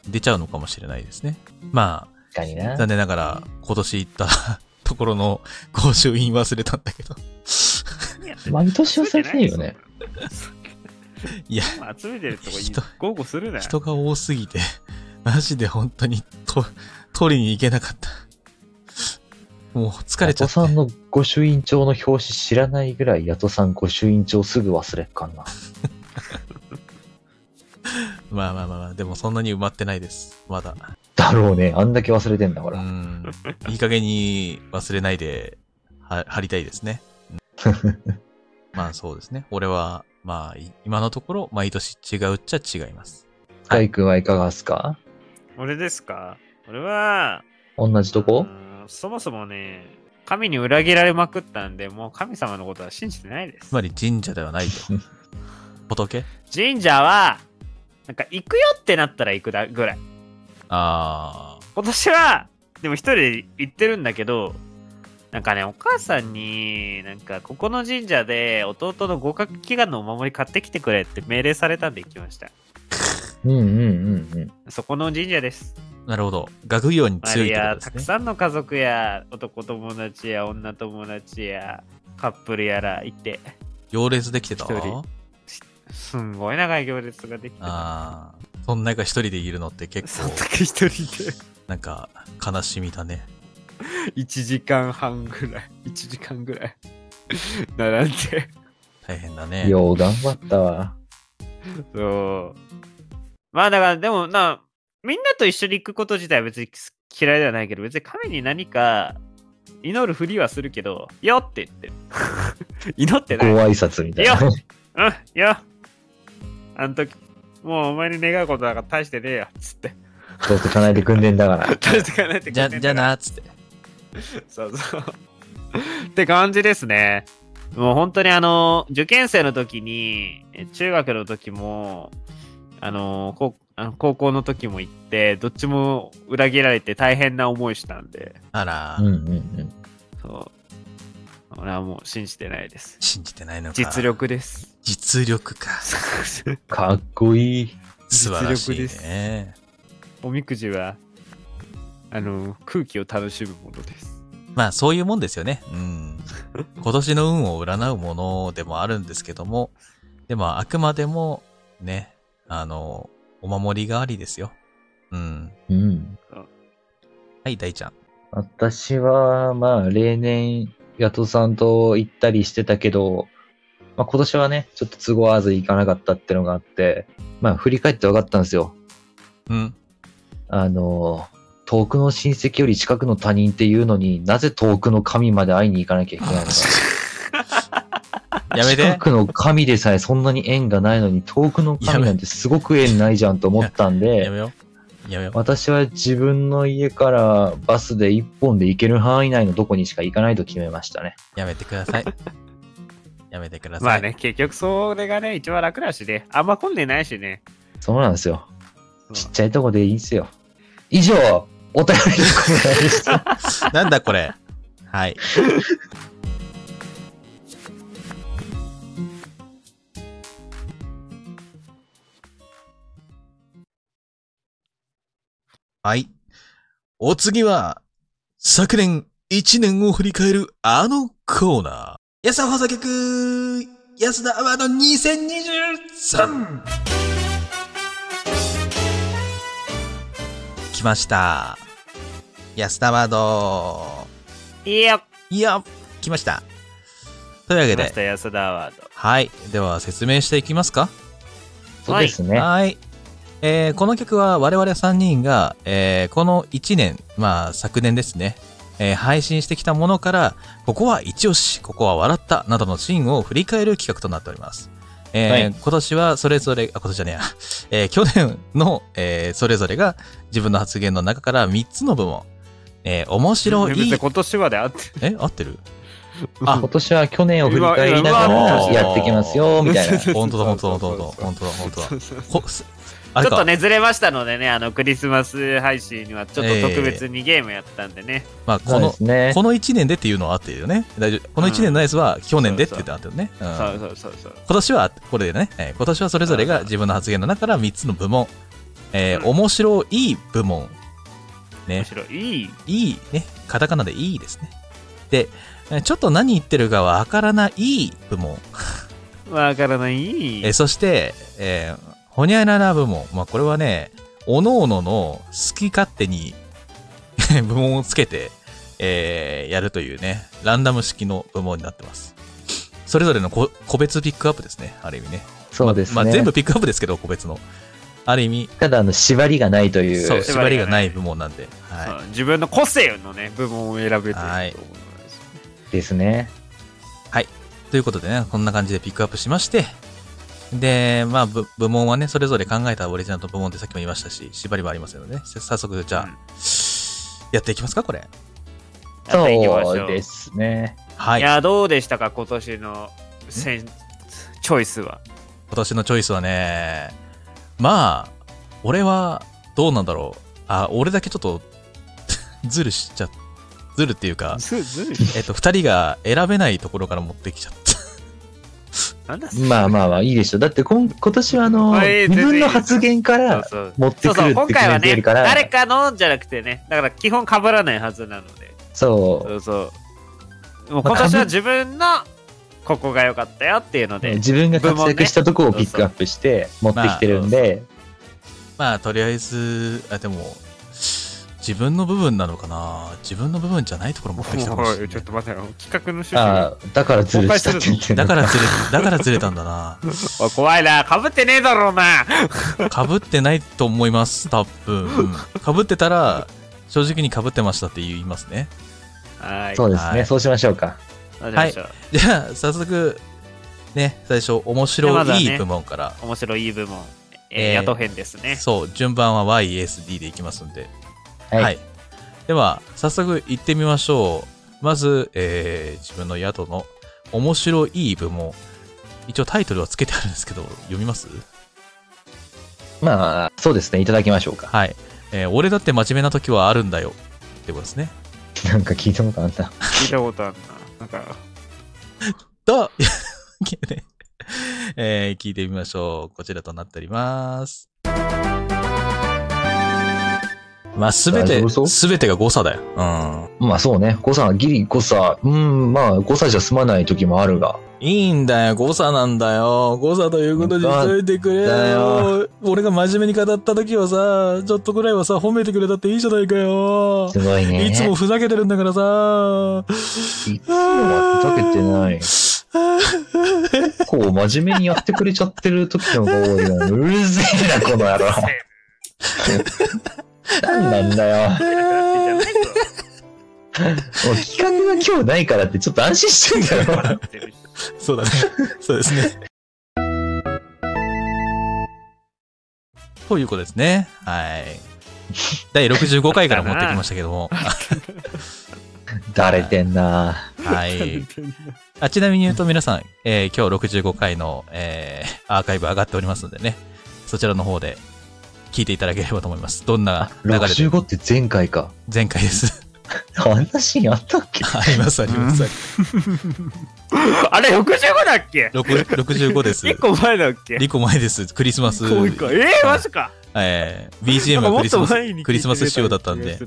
出ちゃうのかもしれないですね。ま確かにあ、な。残念ながら今年行った ところの御朱印忘れたんだけど。毎年はされてないよね。いや、今集めてるとこいい人。豪語するなよ。人が多すぎて、マジで本当にと取りに行けなかった。もう疲れちゃヤトったさ。んの御朱印帳の表紙知らないぐらい、ヤトさん御朱印帳すぐ忘れっかんな。まあまあまあまあ、でもそんなに埋まってないです。まだ。だろうね。あんだけ忘れてんだかうら。ん。いい加減に忘れないで、は、貼りたいですね。 まあそうですね。俺は、まあ、い今のところ、毎年違うっちゃ違います。大君はいかがですか俺ですか俺は、同じとこうんそもそもね、神に裏切られまくったんで、もう神様のことは信じてないでつすま。り神社ではないと。 仏神社は、なんか行くよってなったら行くだぐらい。ああ。今年は、でも一人で行ってるんだけど、なんかね、お母さんに、なんか、ここの神社で弟の合格祈願のお守り買ってきてくれって命令されたんで行きました。うんうんうんうん。そこの神社です。なるほど。学業にマ強いっリてこア、とたでくすね。さんの家族や、男友達や、女友達や、カップルやらいて、行列できてた一人わ。すんごい長い行列ができてた。ああ。そんな中一人でいるのって結そん構だ、け一人でなんか、悲しみだね。 1時間半ぐらい、1時 間ぐらい 並んで、大変だね。よう頑張ったわ。そう。まあだから、でもな、みんなと一緒に行くこと自体は別に嫌いではないけど、別に神に何か祈るふりはするけど、よって言って。 祈ってごない。挨拶みたいな。ようん、よあの時、もうお前に願うことなんか大してねえよ、つって。どうせ叶えてくんねんだから。大してかないってじゃ、ごめんじゃあな、つって。そうそう。って感じですね。もう本当にあの、受験生の時に、え中学の時も、あの、こうあの高校の時も行って、どっちも裏切られて大変な思いしたんで、あらうん、うんうん。そう。俺はもう信じてないです。信じてないのか。実。力 です。実力か。かっこいい。素晴らしい実ね。おみくじは、あの、空気を楽しむものです。まあそういうもんですよね。 うん。今年の運を占うものでもあるんですけども、でもあくまでもね、あの、お守り代わりですよ。うん。うん。はい、大ちゃん。私は、まあ、例年、ヤトさんと行ったりしてたけど、まあ、今年はね、ちょっと都合合わず行かなかったってのがあって、まあ、振り返って分かったんですよ。うん。あの、遠くの親戚より近くの他人っていうのになぜ遠くの神まで会いに行かなきゃいけないのか。や め近て。くの神でさえそんなに縁がないのに、遠くの神なんてすごく縁ないじゃんと思ったんやで、めよう。やめよう。私は自分の家からバスで1本で行ける範囲内のどこにしか行かないと決めましたね。やめてください。やめてください。まあね、結局それがね、一番楽だしね。あんま混んでないしね。そうなんですよ。そうちっちゃいとこでいいんすよ。以上、お便りのコーナーで した。なんだこれ。はい。はい。お次は、昨年1年を振り返るあのコーナー。安田放送局安田アワード2023しました。安田ワード。いや、いや、来ました。というわけマスタで、ー安田アワード。はい。では説明していきますか。そうですね。はい。えーこの曲は我々3人が、えーこの1年、まあ昨年ですね、えー配信してきたものから、ここは一押し、ここは笑った、などのシーンを振り返る企画となっております。えーはい今年はそれぞれ、あ、今年じゃねえや、 えー去年の、えーそれぞれが自分の発言の中から3つの部門、えー面白別いに、今年まであって。え、合ってるあ今年は去年を振り返りながらうわうわやってきま すよ、みたいな。本当だ、本当だ、本当だ、本当だ、本当だ。こすあちょっれとか、ね、ずれましたのでね、あの、クリスマス配信にはちょっと特別にゲームやったんでね。まあ、こそうでの、すね。この1年でっていうのは合ってるよね。大丈夫。この1年のやつは去年でって言ってあったよね。うんそう今そうそうそう。年はこれでね、えー今年はそれぞれが自分の発言の中から3つの部門、えーうん面白い部門、むね、しろいい。いいね、カタカナでいいですね。で、えーちょっと何言ってるかわからない部門、わからない。えーそして、えーほにゃらら部門、まあ、これはね、おのおのの好き勝手に 部門をつけて、えーやるというね、ランダム式の部門になってます。それぞれのこ個別ピックアップですね、ある意味ね。そうですね。まあ、全部ピックアップですけど、個別の。ある意味、ただ、あの、縛りがないという。そう、縛縛りりががなないい部門なんで。そうは自分の個性のね、部門を選べてると思います。ですね。い。ということでね、こんな感じでピックアップしまして、で、まあ、部部門はね、それぞれ考えたオリジナルの部門ってさっきも言いましたし、縛りはありませんのでね、さ早速、じゃあ、やっていきますか、これ。やっていきましょう、そうですね。はいい。今や、どうでしたか、今年のせんチョイスは。年のチョイスはね、まあ、俺はどうなんだろう。あ、俺だけちょっと、 ずるしちゃ、ずるっていうか、ずずるえっと、二人が選べないところから持ってきちゃった。なんだまあまあまあ、いいでしょう。だって今、今年は、あの、はい自分の発言かそうらそう持ってそうくそう、るっ今て決回はめていね、るから、誰かのじゃなくてね、だから基本被らないはずなので。そそうそう。もう今年は自分のここが良かったよっていうのう。で、自分が活躍したとこをピックアップして持ってきてるんで、まあ、とりあえず、あ、でも、自分の部分なのかな自分の部分じゃないところ持ってきたかもしれない。待ってよ。企画の趣ああ、だからずるしたって言ってるだからずれ、だからずれたんだな。おい怖いな、被ってねえだろうな。かぶってないと思います、多分。かぶってたら、正直にかぶってましたって言いますね。はい。そうですはね。いそうしましょうか。どうしましょうじゃあ、早速、ね、最初、で面まず白はいね部門から、面白い部門、ええー、ー宿編ですね。そう、順番は YSD でいきますんで。はい。では、早速行ってみましょう。まず、えー自分の宿の面白い部門。一応タイトルはつけてあるんですけど、読みますまあ、そうですね。いただきましょうか。 はい。えー俺だって真面目な時はあるんだよ。ってことですね。なんか聞いたことあった。聞いたことあるな。なんか、と、 えー聞いてみましょう。こちらとなっております。まあ、すべ大て丈夫、そうすべてが誤差だよ。うん。まあそうね。誤差、ギリ誤差。うん、まあ誤差じゃ済まない時もあるが。いいんだよ、誤差なんだよ。誤差ということにしといてくれだよよ。俺が真面目に語った時はさ、ちょっとぐらいはさ、褒めてくれたっていいじゃないかよ。すごいね。いつもふざけてるんだからさ。いつもはふざけ てない。こう真面目にやってくれちゃってる時の方が多いな。うるせえな、この野郎。なんなんだよ。もう企画が今日ないからってちょっと安心してんだろ。そう だね。そうですね。ということですね。はい。第65回から持ってきましたけど も。だれてんな。はい。あちなみに言うと皆さん、えー今日65回の、えーアーカイブ上がっておりますのでね、そちらの方で聞いていただければと思います。どんな流れで65って前回か。前回です。 あんなシーンあったっけあります、あります。あれ、65だっけ6 65です。一個前だっけリコ前です。クリスマ ス。もう一個えー、マジか。えーな BGM んかもはクっリスとマ前ス、にク聞いリてくれスたマス気が仕様してただったんで、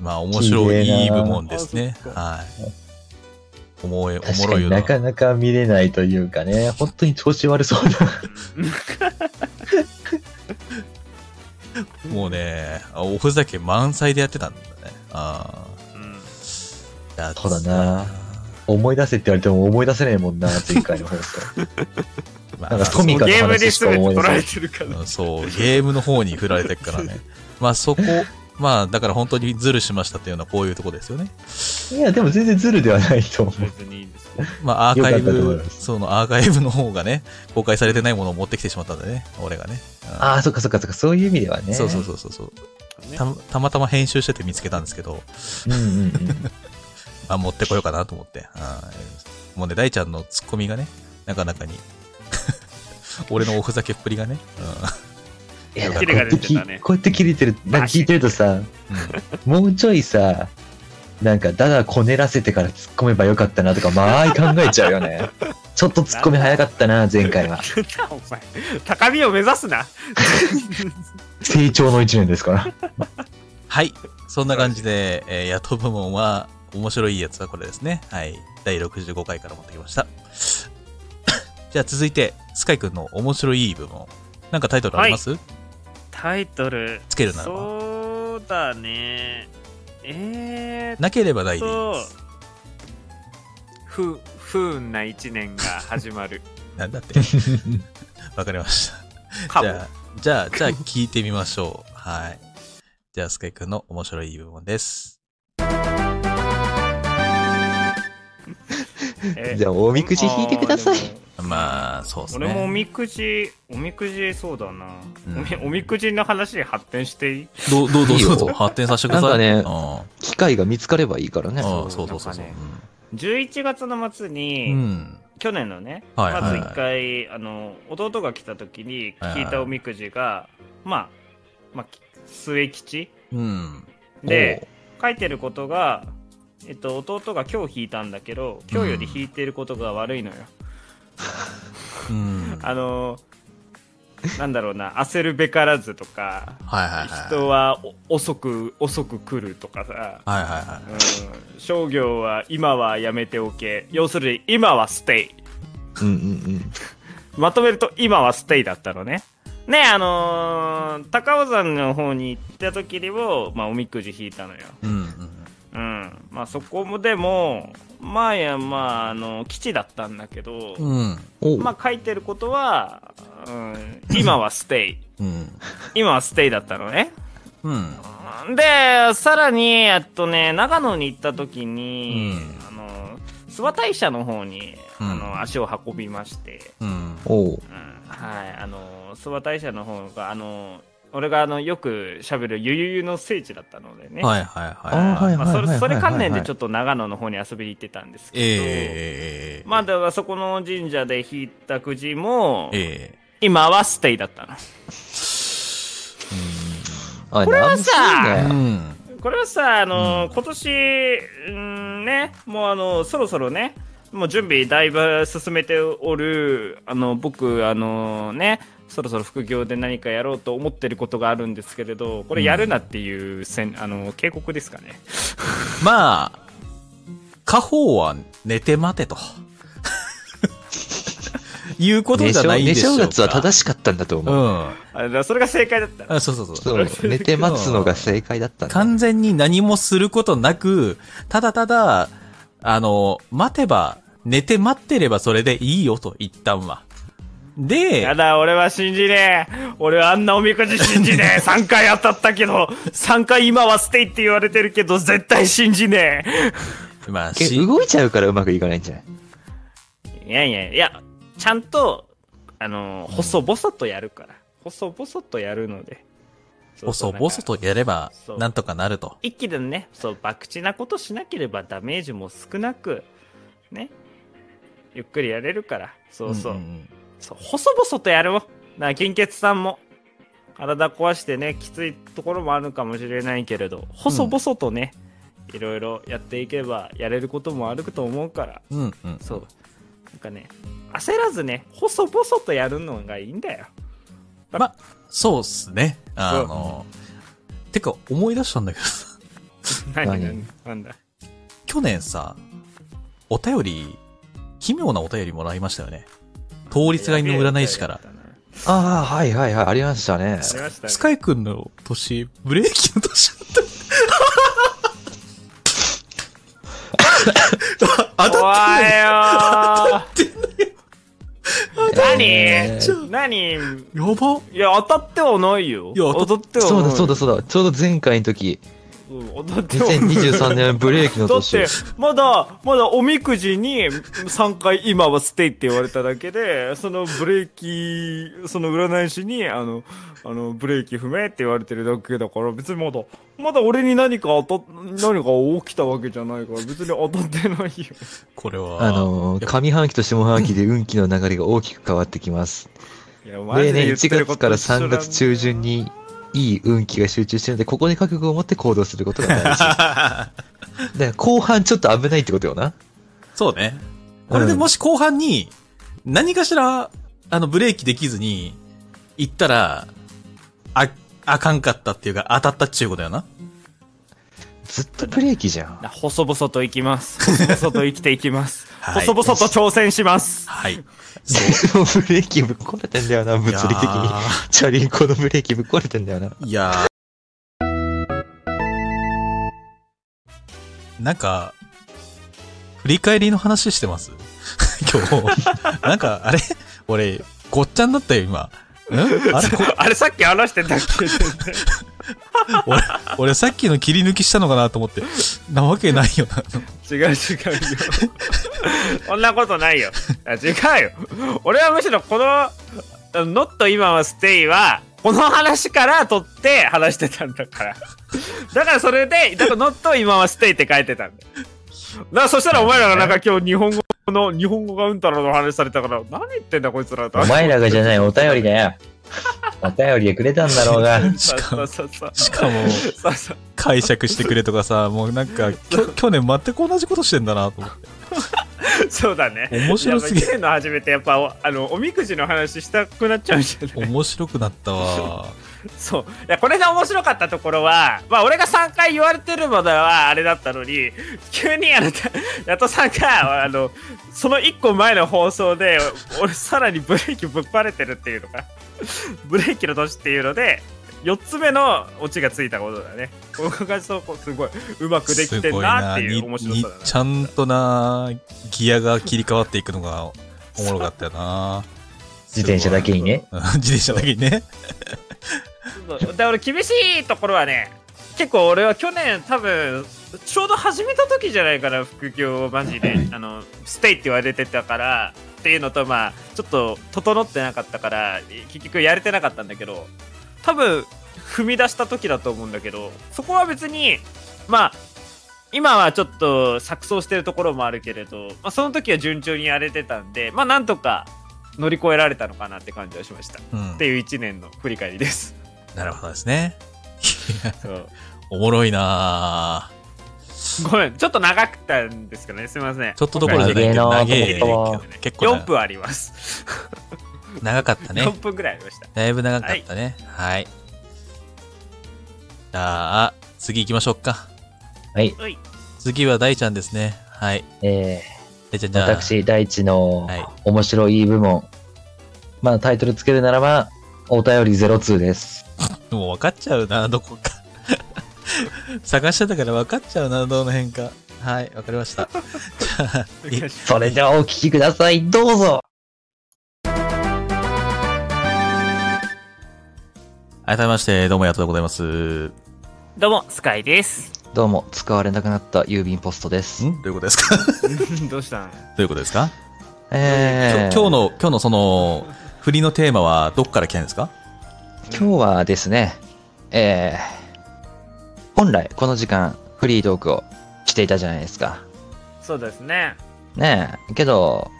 まあ面白綺い麗な部門ですね。はい。おもえ、お確もかろいによなな。かなか見れないというかね、本 当に調子悪そうだ。もうね、あおふざけ満載でやってたんだね。あうんあ。そうだな思い出せって言われても思い出せないもんな、前回の放送。まなんかトミカのゲームで話しか全て思い取ら出せなれい。てるからうんそう、ゲームの方に振られてっから ね。まあそこ、まあだから本当にズルしましたっていうのはこういうとこですよね。いや、でも全然ズルではないと思う。別にいいんですけどまあアーカイよかったと思いブま、すそのアーカイブの方がね、公開されてないものを持ってきてしまったんでね、俺がね。うんああ、そっかそっかそっか、そういう意味ではね。そうそうそうそうそうねた。たまたま編集してて見つけたんですけど、うんうんうん。まあ持ってこようかなと思って。うんもうね、大ちゃんのツッコミがね、なかなかに。 俺のおふざけっぷりがね。いや、なんキがレかこうやっ出ててきたねこうやって切れてる、なんか聞いてるとさ、うんうんもうちょいさ、なんか、だだこねらせてから突っ込めばよかったなとか、まあ、考えちゃうよね。ちょっと突っ込み早かったな、前回は。なんだお前高みを目指すな成長の一年ですから。はい。そんな感じで、えー、野党部門は、面白いやつはこれですね。はい。第65回から持ってきました。 じゃあ続いて、スカイくんの面白い部門。なんかタイトルあります、タイトルつけるならば。そうだねえーっなければないでいいとです。ふ不運な一年が始ま るなんだって。 わかりました。かじもゃあ、じゃあ、じゃあ聞いてみましょう。 はい。じゃあ、スカイくんの面白い部門です。えじゃあ、おみくじ引いてください。まあ、そうですね。俺もおみくじ、おみくじそうだな、うんおみ。おみくじの話に発展していいどうどうぞいいよどうぞ、発展させてください。なんかねうん機会が見つかればいいからね。ああ、そそううそうそうそう。なんかね ?11 月の末うに、ん。去年のね、はいはいまず一回、あの、弟が来た時に聞いたおみくじが、まあ、まあ、き末吉うん。で、書いてることが、えっと、弟が今日引いたんだけど、今日より引いてることが悪いのよ。おう、うん。あの、なんだろうな、焦るべからずとか、はいはいはい。人はお遅く遅く来るとかさ、はいはいはい。うん、商業は今はやめておけ要するに今はステイうんうんうん。まとめると今はステイだったのねねえあのー高尾山の方に行った時にも、まあ、おみくじ引いたのようんうん。うんまあそこもでもまあやまああの基地だったんだけど、うん。おうまあ書いてることは、うん、今はステイうん。今はステイだったのねうん。で、さらに、えっとね、長野に行った時に、うあの、諏訪大社の方に、うんあの、足を運びまして、うん。おううんはい、あの、諏訪大社の方が、あの、俺があの、よく喋るゆゆゆの聖地だったのでね。はいはいああは。はいいまあ、それ、それ関連ではいちょっと長野の方に遊びに行ってたんですけど、ええ。まあ、だからそこの神社で引いたくじも、ええ。今はステイだったの。あ、これはさなんうかいいねん。これはさ、あの、うん今年、うん、ね、もうあの、そろそろね、もう準備だいぶ進めておる、あの、僕、あのね、そろそろ副業で何かやろうと思ってることがあるんですけれど、これやるなっていうせん、あの、警告ですかね。まあ、家宝は寝て待てと。 いうことじゃないで寝しょう正か。月は正しかったんだとう思う。ん。あだからそれが正解だったら。あそうそうそう。そう、寝て待つのが正解だったんだ完全に何もすることなく、ただただ、あの、待てば、寝て待ってればそれでいいよと、一旦は。でや、だ、俺は信じねえ。俺はあんなおみくじ信じねえ。3回当たったけど、3回今はステイって言われてるけど、絶対信じねえ。まあ、けし動いちゃうからうまくいかないんじゃないいやいやいや、ちゃんと、あのー、細々とやるから。細々とやるので。そうそう細な々。んかとやればそ、うなんとかなると。一気でね、そう、博打なことしなければダメージも少なく、ね。ゆっくりやれるから。そうそう。んんそう細々とやろう。な、金欠さんも。体壊してね、きついところもあるかもしれないけれど、細々とね、いろいろやっていけば、やれることもあると思うから。うん。うんうん。そう。なんかね、焦らずね、細々とやるのがいいんだよ。そうっすね。あの、てか、思い出したんだけどさ、何何なんだ。去年さ、お便り、奇妙なお便りもらいましたよね。倒立がいの占い師から。。ああ、はいはいはい、ありましたね。りましたスカイ君の年、ブレーキの年だった。 当たってなおいいよちー何何やばいや、当たってはないよ。いや当たってはない。そうだそうだそうだ。ちょうど前回の 時、うん。当たってはない。 2023年ブレーキのだっ年。て、まだ、まだおみくじに3回今はステイって言われただけで、そのブレーキ、その占い師に、あの、あの、ブレーキ不明って言われてるだけだから、別にまだ、まだ俺に何か当た、何か起きたわけじゃないから、別に当たってないよ。これは、あのー、上半期と下半期で運気の流れが大きく変わってきます。いや、マ例ジで年言って1るこ月とから一緒だ3月中旬にいい運気が集中してるので、ここに覚悟を持って行動することが 大事。で後半ちょっと危ないってことよな。そうね。これでもし後半に、何かしら、あの、ブレーキできずに、行ったら、あ、あかんかったっていうか、当たったっちゅうことやな。ずっとブレーキじゃん。細々と生きます。細々と生きていきます。はい細々と挑戦します。 はい。でも ブレーキぶっ壊れてんだよな、物理い的にや。チャリンコのブレーキぶっ壊れてんだよな。ーいやーなんか、振り返りの話してます 今日。なんか、あれ俺、ごっちゃになったよ、今。ん あれこあれさっき話してたっけ俺、俺さっきの切り抜きしたのかなと思って。なわけないよな。違う違うよ。そんなことないよ。あ違うよ。俺はむしろこの、あのノット今はステイは、この話から取って話してたんだから。だからそれで、だからノット今はステイって書いてたんだよ。だからそしたらお前らがなんか今日日本語の、日本語がうんたらの話されたから、何言ってんだこいつらと。お前らがじゃない、お便りだ よ。お便りでくれたんだろうが。しかそうも、そうそう。しかも、そうそう。解釈してくれとかさ、もうなんか、きょ去年全く同じことしてんだなと思って。そうだね。面白すぎやっぱ去年の初めてやっぱおあのおみくじの話したくなっちゃうんじゃない面白くなったわ。そう。いや、これが面白かったところは、まあ、俺が3回言われてるまではあれだったのに、急にあなた、やとさんが、あの、その1個前の放送で、俺さらにブレーキぶっぱれてるっていうのが、ブレーキの年っていうので、4つ目のオチがついたことだね。ここがそうこうすごい、うまくできてんなっていう面白にさだな。ちゃんとな、ギアが切り替わっていくのがおもろかったよな。 自転車だけにね。うん。自転車だけにね。そうで俺厳しいところはね結構俺は去年多分ちょうど始めた時じゃないかな副業をマジであのステイって言われてたからっていうのとまあちょっと整ってなかったから結局やれてなかったんだけど多分踏み出した時だと思うんだけどそこは別にまあ今はちょっと錯綜してるところもあるけれど、まあ、その時は順調にやれてたんでまあなんとか乗り越えられたのかなって感じはしましたっうんて。いう1年の振り返りです。なるほどですね。そうおもろいなごめん、ちょっと長くたんですけどね、すみません。ちょっとどころじゃないけど、長長いなえと思った結構4な分あります。長かったね4。分ぐらいありました。だいぶ長かったね。はい。じゃあ、次行きましょうか。はい。うい。次は大ちゃんですね。はい。え大ちゃんー、じゃあ。。私、大地のはい。面白い部門。まあ、タイトルつけるならば、お便り02です。もう分かっちゃうな、どこか。探してたから分かっちゃうな、どの辺か。はい、分かりました。じゃあ、お願いしますそれではお聞きください。どうぞ改めまして、どうもありがとうございます。んどうも、スカイです。どうも、使われなくなった郵便ポストです。どういうことですか どどうしたんういうことですか、えー、今日の、今日のその、振りのテーマはどっから来たんですか今日はですね、えー、本来この時間フリートークをしていたじゃないですか。そうですね。ねえ、けど、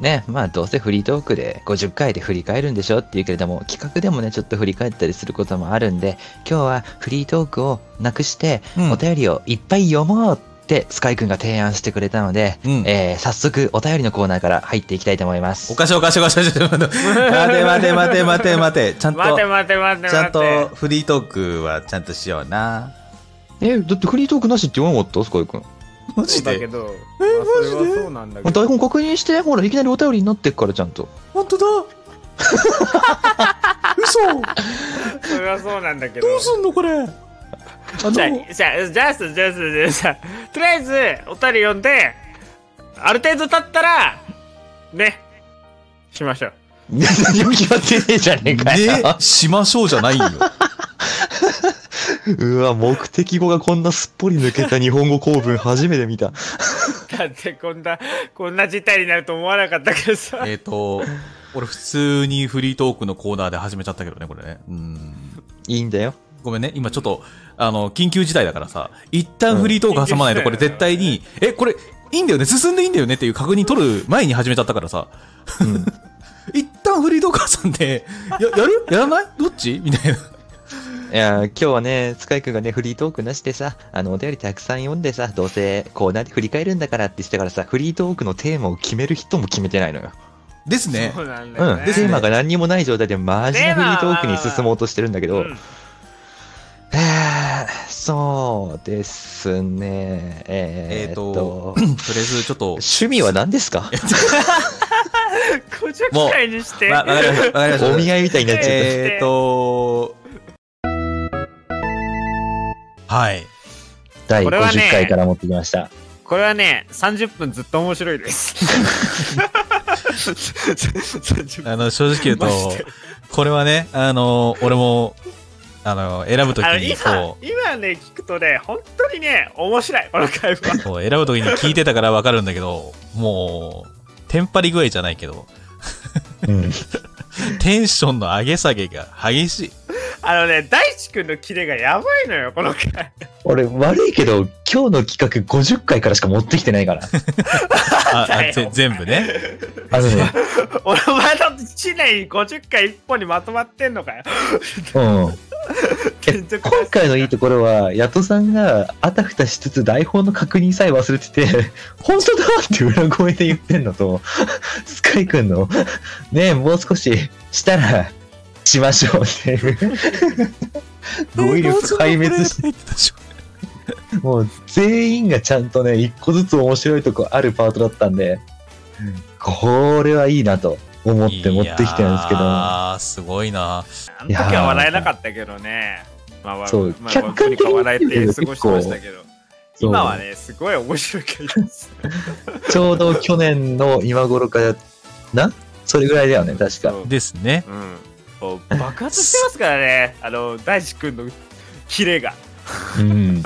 ねまあどうせフリートークで50回で振り返るんでしょっていうけれども、企画でもね、ちょっと振り返ったりすることもあるんで、今日はフリートークをなくして、うんお便りをいっぱい読もうってスカイくんが提案してくれたので、うんえー、早速お便りのコーナーから入っていきたいと思いますお。かしいおかしいおかしいおかしい。待て待て待て待て 待て。ちゃんと、待て待て待て待て。ちゃんとフリートークはちゃんとしような。えだってフリートークなしって言わなかったスカイくん。そマうジだけでど、まあそれはそうなんだけど。台本確認して、ほら、いきなりお便りになってっからちゃんと。本当だ嘘それはそうなんだけどうすんのこれあのじゃあ、じゃあ、じゃあ、じゃあ、じゃあ、じゃあじゃあとりあえず、おたり呼んで、ある程度経ったら、ね、しましょう。 何も決まってねえじゃねえかよ。で、しましょうじゃないよ。うわ、目的語がこんなすっぽり抜けた日本語構文初めて見た。だって、こんな、こんな事態になると思わなかったけどさ。えっと、俺普通にフリートークのコーナーで始めちゃったけどね、これね。うん。いいんだよ。ごめんね、今ちょっと、あの、緊急事態だからさ、一旦フリートーク挟まないと、うんこれ絶対に、え、これ、いいんだよね、進んでいいんだよねっていう確認取る前に始めちゃったからさ、うん。一旦フリートーク挟んで、や、やるやらないどっちみたいな。いやー、今日はね、スカイ君がね、フリートークなしでさ、あの、お便りたくさん読んでさ、どうせコーナーで振り返るんだからって言ってたからさ、フリートークのテーマを決める人も決めてないのよ。ですねそ。うなんだうよん。ね。テーマが何にもない状態でマジなフリートークに進もうとしてるんだけど、うんえーそうですね。ええー、っっとと、とりあえず、ちょっと、趣味は何ですか50回にして、わ、わかりました。わかりましたお見合いみたいになっちゃった。えーと、はい。第これはね50回から持ってきました。これはね、30分ずっと面白いです。30分あの、正直言うとマジで、これはね、あの、俺も、あの、選ぶときあのに、今そ、今ね、聞くとね、本当にね、面白い、この会話う。、そう選ぶときに聞いてたからわかるんだけど、もう、テンパり具合じゃないけど、うん。テンションの上げ下げが激しい。あのね、大地君のキレがやばいのよ、この回。俺、悪いけど、今日の企画50回からしか持ってきてないから。あ、だよあぜ全部ね。あのね、俺、お前だって1年に50回1本にまとまってんのかよ。うん。全然今回のいいところは、ヤトさんがあたふたしつつ台本の確認さえ忘れてて、 本当だって裏声で言ってんのと、 スカイくんの、ねえ、もう少ししたら、しましょうっていう。語彙力壊滅し入ってたでしょもう全員がちゃんとね、一個ずつ面白いとこあるパートだったんで、これはいいなと思って持ってきてるんですけどい、やーすごいな。あの時は笑えなかったけどね。まあ、まあそうまあ、客観的本に当に笑えて過ごしてましたけど。そう今はね、すごい面白い回です。ちょうど去年の今頃から、なそれぐらいだよね、確か。ですね。うん。もう爆発してますから ね、あの、大地君のキレが。うん。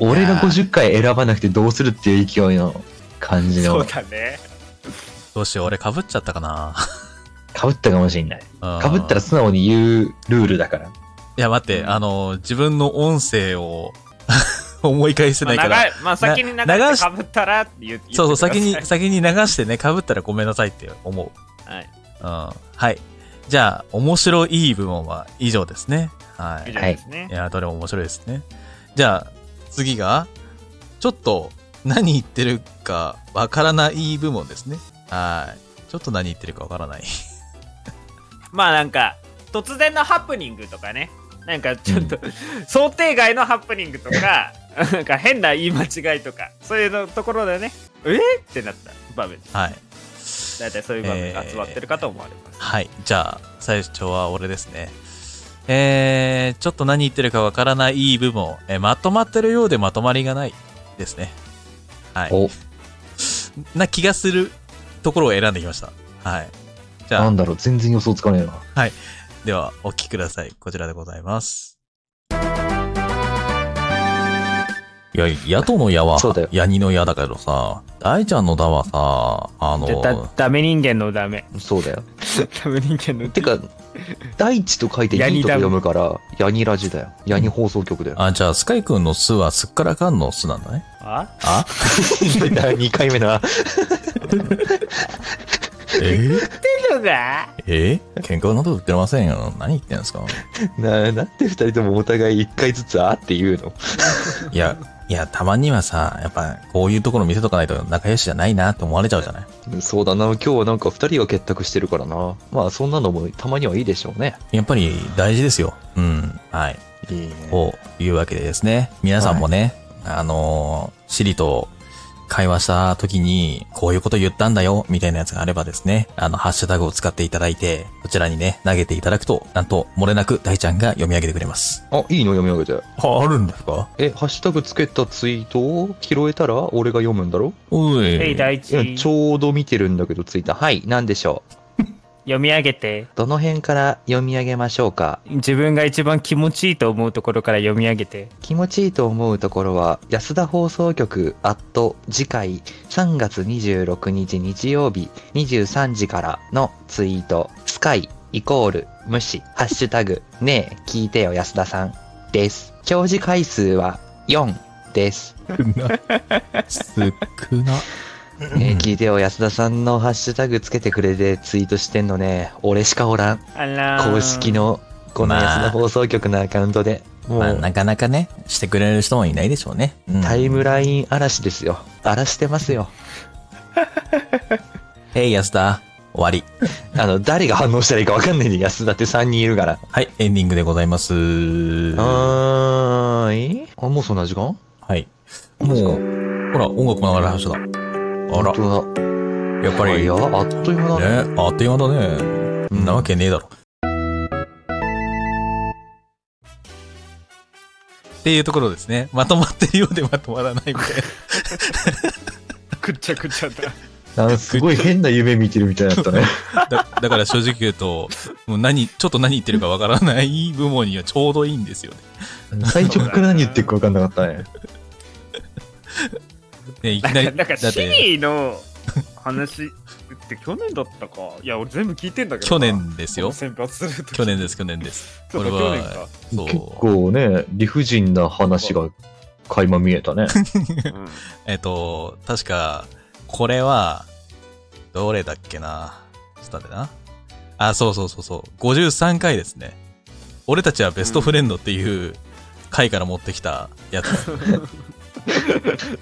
俺が50回選ばなくてどうするっていう勢いの感じそのう、だね。どうしよう、俺被っちゃったかな。かぶったかもしれない。うんかぶったら素直に言うルールだから。いや、待って、あの、自分の音声を 思い返せまないあ、から。長いまあ、先に流な流ししてかぶったらって言ってそうそう、先くださに、先に流してね、被ったらごめんなさいって思う。いはい。うん。はい。じゃあ、面白い部門は以上ですね。は以い。上ですねい。や、どれも面白いですね。じゃあ、次が、ちょっと何言ってるかわからない部門ですね。はい。ちょっと何言ってるかわからない。まあなんか突然のハプニングとかねなんかちょっと、想定外のハプニングとか なんか変な言い間違いとかそういうのところでねえってなった場面はい。大体そういう場面が集まってるかと思われます、はい。じゃあ、最初は俺ですね。えー、ちょっと何言ってるかわからない部門、えーまとまってるようでまとまりがないですね。はい。お、な気がするところを選んできました。はい。じゃなあん、だろう、全然予想つかねえな。では、お聞きください。こちらでございます。いや、野党の矢はそうだよヤニの矢だけどさ、大ちゃんのだはさ、あダメ人間のダメ そうだよ。ダメ人間の てか、大地と書いてヤいニいとこダム読むから、ヤニラジだよ。ヤニ放送局だよ。あ、じゃあ、スカイ君の巣はすっからかんの巣なんだね。ああ 2回目だな。えそうだえ喧嘩など売ってませんよ。何言ってんすかな、なんで二人ともお互い一回ずつあって言うのいや、いや、たまにはさ、やっぱ、こういうところ見せとかないと仲良しじゃないなって思われちゃうじゃないそうだな、今日はなんか二人が結託してるからな。まあそんなのもたまにはいいでしょうね。やっぱり大事ですよ。うん。はい。いいね。というわけでですね、皆さんもね、あのーシリと会話した時に、こういうこと言ったんだよ、みたいなやつがあればですね、あの、ハッシュタグを使っていただいて、こちらにね、投げていただくと、なんと、漏れなく大ちゃんが読み上げてくれます。あ、いいの読み上げて。あ、あるんですかえ、ハッシュタグつけたツイートを拾えたら俺が読むんだろおい。えい、第一、いやち読ょうど見てるんだけどツイッター。はい、なんでしょうみ上げて。どの辺から読み上げましょうか自分が一番気持ちいいと思うところから読み上げて。気持ちいいと思うところは安田放送局アット次回3月26日日曜日23時からのツイートスカイイコール無視ハッシュタグねえ聞いてよ安田さんです表示回数は4です、少な。ねえ聞いてよ安田さんのハッシュタグつけてくれてツイートしてんのね俺しかおらんあらー公式。のこの安田放送局のアカウントで もまあ、うなかなかね、してくれる人もいないでしょうね。うんタイムライン嵐ですよ荒らしてますよえい、安田。終わり。あの、誰が反応したらいいか分かんないんで、安田って3人いるから。はい、エンディングでございます。ははーい。あ、もうそんな時間い。もう、ほら、音楽流れ始めた。あら、本当だ。やっぱり、いね、や、あっという間だね。あっという間だね。うんなわけねえだろ。っていうところですね。まとまってるようでまとまらないみたいな。くっちゃくちゃだ。なんかすごい変な夢見てるみたいだったね。 だだから正直言うと、もう何、ちょっと何言ってるかわからない部門にはちょうどいいんですよね。最初から何言ってるか分かんなかったね。ねいきなんか、なり、なんかだっシて、リーの話って去年だったか。いや、俺全部聞いてんだけど去な。年ですよ。先発すると去年です、去年です。そうか俺 は去年かそう。結構ね、理不尽な話が垣間見 えたね。うんえっと、確か、これは、どれだっけな。ちょっと待ってな。あ、そうそうそうそう。53回ですね。俺たちはベストフレンドっていう回から持ってきたやつ。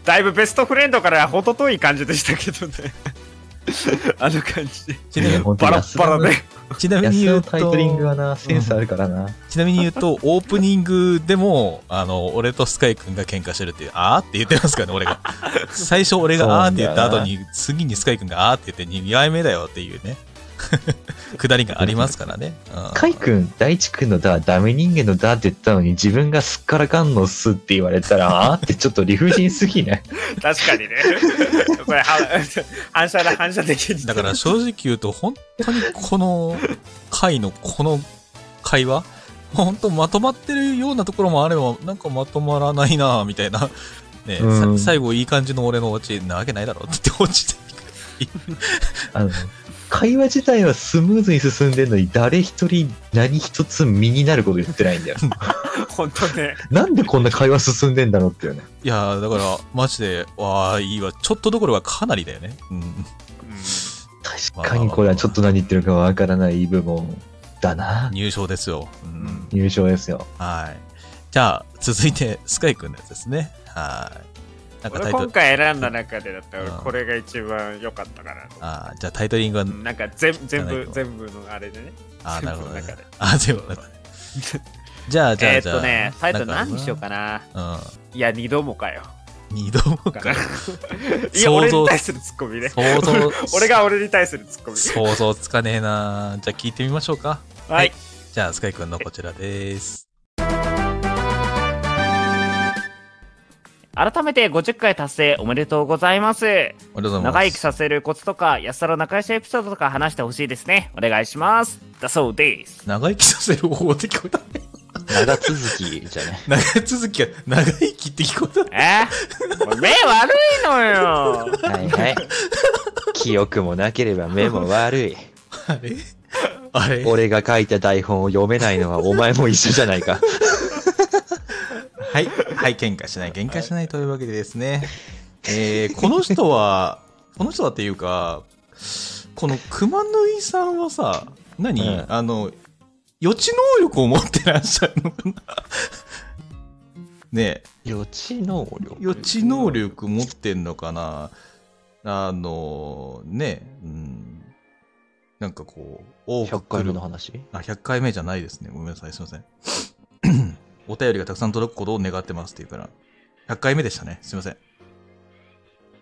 だいぶベストフレンドからほど遠い感じでしたけど ね。あの感じ。ちなみに本当バにラ安ッ田バのラで。ちなみに安田言うのと、タイトリングはな、センスあるからな。ちなみに言うと、オープニングでも、あの、俺とスカイ君が喧嘩してるっていう、あーって言ってますからね、俺が。最初俺があーって言った後に、次にスカイ君があーって言って、2回目だよっていうね、 くだりがありますからね。うんカイ君、大地君のだ、ダメ人間のだって言ったのに、自分がすっからかんのすって言われたら、あーってちょっと理不尽すぎね。確かにね。 これは 反射だ、反射的に。だから正直言うと、本当にこの回のこの会話、本当まとまってるようなところもあれば、なんかまとまらないなみたいな。 ね、さうん最後いい感じの俺の落ちなわけないだろって落ちていく。あの、会話自体はスムーズに進んでるのに、誰一人何一つ身になること言ってないんだよ。本当 ね。なんでこんな会話進んでんだろうっていうね。いやーだから、マジで、わあ、いいわ。ちょっとどころがかなりだよね。うん。確かにこれはちょっと何言ってるかわからない部門だな。入賞ですよ。うん。優勝ですよ。はい。じゃあ、続いて、スカイくんのやつですね。はい。なんかタ俺イト今ル、回選んだ中でだったらうん俺これが一番良かったから。あーじゃあタイトリングは、なんか全全汚い部と全部のあれでね。あーなるほど、全ね部の中で。あー、全部の 中で。じゃあ、じえゃあ、ーっじゃあ。とね、タイトルなんかある何にしようかな。な。いや、二度もかよ。うん。二度も か。いや、俺想に像対するツッコミね。、想像 俺。が俺に対するツッコミ。想像つかねえなじゃあ聞いてみましょうか。はい。じゃあ、スカイくんのこちらです。改めて50回達成おめでとうございます。ありがとうございます。長生きさせるコツとか、安さの仲良しエピソードとか話してほしいですね。お願いします。だそうです。長生きさせる方法って聞こえた。長続きじゃね。長続きが長生きって聞こえた。え ー、目悪いのよ。はいはい。記憶もなければ目も悪い。あれあれ俺が書いた台本を読めないのはお前も一緒じゃないか。はい。はい、喧嘩しない、喧嘩しないというわけでですね。えー、この人は、 この人はっていうか、この熊縫いさんはさ、何、うんあの、予知能力を持ってらっしゃるのかな ねえ。予知能力予知能力持ってんのかなあのね、うん。なんかこう、多く100来回目るの話あ、100回目じゃないですね。ごめんなさい、すいません。お便りがたくさん届くことを願ってますっていうから。100回目でしたね。すいません。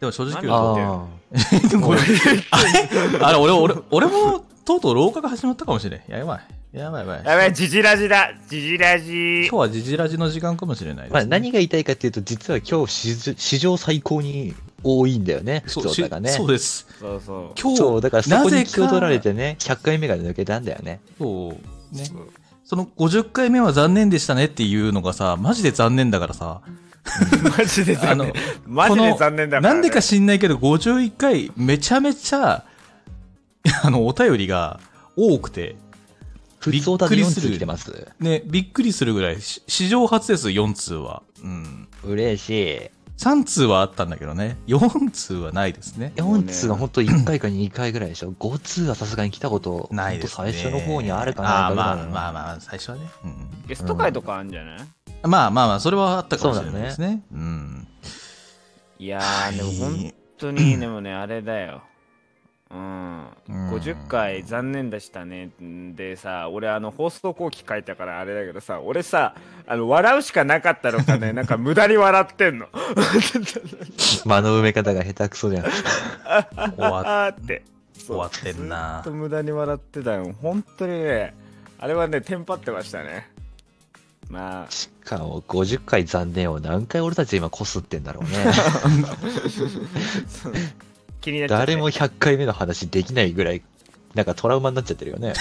でも正直言うと、あごめん あれ、俺、俺、俺も、とうとう老化が始まったかもしれん。やばい。やばいやばい。やばい、ジジラジだジジラジ今日はジジラジの時間かもしれないですまあ、何が言いたいかっていうと、実は今日しず史上最高に多いんだよね、普そう通がね。しそうです。そうそう。今日、そうだからそこに気を取られなぜてね、100回目が抜けたんだよね。かそうね。その50回目は残念でしたねっていうのがさ、マジで残念だからさ、マジであ残の念。、マジで残念だなんでかし知んないけど、51回、めちゃめちゃ、 あの、お便りが多くて、普通だとびっくり4する通来てます。ね、びっくりするぐらい、し史上初です、4通は。うん。嬉し3通はあったんだけどね、4通はないですねい。。4通は本当1回か2回ぐらいでしょ。5通はさすがに来たこと、ないです、ほんね。と最初の方にあるかあなーぐらまいあのまあまあ、最初はね。うんゲスト会とかあるんじゃない、まあまあまあ、それはあったかもしれそないうだねですね。うん。いやー、でも本当に、でもね、あれだよ。うん。うん50回残念でしたねでさ俺あの放送後期書いたからあれだけどさ俺さあの笑うしかなかったのかねなんか無駄に笑ってんの間の埋め方が下手くそじゃん。終わっあーって終わってんなずっと無駄に笑ってたよ本当にねあれはねテンパってましたねまあしかも50回残念を何回俺たち今こすってんだろうね。そう気になっちゃって誰も100回目の話できないぐらい、なんかトラウマになっちゃってるよね。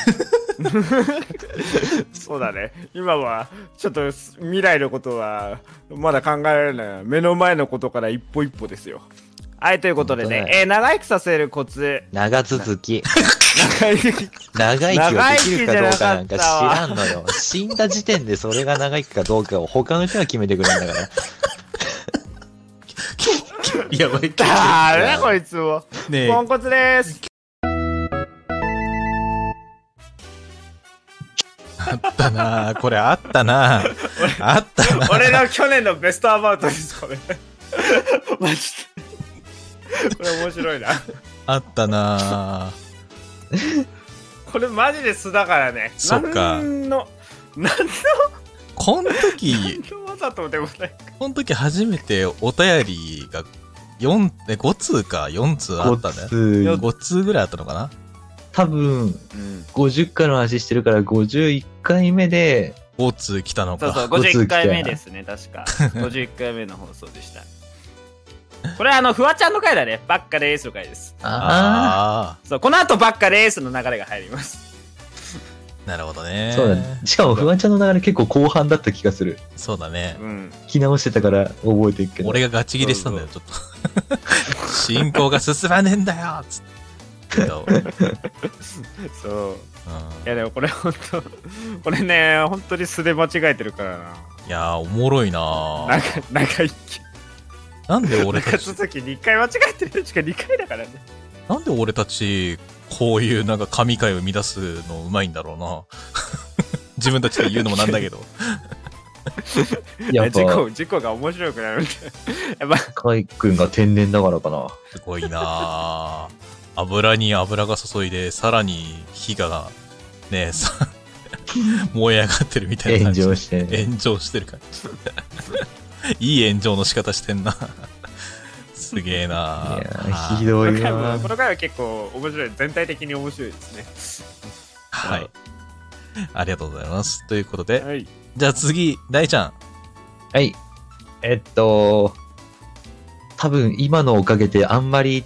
そうだね今はちょっと未来のことはまだ考えられない目の前のことから一歩一歩ですよはいということでね本当だえー長生きさせるコツ長続き。長生き長生きをできるかどうかなんか知長らんのよ。死んだ時点でそれが長生きかどうかを他の人が決めてくれるんだから。やばい。だーねこいつもねえポンコツですあったなこれあったなあったな俺の去年のベストアバウトですこれマジでこれ面白いなあったなこれマジで素だからねそっかなんのなんこの時、のわざとでもないこの時初めてお便りが4、え、5通か4通あったんだよ。普通5通ぐらいあったのかな多分、50回の話してるから51回目で、 ?5 通来たのそうか。そう、ご通51知だ回よ目ですね、確か。51回目の放送でした。これはあの、フワちゃんの回だね。ばっかでーすの回です。ああそう、この後ばっかでーすの流れが入ります。あ、なるほどねあ、。そうだね。しかもフワちゃんの流れ結構後半だった気がする。そうだね。うん。聞き直してたから覚えてるけど。俺がガチ切れしたんだよ、ちょっと。 進行が進まねえんだよつって。けどうんそう。いや、でもこれほんと、これね、本当に素で間違えてるからいやー、おもろいなな。ーなんか、長い。なんで俺長たち、続き2回間違えてるしか2回だからね。なんで俺たち、こういうなんか神回を生み出すのうまいんだろうな。 自分たちで言うのもなんだけど。やっ事ぱ、故、事故が面白くなるんで。やっぱ、カイ君が天然だからかな。すごいなー油に油が注いで、さらに火が、ね、さ、 燃え上がってるみたいな炎感じ。上して、炎上してる感 じ。いい炎上の仕方してんな。すげえいなやーーひどこいの回なもこの回は結構面白い。全体的に面白いですね。はい。ありがとうございます。ということで、はい。じゃあ次、大ちゃん。はい。えっと、多分今のおかげであんまり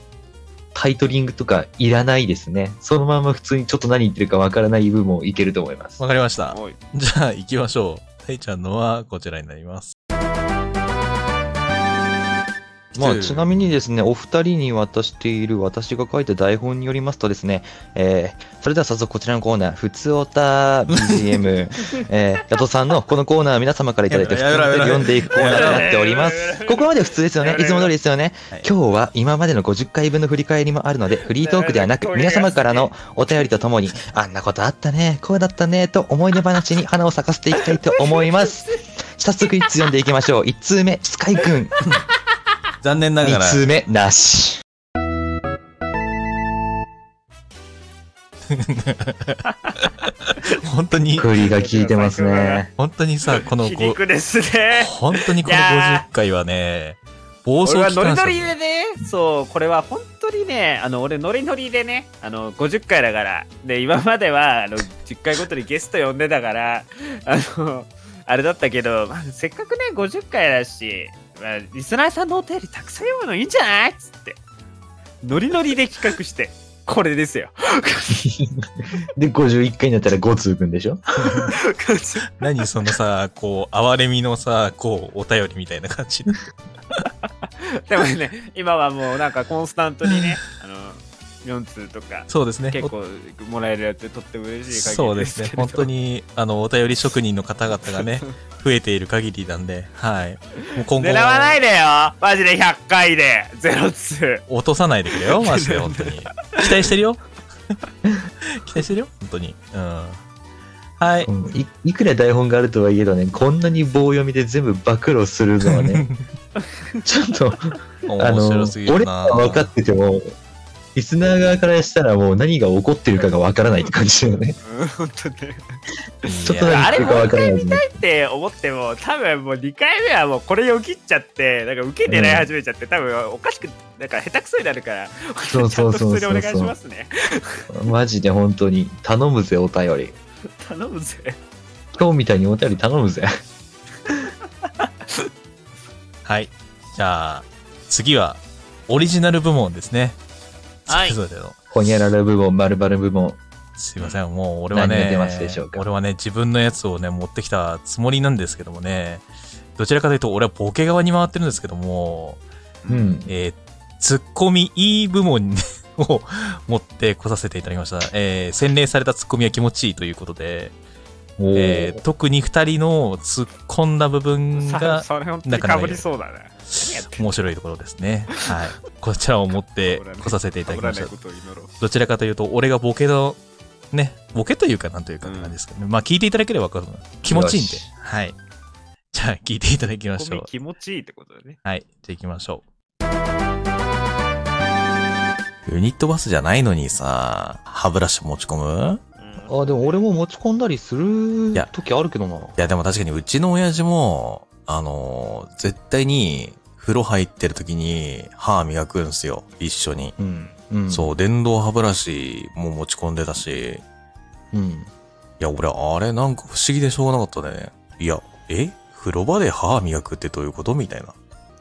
タイトリングとかいらないですね。そのまま普通にちょっと何言ってるかわからない部分もいけると思いますわ。かりました。おい。じゃあ行きましょう。大ちゃんのはこちらになります。まあ、ちなみにですね、お二人に渡している私が書いた台本によりますとですね、えーそれでは早速こちらのコーナー、普通オタ BGM、えー、ヤトさんのこのコーナー皆様からいただいて、普通やめオろやタめでろ読んでいくコーナーとなっております。ここまで普通ですよね。いつも通りですよね。今日は今までの50回分の振り返りもあるので、フリートークではなく、皆様からのお便りとともに、あんなことあったね、こうだったね、と思い出話に花を咲かせていきたいと思い ます。早速1通読んでいきましょう。1通目、スカイくん。残念なが2ら、通目、なし。本当に、栗が効いてますね。 本当にさ、この皮ご、肉ですね。本当にこのいや50回はね、暴走俺は機ノリ関車ノリでね、そう、これは本当にね、あの、俺ノリノリでね、あの、50回だから、で、今までは、あの、10回ごとにゲスト呼んでたから、あの、あれだったけど、まあ、せっかくね、50回だし、まあ、リスナーさんのお便りたくさん読むのいいんじゃないっつって、ノリノリで企画して、これですよ。 で、51回になったら5通くんでしょ何そのさ、こう、哀れみのさ、こう、お便りみたいな感 じ。でもね、今はもうなんかコンスタントにね、あの、4通とか、そうですね。結構もらえるやつとっても嬉しい限りそうですねけ。れど本当に、あの、お便り職人の方々 がね、増えている限りなんで、はい。もう今後狙わないでよマジで100回でゼロツ落とさないでく れよ、マジで、本当に。期待してるよ。期待してるよ、本当に。うん。はい。うんいいくら台本があるとはいえどね、こんなに棒読みで全部暴露するの はね、ちょっと、あ面白のすぎ、俺るらなは分かってても、リスナー側からしたらもう何が起こってるかが分からないって感じだよね。ー。本当ね。ちょっといや何言ってるか分からない。って思っても、多分もう2回目はもうこれよぎっちゃって、なんか受け狙い始めちゃって、多分おかしく、なんか下手くそになるから、そうそうそうそうちゃんと普通にお願いしますね。マジで本当に、頼むぜ、お便り。頼むぜ。今日みたいにお便り頼 むぜ。はい。じゃあ、次は、オリジナル部門ですね。はいそれぞれのほにゃらら部門、まるまる部門。すいません、もう俺はね何が出ますでしょう、か俺はね、自分のやつをね、持ってきたつもりなんですけどもね、どちらかというと俺はボケ側に回ってるんですけども、うん。えー、ツッコミいい部門を持ってこさせていただきました。えー、洗練されたツッコミは気持ちいいということで、おえーー特に二人の突っ込んだ部分さがそれ本当にかぶりそうだね。面白いところですね。はい。こちらを持ってこさせていたかだぶきらまなしいことた。を祈ろう。どちらかというと、俺がボケの、ね、ボケというかなんというかって感じですけどね。まあ聞いていただければわかるの気持ちいいんでよし。はい。じゃあ聞いていただきまツッしコょミう。気持ちいいってことだね。はい。じゃあ行きましょう。ユニットバスじゃないのにさ、歯ブラシ持ち込むうんあ、でも俺も持ち込んだりするいや時あるけどな。いやでも確かにうちの親父も、あのー絶対に風呂入ってる時に歯磨くんすよ。一緒に。うん。うん。そう、電動歯ブラシも持ち込んでたし、う。うん。いや、俺、あれ、なんか不思議でしょうがなかったね。いや、え風呂場で歯磨くってどういうことみたいな。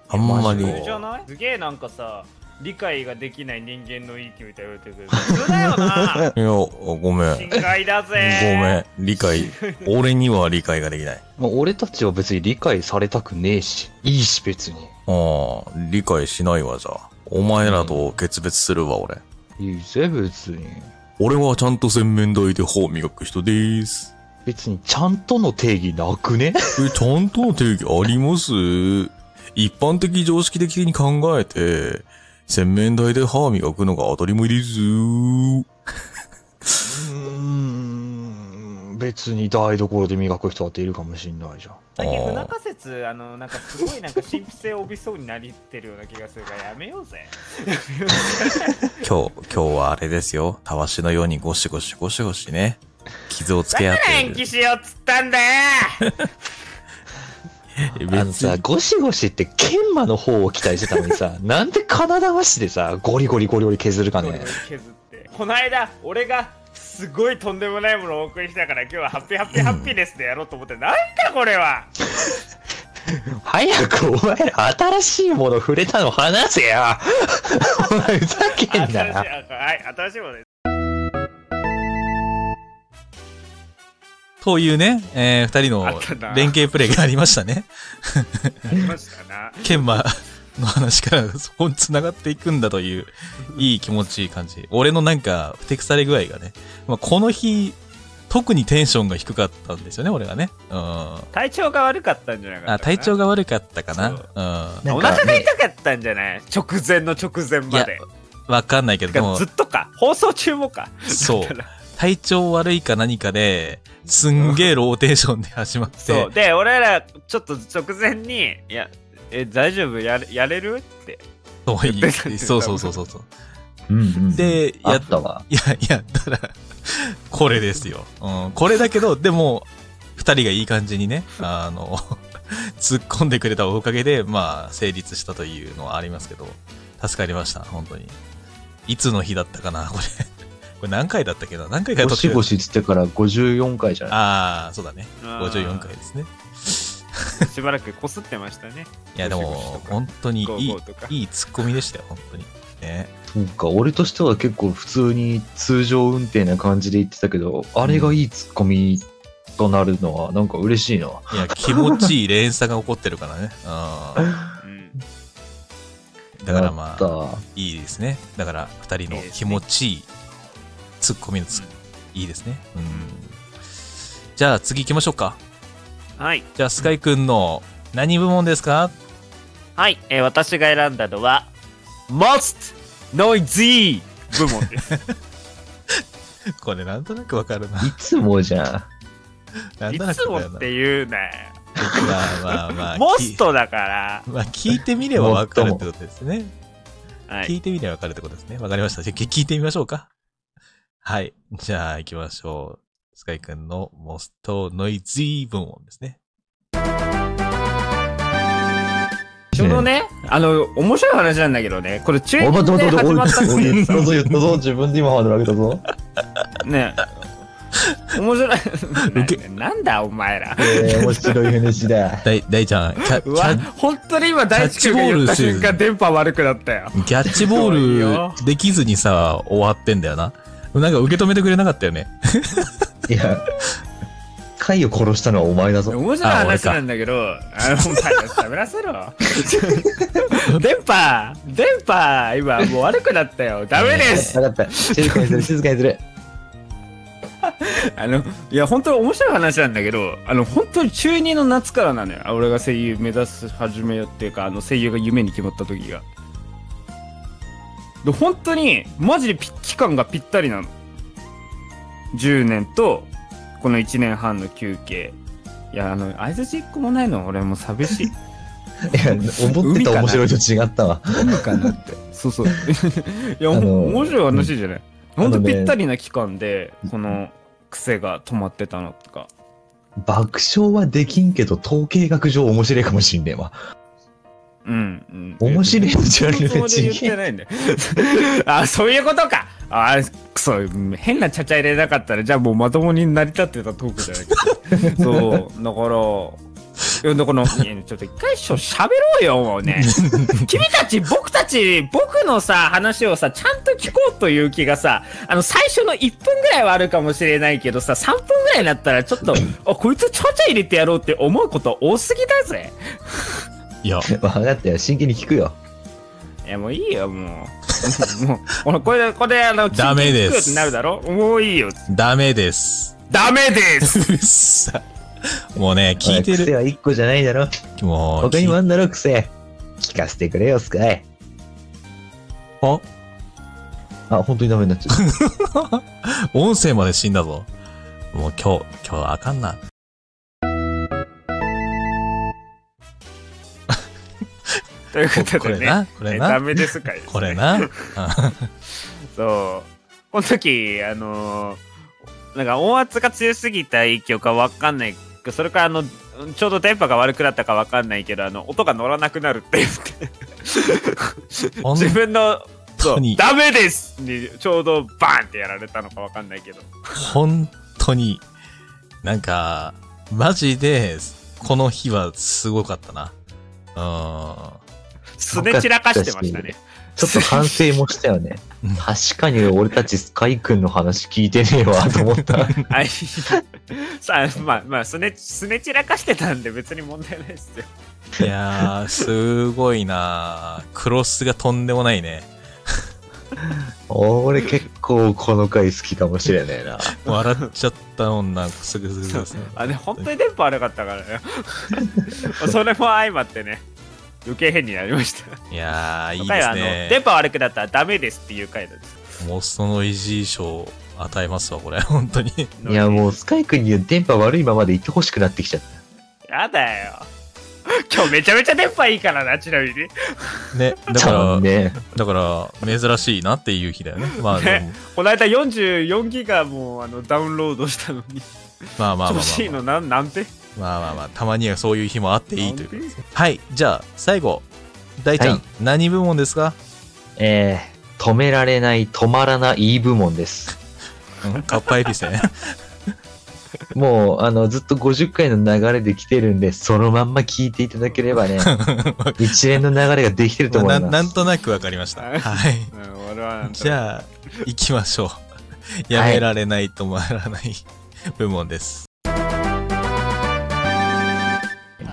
あんまりマ。普通じゃないすげえなんかさ、理解ができない人間の域みたいに言われてるけど、普通だよないや、ごめん。深海だごぜめん。理解。俺には理解ができない。まあ、俺たちは別に理解されたくねえし、いいし別に。ああ、理解しないわ、じゃあ。お前らと決別するわ、俺。いいぜ別に。俺はちゃんと洗面台で歯磨く人でーす。別にちゃんとの定義なくねえ、ちゃんとの定義あります一般的常識的に考えて、洗面台で歯磨くのが当たり前ですうーん。別に台所で磨く人だっているかもしんないじゃん。最近不あ仲説あのなんかすごいなんか神秘性を帯びそうになりってるような気がするからやめようぜ今日、今日はあれですよ。たわしのようにゴシゴシゴシゴシね。傷をつけ合っ延て期しようっつったん だよる。あの別さ、にゴシゴシって研磨の方を期待してたのに さ、なんで金沢市でさ、ゴリゴリゴリゴリ削るか俺ねを。削ってこの間俺がすごいとんでもないものをお送りしたから今日はハッピーハッピーハッピーネスでやろうと思って、なんだこれは早くお前ら新しいもの触れたの話せよ お前ふざけ新んしいなあよはい新しいものですというね、えー二人あっのたな連携プレイがありましたね。ありましたな研磨の話からそこに繋がっていくんだという、いい気持ちいい感じ。俺のなんか、不適され具合がね。まあ、この日、特にテンションが低かったんですよね、俺がね。うん。あ、体調が悪かったんじゃないかったかな体調が悪かったかそうな。なおんか腹が痛かったんじゃない直前の直前うん。いまやで、わかんないけど、てでかもずっとか放送中もかそうだから体調悪いか何かで、すんげえローテーションで始まって。そうで俺らちょっと直前に「いやえ大丈夫やれやれる?」ってそう言言ってたうそうそうそうそうそう。うんうん、で、あやっ、たわ。いや、やったら、これですよ。うん、これだけど、でも、二人がいい感じにね、あの、 突っ込んでくれたおかげで、まあ、成立したというのはありますけど、助かりました、本当に。いつの日だったかな、これ。 これ何回だったっけな何回かゴシるゴシつってから54回じゃないああ、そうだね。54回ですね。す。しばらくこすってましたね。いや、でも、ゴシゴシとか本当にいいゴーゴーとか、いいツッコミでしたよ、本当に。ね。そうか、俺としては結構普通に通常運転な感じで言ってたけど、あれがいいツッコミとなるのはなんか嬉しいな。い や、気持ちいい連鎖が起こってるからね。ううんん。だからまあ、あ。いいですね。だから、二人の気持ちいいツッコミのツッいいですね。うん。じゃあ、次行きましょうか。はい。じゃあ、スカイくんの何部門ですかはい、えー私が選んだのは、Most Noisy 部門 です。これ、なんとなくわかるな。いつもじゃん。なんいとなつくもわかるっな。て言うね。まあまあまあ。き Most だかまあ、聞いてみればわかるってことですね。ら。は聞い。いてみればわかるってことですね。わかりました。じゃあ聞いてみましょうか。はい。じゃあ行きましょう。スカイくんのモストノイズイ部門ですね。 ちょうどね、あの、面白い話なんだけどね、これ中1お待ってで待って始まっ待たって、おんい言でっすたぞ言ったぞ、自分で今ハードル上げ たぞ。ね。面白い。ウケななんだお前ら。えー、面白い話だ。大、大ちゃん、キャ、キうわャ、、本当に今大地君が言った瞬キャ間ッ電波悪くなったよ。キャッチボいいよールできずにさ、終わってんだよな。なんか受け止めてくれなかったよね。いや、貝を殺したのはお前だぞ。面白い話なんだけど、あの、お前ら喋 らせろ。電波電波今もう悪くなったよ。ダメですわかった。静かにする、静かにする。あの、いや、本当に面白い話なんだけど、あの、本当に中2の夏からなのよ。あ俺が声優目指す始めよっていうか、あの、声優が夢に決まった時が。で、本当に、マジでピ期間がぴったりなの。10年と、この1年半の休憩。いや、あの、相づち1個もないの、俺もう寂しい。いや、思ってた面白いと違ったわ。何かなって。 そう そう。いや、あのもう面白い話じゃない。んほんとあのねぴったりな期間で、この癖が止まってたのとか。爆笑はできんけど、統計学上面白いかもしんねえわ。うん。うん、面白いのじゃあそこね、でち言ってないんだよ。 あ、そういうことか。あ、くそ、変なちゃちゃ入れなかったら、じゃあもうまともに成り立ってたトークじゃない か。そう、だから、いやだから、いやちょっと一回しょ喋ろうよ、もう ね。君たち、僕たち、僕のさ、話をさ、ちゃんと聞こうという気がさ、あの、最初の1分ぐらいはあるかもしれないけどさ、3分ぐらいになったら、ちょっと、あ、こいつちゃちゃ入れてやろうって思うこと多すぎだぜ。いや、分かったよ、真剣に聞くよ。いや、もういいよ、もう。もう、俺これで、これで、あの、ダメ聞ですいていくってなるだろもういいよ。ダメです。ダメですうっさ。もうね、聞いて癖る。は一個じゃないだろ。もう、他にもあんだろ、癖。聞かせてくれよ、スカイ。ああ、本当にダメになっちゃう。音声まで死んだぞ。もう今日、今日あかん な。 ということでね。これな、これえダな、メですかい、これ。な。そう。この時、あのーなんか音圧が強すぎた影響かわかんない。それから、あの、ちょうど電波が悪くなったかわかんないけど、あの、音が乗らなくなるって言って。ほん自分の、そ本当うに、ダメですに、ちょうどバーンってやられたのかわかんないけど。本当に、なんか、マジで、この日はすごかったな。うすね散らかしてましたね。ちょっと反省もしたよねうん。確かに俺たちスカイ君の話聞いてねえわ、と思 った。はい。 さあ、まあ、まあ、すね、すね散らかしてたんで別に問題ないですよ。ん。いやー、すごいなクロスがとんでもないね。俺結構この回好きかもしれねえな。笑っちゃった女、くすぐすぐですね。あ、ね、本当に電波悪かった からね。それも相まってね、余計変になりました。いやー、いい今回ではすあの、電ね。波悪くなったらダメですっていう回なんです。モストの維持賞与えますわ、これ。 本当に。いや、もうスカイ君には電波悪いままでいてほしくなってきちゃった。やだよ。 今日めちゃめちゃ電波いいからな、ちなみに。ね、だちゃかんら、ね。だから、珍しいなっていう日だよね。まあ、でもねこの間44ギガもあのダウンロードしたのに、まあまあまあまあ調子いいのなんなんてまあまあまあ、たまにはそういう日もあっていいということですね。はい、じゃあ最後、大ちゃん、はい何部門ですかえー、止められない、止まらない部門です。カッパエピ セン。もう、あの、ずっと50回の流れで来てるんで、そのまんま聞いていただければ ね、一連の流れができてると思ないまなんす。となくわかりました。はいはい。うん、俺はなんとじゃあ、行きましょう。やめられない、止まらない部門です。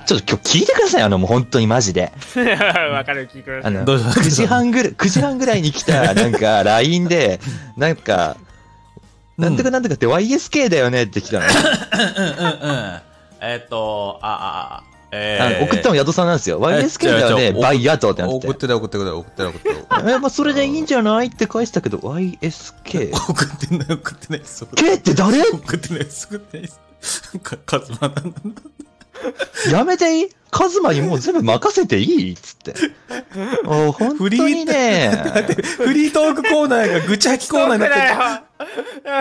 ちょっと今日聞いてください、あの、もう本当にマジで。 わかる気くあの、どうぞ9時半ぐらい、9時半ぐらいに来た、なんか、LINE で、なんか、なんとかなんとかって YSK だよねって来たの。うんうんうん。えっと、ああ、えあの送ったの矢戸さんなんですよ。YSK だよ違うね、違うバイヤトってなって。送っててた送ってた送ってた送ってた。え、まあ、それでいいんじゃないって返したけど、YSK。送ってない送ってないです。 K って誰送ってないです。送ってないです。か、カズマなんだ。やめていいカズマにもう全部任せていいっつって。お本当にね。フリートークコーナーがぐちゃきコーナーになってる。や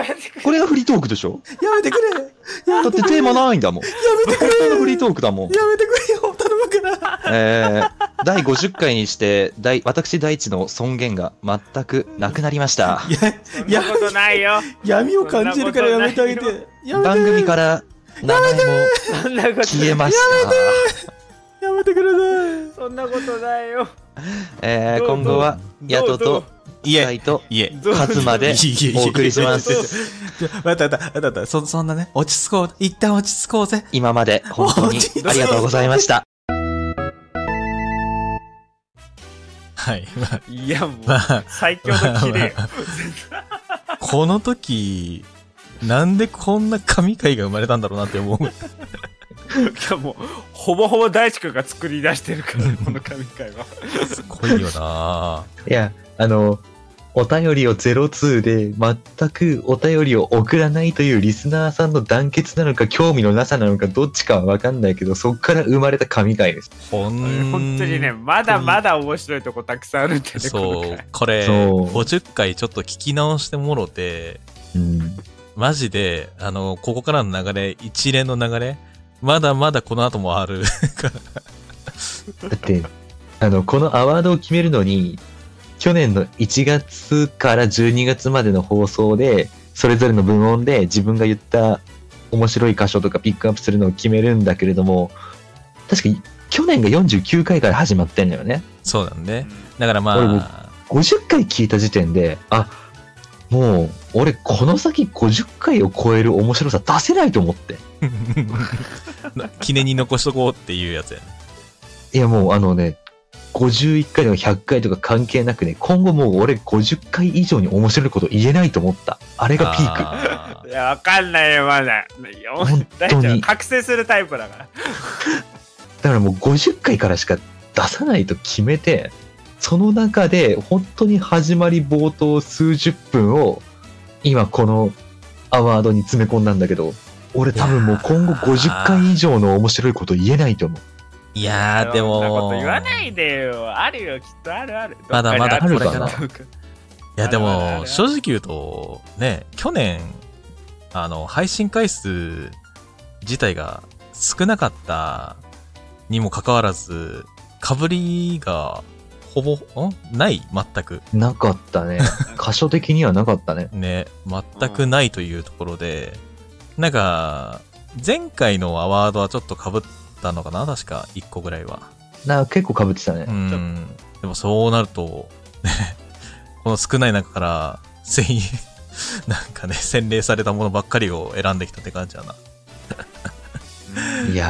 これがフリートークでしょめてくれやだってテーマないんだもん。やめてくれフリートークだもん。めてくれよ頼むからえー、第50回にして、大私第一の尊厳が全くなくなりました。そんなことないよ。闇を感じるからやめてあげて。やめ番組から名前もそんなこと消えました。やめてくれそんなことないよ。えーどう今後は、ヤトと、いダえ、イと、いえ。どうカズマでお送りします。またまたまたまたそそんなね落ち着こう一旦落ち着こうぜ今まで本当にありがとうございました。はいまあいや、もう、まあ最強の綺麗。この時なんでこんな神回が生まれたんだろうなって思ういや、もう、ほぼほぼ大地君が作り出してるから、この神回は。すごいよないや、あの、お便りを02で全くお便りを送らないというリスナーさんの団結なのか興味のなさなのかどっちかはわかんないけど、そっから生まれた神回です。ほん本当にね、まだまだ面白いとこたくさんあるんでね、こそのうこれそう50回ちょっと聞き直してもろてうん。マジであのここからの流れ一連の流れまだまだこの後もある だって、あの、このアワードを決めるのに、去年の1月から12月までの放送で、それぞれの部門で自分が言った面白い箇所とかピックアップするのを決めるんだけれども、確かに去年が49回から始まってんのよね。そうなんで、回。だからま俺あ50回聞いた時点で、あ、もう、俺この先50回を超える面白さ出せないと思って。記念に残しとこうっていうやつやねいやもうあのね、51回とか100回とか関係なくね、今後もう俺50回以上に面白いこと言えないと思った。あれ がピーク。あいや、わかんないよ、まだ。いや本大当地はに。だか覚醒するタイプだから。らもう50回からしか出さないと決めて、その中で本当に始まり冒頭数十分を今このアワードに詰め込んだんだけど、俺多分もう今後50回以上の面白いこと言えないと思う。いやーでそもんなこと言わないでよ。あるよ、きっとあるある。まだまだどっにまだあるかいやであるあるあもる正直言うとね去年あの配信回数自体が少なかったにもかかわらずかぶりがほぼんない全くなかったね。 箇所的にはなかったね。ね全くないというところで、なんか前回のアワードはちょっとかぶったのかな確か1個ぐらいはな結構被ってたねう。んでもそうなると、ね、 この少ない中から、全員、 なんかね、洗礼されたものばっかりを選んできたって感じやな。いや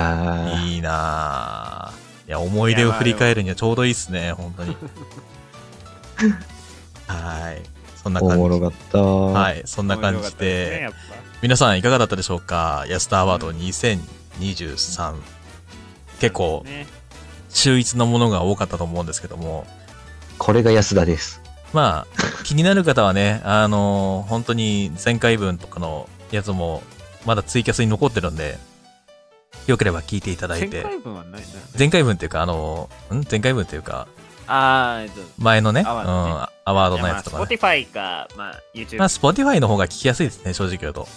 ー。いいなぁ。いや、思い出を振り返るにはちょうどいいっすね、本当に。はい。そんなお感もろじ。かった。はい、そんな感面白かっじで、たすねやっぱ皆さんいかがだったでしょうか安田アワード2023。結構、ね秀逸なものが多かったと思うんですけども、これが安田です。まあ、気になる方はね、あの本当に前回分とかのやつも、まだツイキャスに残ってるんで、よければ聞いていただい前て、回分はないな。前回分っていうか、あのん前回分っていうか、あー、前のね、うん、アワードねアワードのやつとかね。 Spotify か、まあ、YouTube まあ、Spotify の方が聞きやすいですね、正直言うと。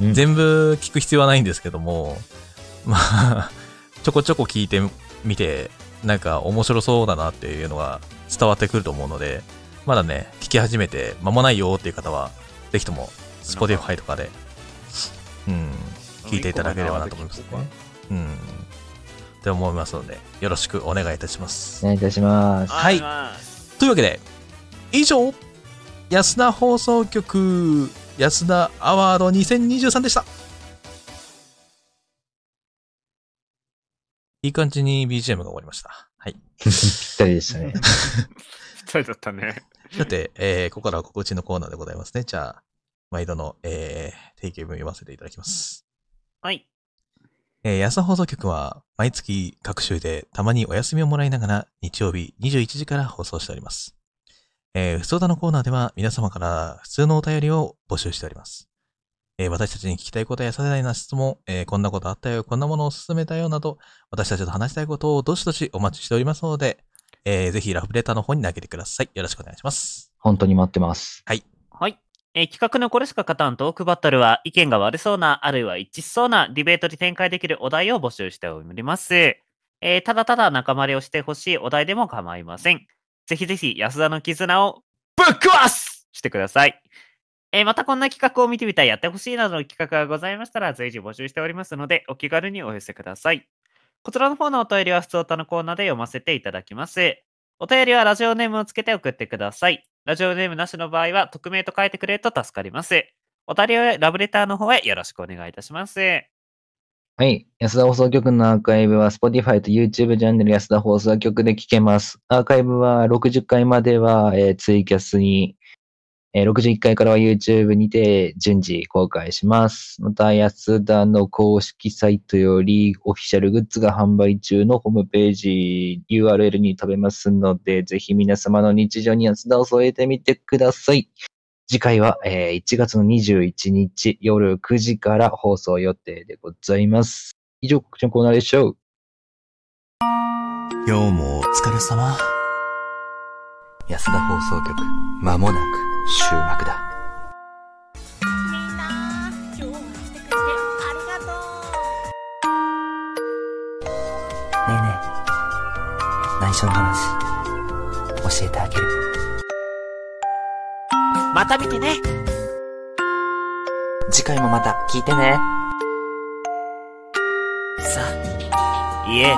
うん全部聞く必要はないんですけども、まあ、ちょこちょこ聞いてみて、なんか面白そうだなっていうのが伝わってくると思うので、まだね、聞き始めて間もないよっていう方は、ぜひとも Spotify とかで、うん、聞いていただければなと思いますね。うん。って思いますので、よろしくお願いいたします。願いいたします。 はいあというわけで、以上、安田放送局、安田アワード2023でした。いい感じに BGM が終わりました。はい。ぴったりでしたね。ーそうだったね。さて、えー、ここからは告知のコーナーでございますね。じゃあ、毎度の、えー、定期文読ませていただきます。はい。えー、安田放送局は毎月各週でたまにお休みをもらいながら日曜日21時から放送しております。えー、普通歌のコーナーでは皆様から普通のお便りを募集しております。えー、私たちに聞きたいことやさせないな質問、えー、こんなことあったよ、こんなものを勧めたよなど、私たちと話したいことをどしどしお待ちしておりますので、えー、ぜひラフレターの方に投げてください。よろしくお願いします。本当に待ってます。はい。えー企画のこれしか勝たんトークバトルは意見が悪そうな、あるいは一致しそうなディベートに展開できるお題を募集しております。えーただただ仲間割れをしてほしいお題でも構いません。ぜひぜひ安田の絆をぶっ壊すしてください。えーまたこんな企画を見てみたい、やってほしいなどの企画がございましたら随時募集しておりますので、お気軽にお寄せください。こちらの方のお便りは普通歌のコーナーで読ませていただきます。お便りはラジオネームをつけて送ってください。ラジオネームなしの場合は、匿名と書いてくれると助かります。お便りはラブレターの方へよろしくお願いいたします。はい。安田放送局のアーカイブは Spotify と YouTube チャンネル安田放送局で聞けます。アーカイブは60回までは、えーツイキャスに、えー61回からは YouTube にて順次公開します。また安田の公式サイトよりオフィシャルグッズが販売中のホームページ URL に飛べますので、ぜひ皆様の日常に安田を添えてみてください。次回は、えー1月の21日夜9時から放送予定でございます。以上、告知のコーナーでしょう。今日もお疲れ様。安田放送局、まもなく終幕だ。みんな今日は来てくれてありがとうねえねえ内緒の話教えてあげるまた見てね次回もまた聞いてねさあ家へ帰ろ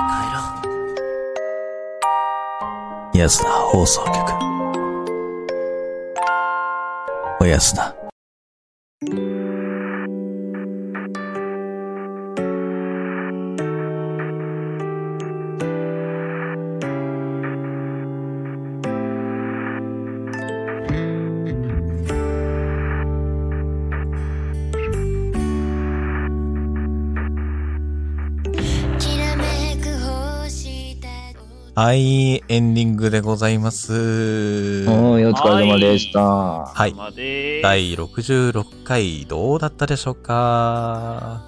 う安田放送局。おやすな。きらめく星たちはい、エンディングでございます。はい、お疲れ様でした。はいまで第66回どうだったでしょうか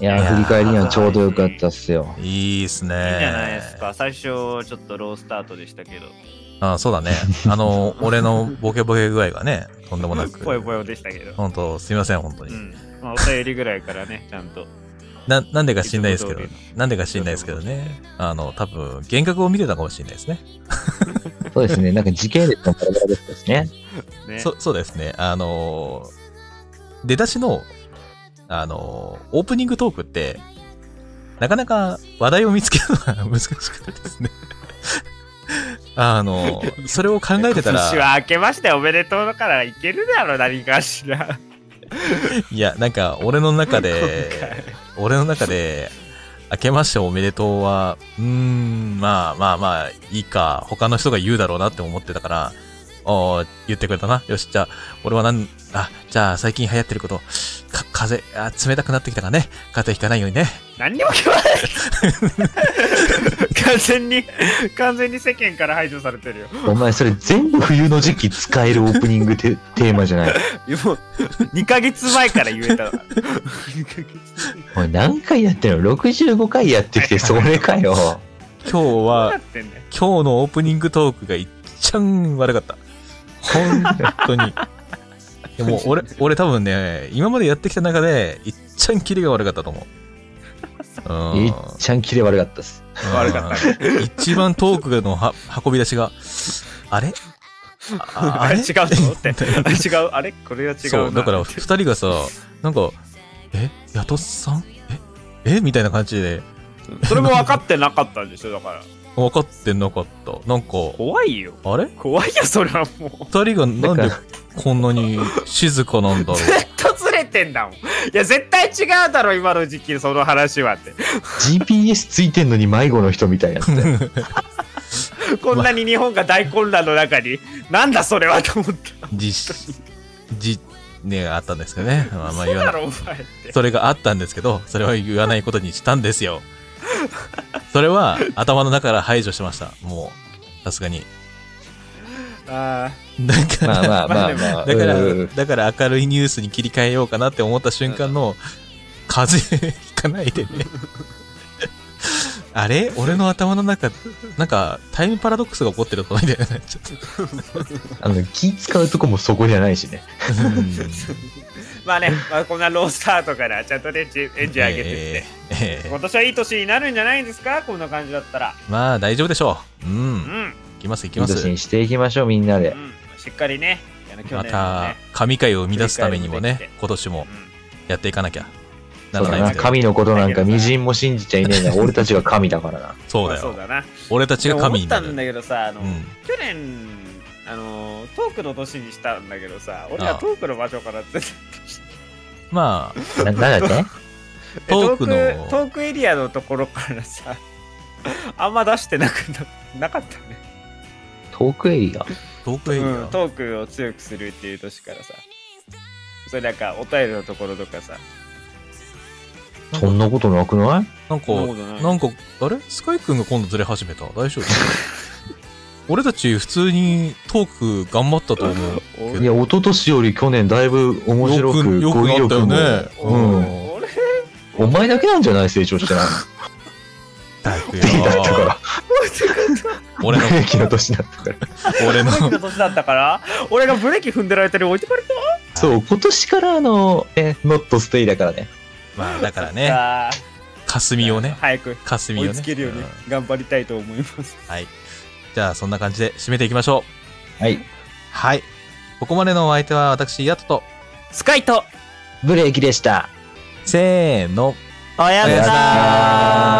いやいー、やー振り返りにはちょうどよかったっすよ。いいですね。いいじゃないですか。最初、ちょっとロースタートでしたけど、あそうだね。あの、俺のボケボケ具合がね、とんでもな く。ぽよぽよでしたけど。本当すいません、本当うに。ん。まあ、お便りぐらいからね、ちゃんと。な、なんでか知んないですけどいつも通、なんでか知んないですけどね。あの、多分、幻覚を見てたかもしれないですね。そうですね、なんか時系列のバラバラだったしね。ね。そそうですね。あのー出だしの、あのーオープニングトークって、なかなか話題を見つけるのが 難しくてですね。 あのーそれを考えて た今年ら、は明けましておめでとうだからいけるだろ、何かしら。いや、なんか、俺の中 で、俺の中で、明けましておめでとうは、うーん、まあまあまあ、いいか、他の人が言うだろうなって思ってたから、おー言ってくれたな。よし、じゃあ、俺はなん、あ、じゃあ、最近流行ってること、か、風、あ、冷たくなってきたからね、風邪ひかないようにね。何にも聞こえない完全に、完全に世間から排除されてるよ。お前それ全部冬の時期使えるオープニング テテーマじゃない。いやもう、2ヶ月前から言えたわ。2ヶ月前おい何回やってんの ?65 回やってきてそれか よ。今日どうな は、ってんだよ。今日のオープニングトークがいっちゃん悪かった。本当に。でも俺、俺多分ね、今までやってきた中で、いっちゃんキレが悪かったと思う。うんいっちゃんキレ悪かったっす。 悪かった。 一番トークのは運び出しが、あれあ あれ違うのって。 違う。あれこれは違うな。そう、だから二人がさ、なんか、え、やとさんえ、えみたいな感じで、それも分かってなかったんでしょだから。分かってなかった。なんか、怖いよ。あれ怖いよ、それはもう。二人がなんなでんこんなに静かなんだろう。ずっとずれてんだもん。いや、絶対違うだろ、今の時期、その話はって。 GPS ついてんのに迷子の人みたい なやつだよこんなに日本が大混乱の中に、なんだそれはと思った。実、実、ね、あったんですけど ね。まあまあ言そうわなだい。ろ、お前って。それがあったんですけど、それは言わないことにしたんですよ。それは頭の中から排除しました。もう、さすがに。あだかまらあ、まあまあまあ。だからうん、だから明るいニュースに切り替えようかなって思った瞬間の、風邪ひかないでね。 あれ俺の頭の中、なんか、タイムパラドックスが起こってるとかみたいになっちゃって。あの気使うとこもそこじゃないしねーまあね、まあ、こんなロースタートからちゃんとね、エンジン上げてって。ええええ今年はいい年になるんじゃないですかこんな感じだったら。まあ、大丈夫でしょう。う。うんん。いきます、いきいいます。年にしていきましょうみんなうでん。しっかりね、あの去ま年のたね。、神回を生み出すためにも振り返るねべきで、今年もやっていかなきゃなそうらなだいでなすけど。神のことなんかみじんも信じちゃいねえな俺たちは神だからなそうまあだそうよ。だな。俺たちが神思っにたなんるだ。けどさ、あの、うん去年、あの、トークの年にしたんだけどさ、俺はああトークの場所から全然まあ、ななんだって えトークのトークエリアのところからさ あんま出してなくななかったね、遠くへいいが。トークエリうん、ア。トークを強くするっていう年からさそれなんかお便りのところとかさ そんなことなくないなんか、なんか、あれスカイ君が今度ずれ始めた大丈夫 俺たち普通にトーク頑張ったと思う。おいや一昨年より去年だいぶ面白くよく語彙よくなっ力もたよね。うんん。俺お前だけなんじゃない成 長してないだいぶよのだったから俺の、ブ レーキの年だったから 俺ブレーキの、の年だったから俺がブレーキ踏んでられたり置いてかれたそう今年からあのえノットステイだからねまあだからね、さあ霞をね、早く霞を追ね。いつけるよううにん頑張りたいと思います、はい。じゃあそんな感じで締めていきましょう。はい。はい。ここまでのお相手は私、ヤトと、スカイとブレーキでしたせーの。おやすみなさい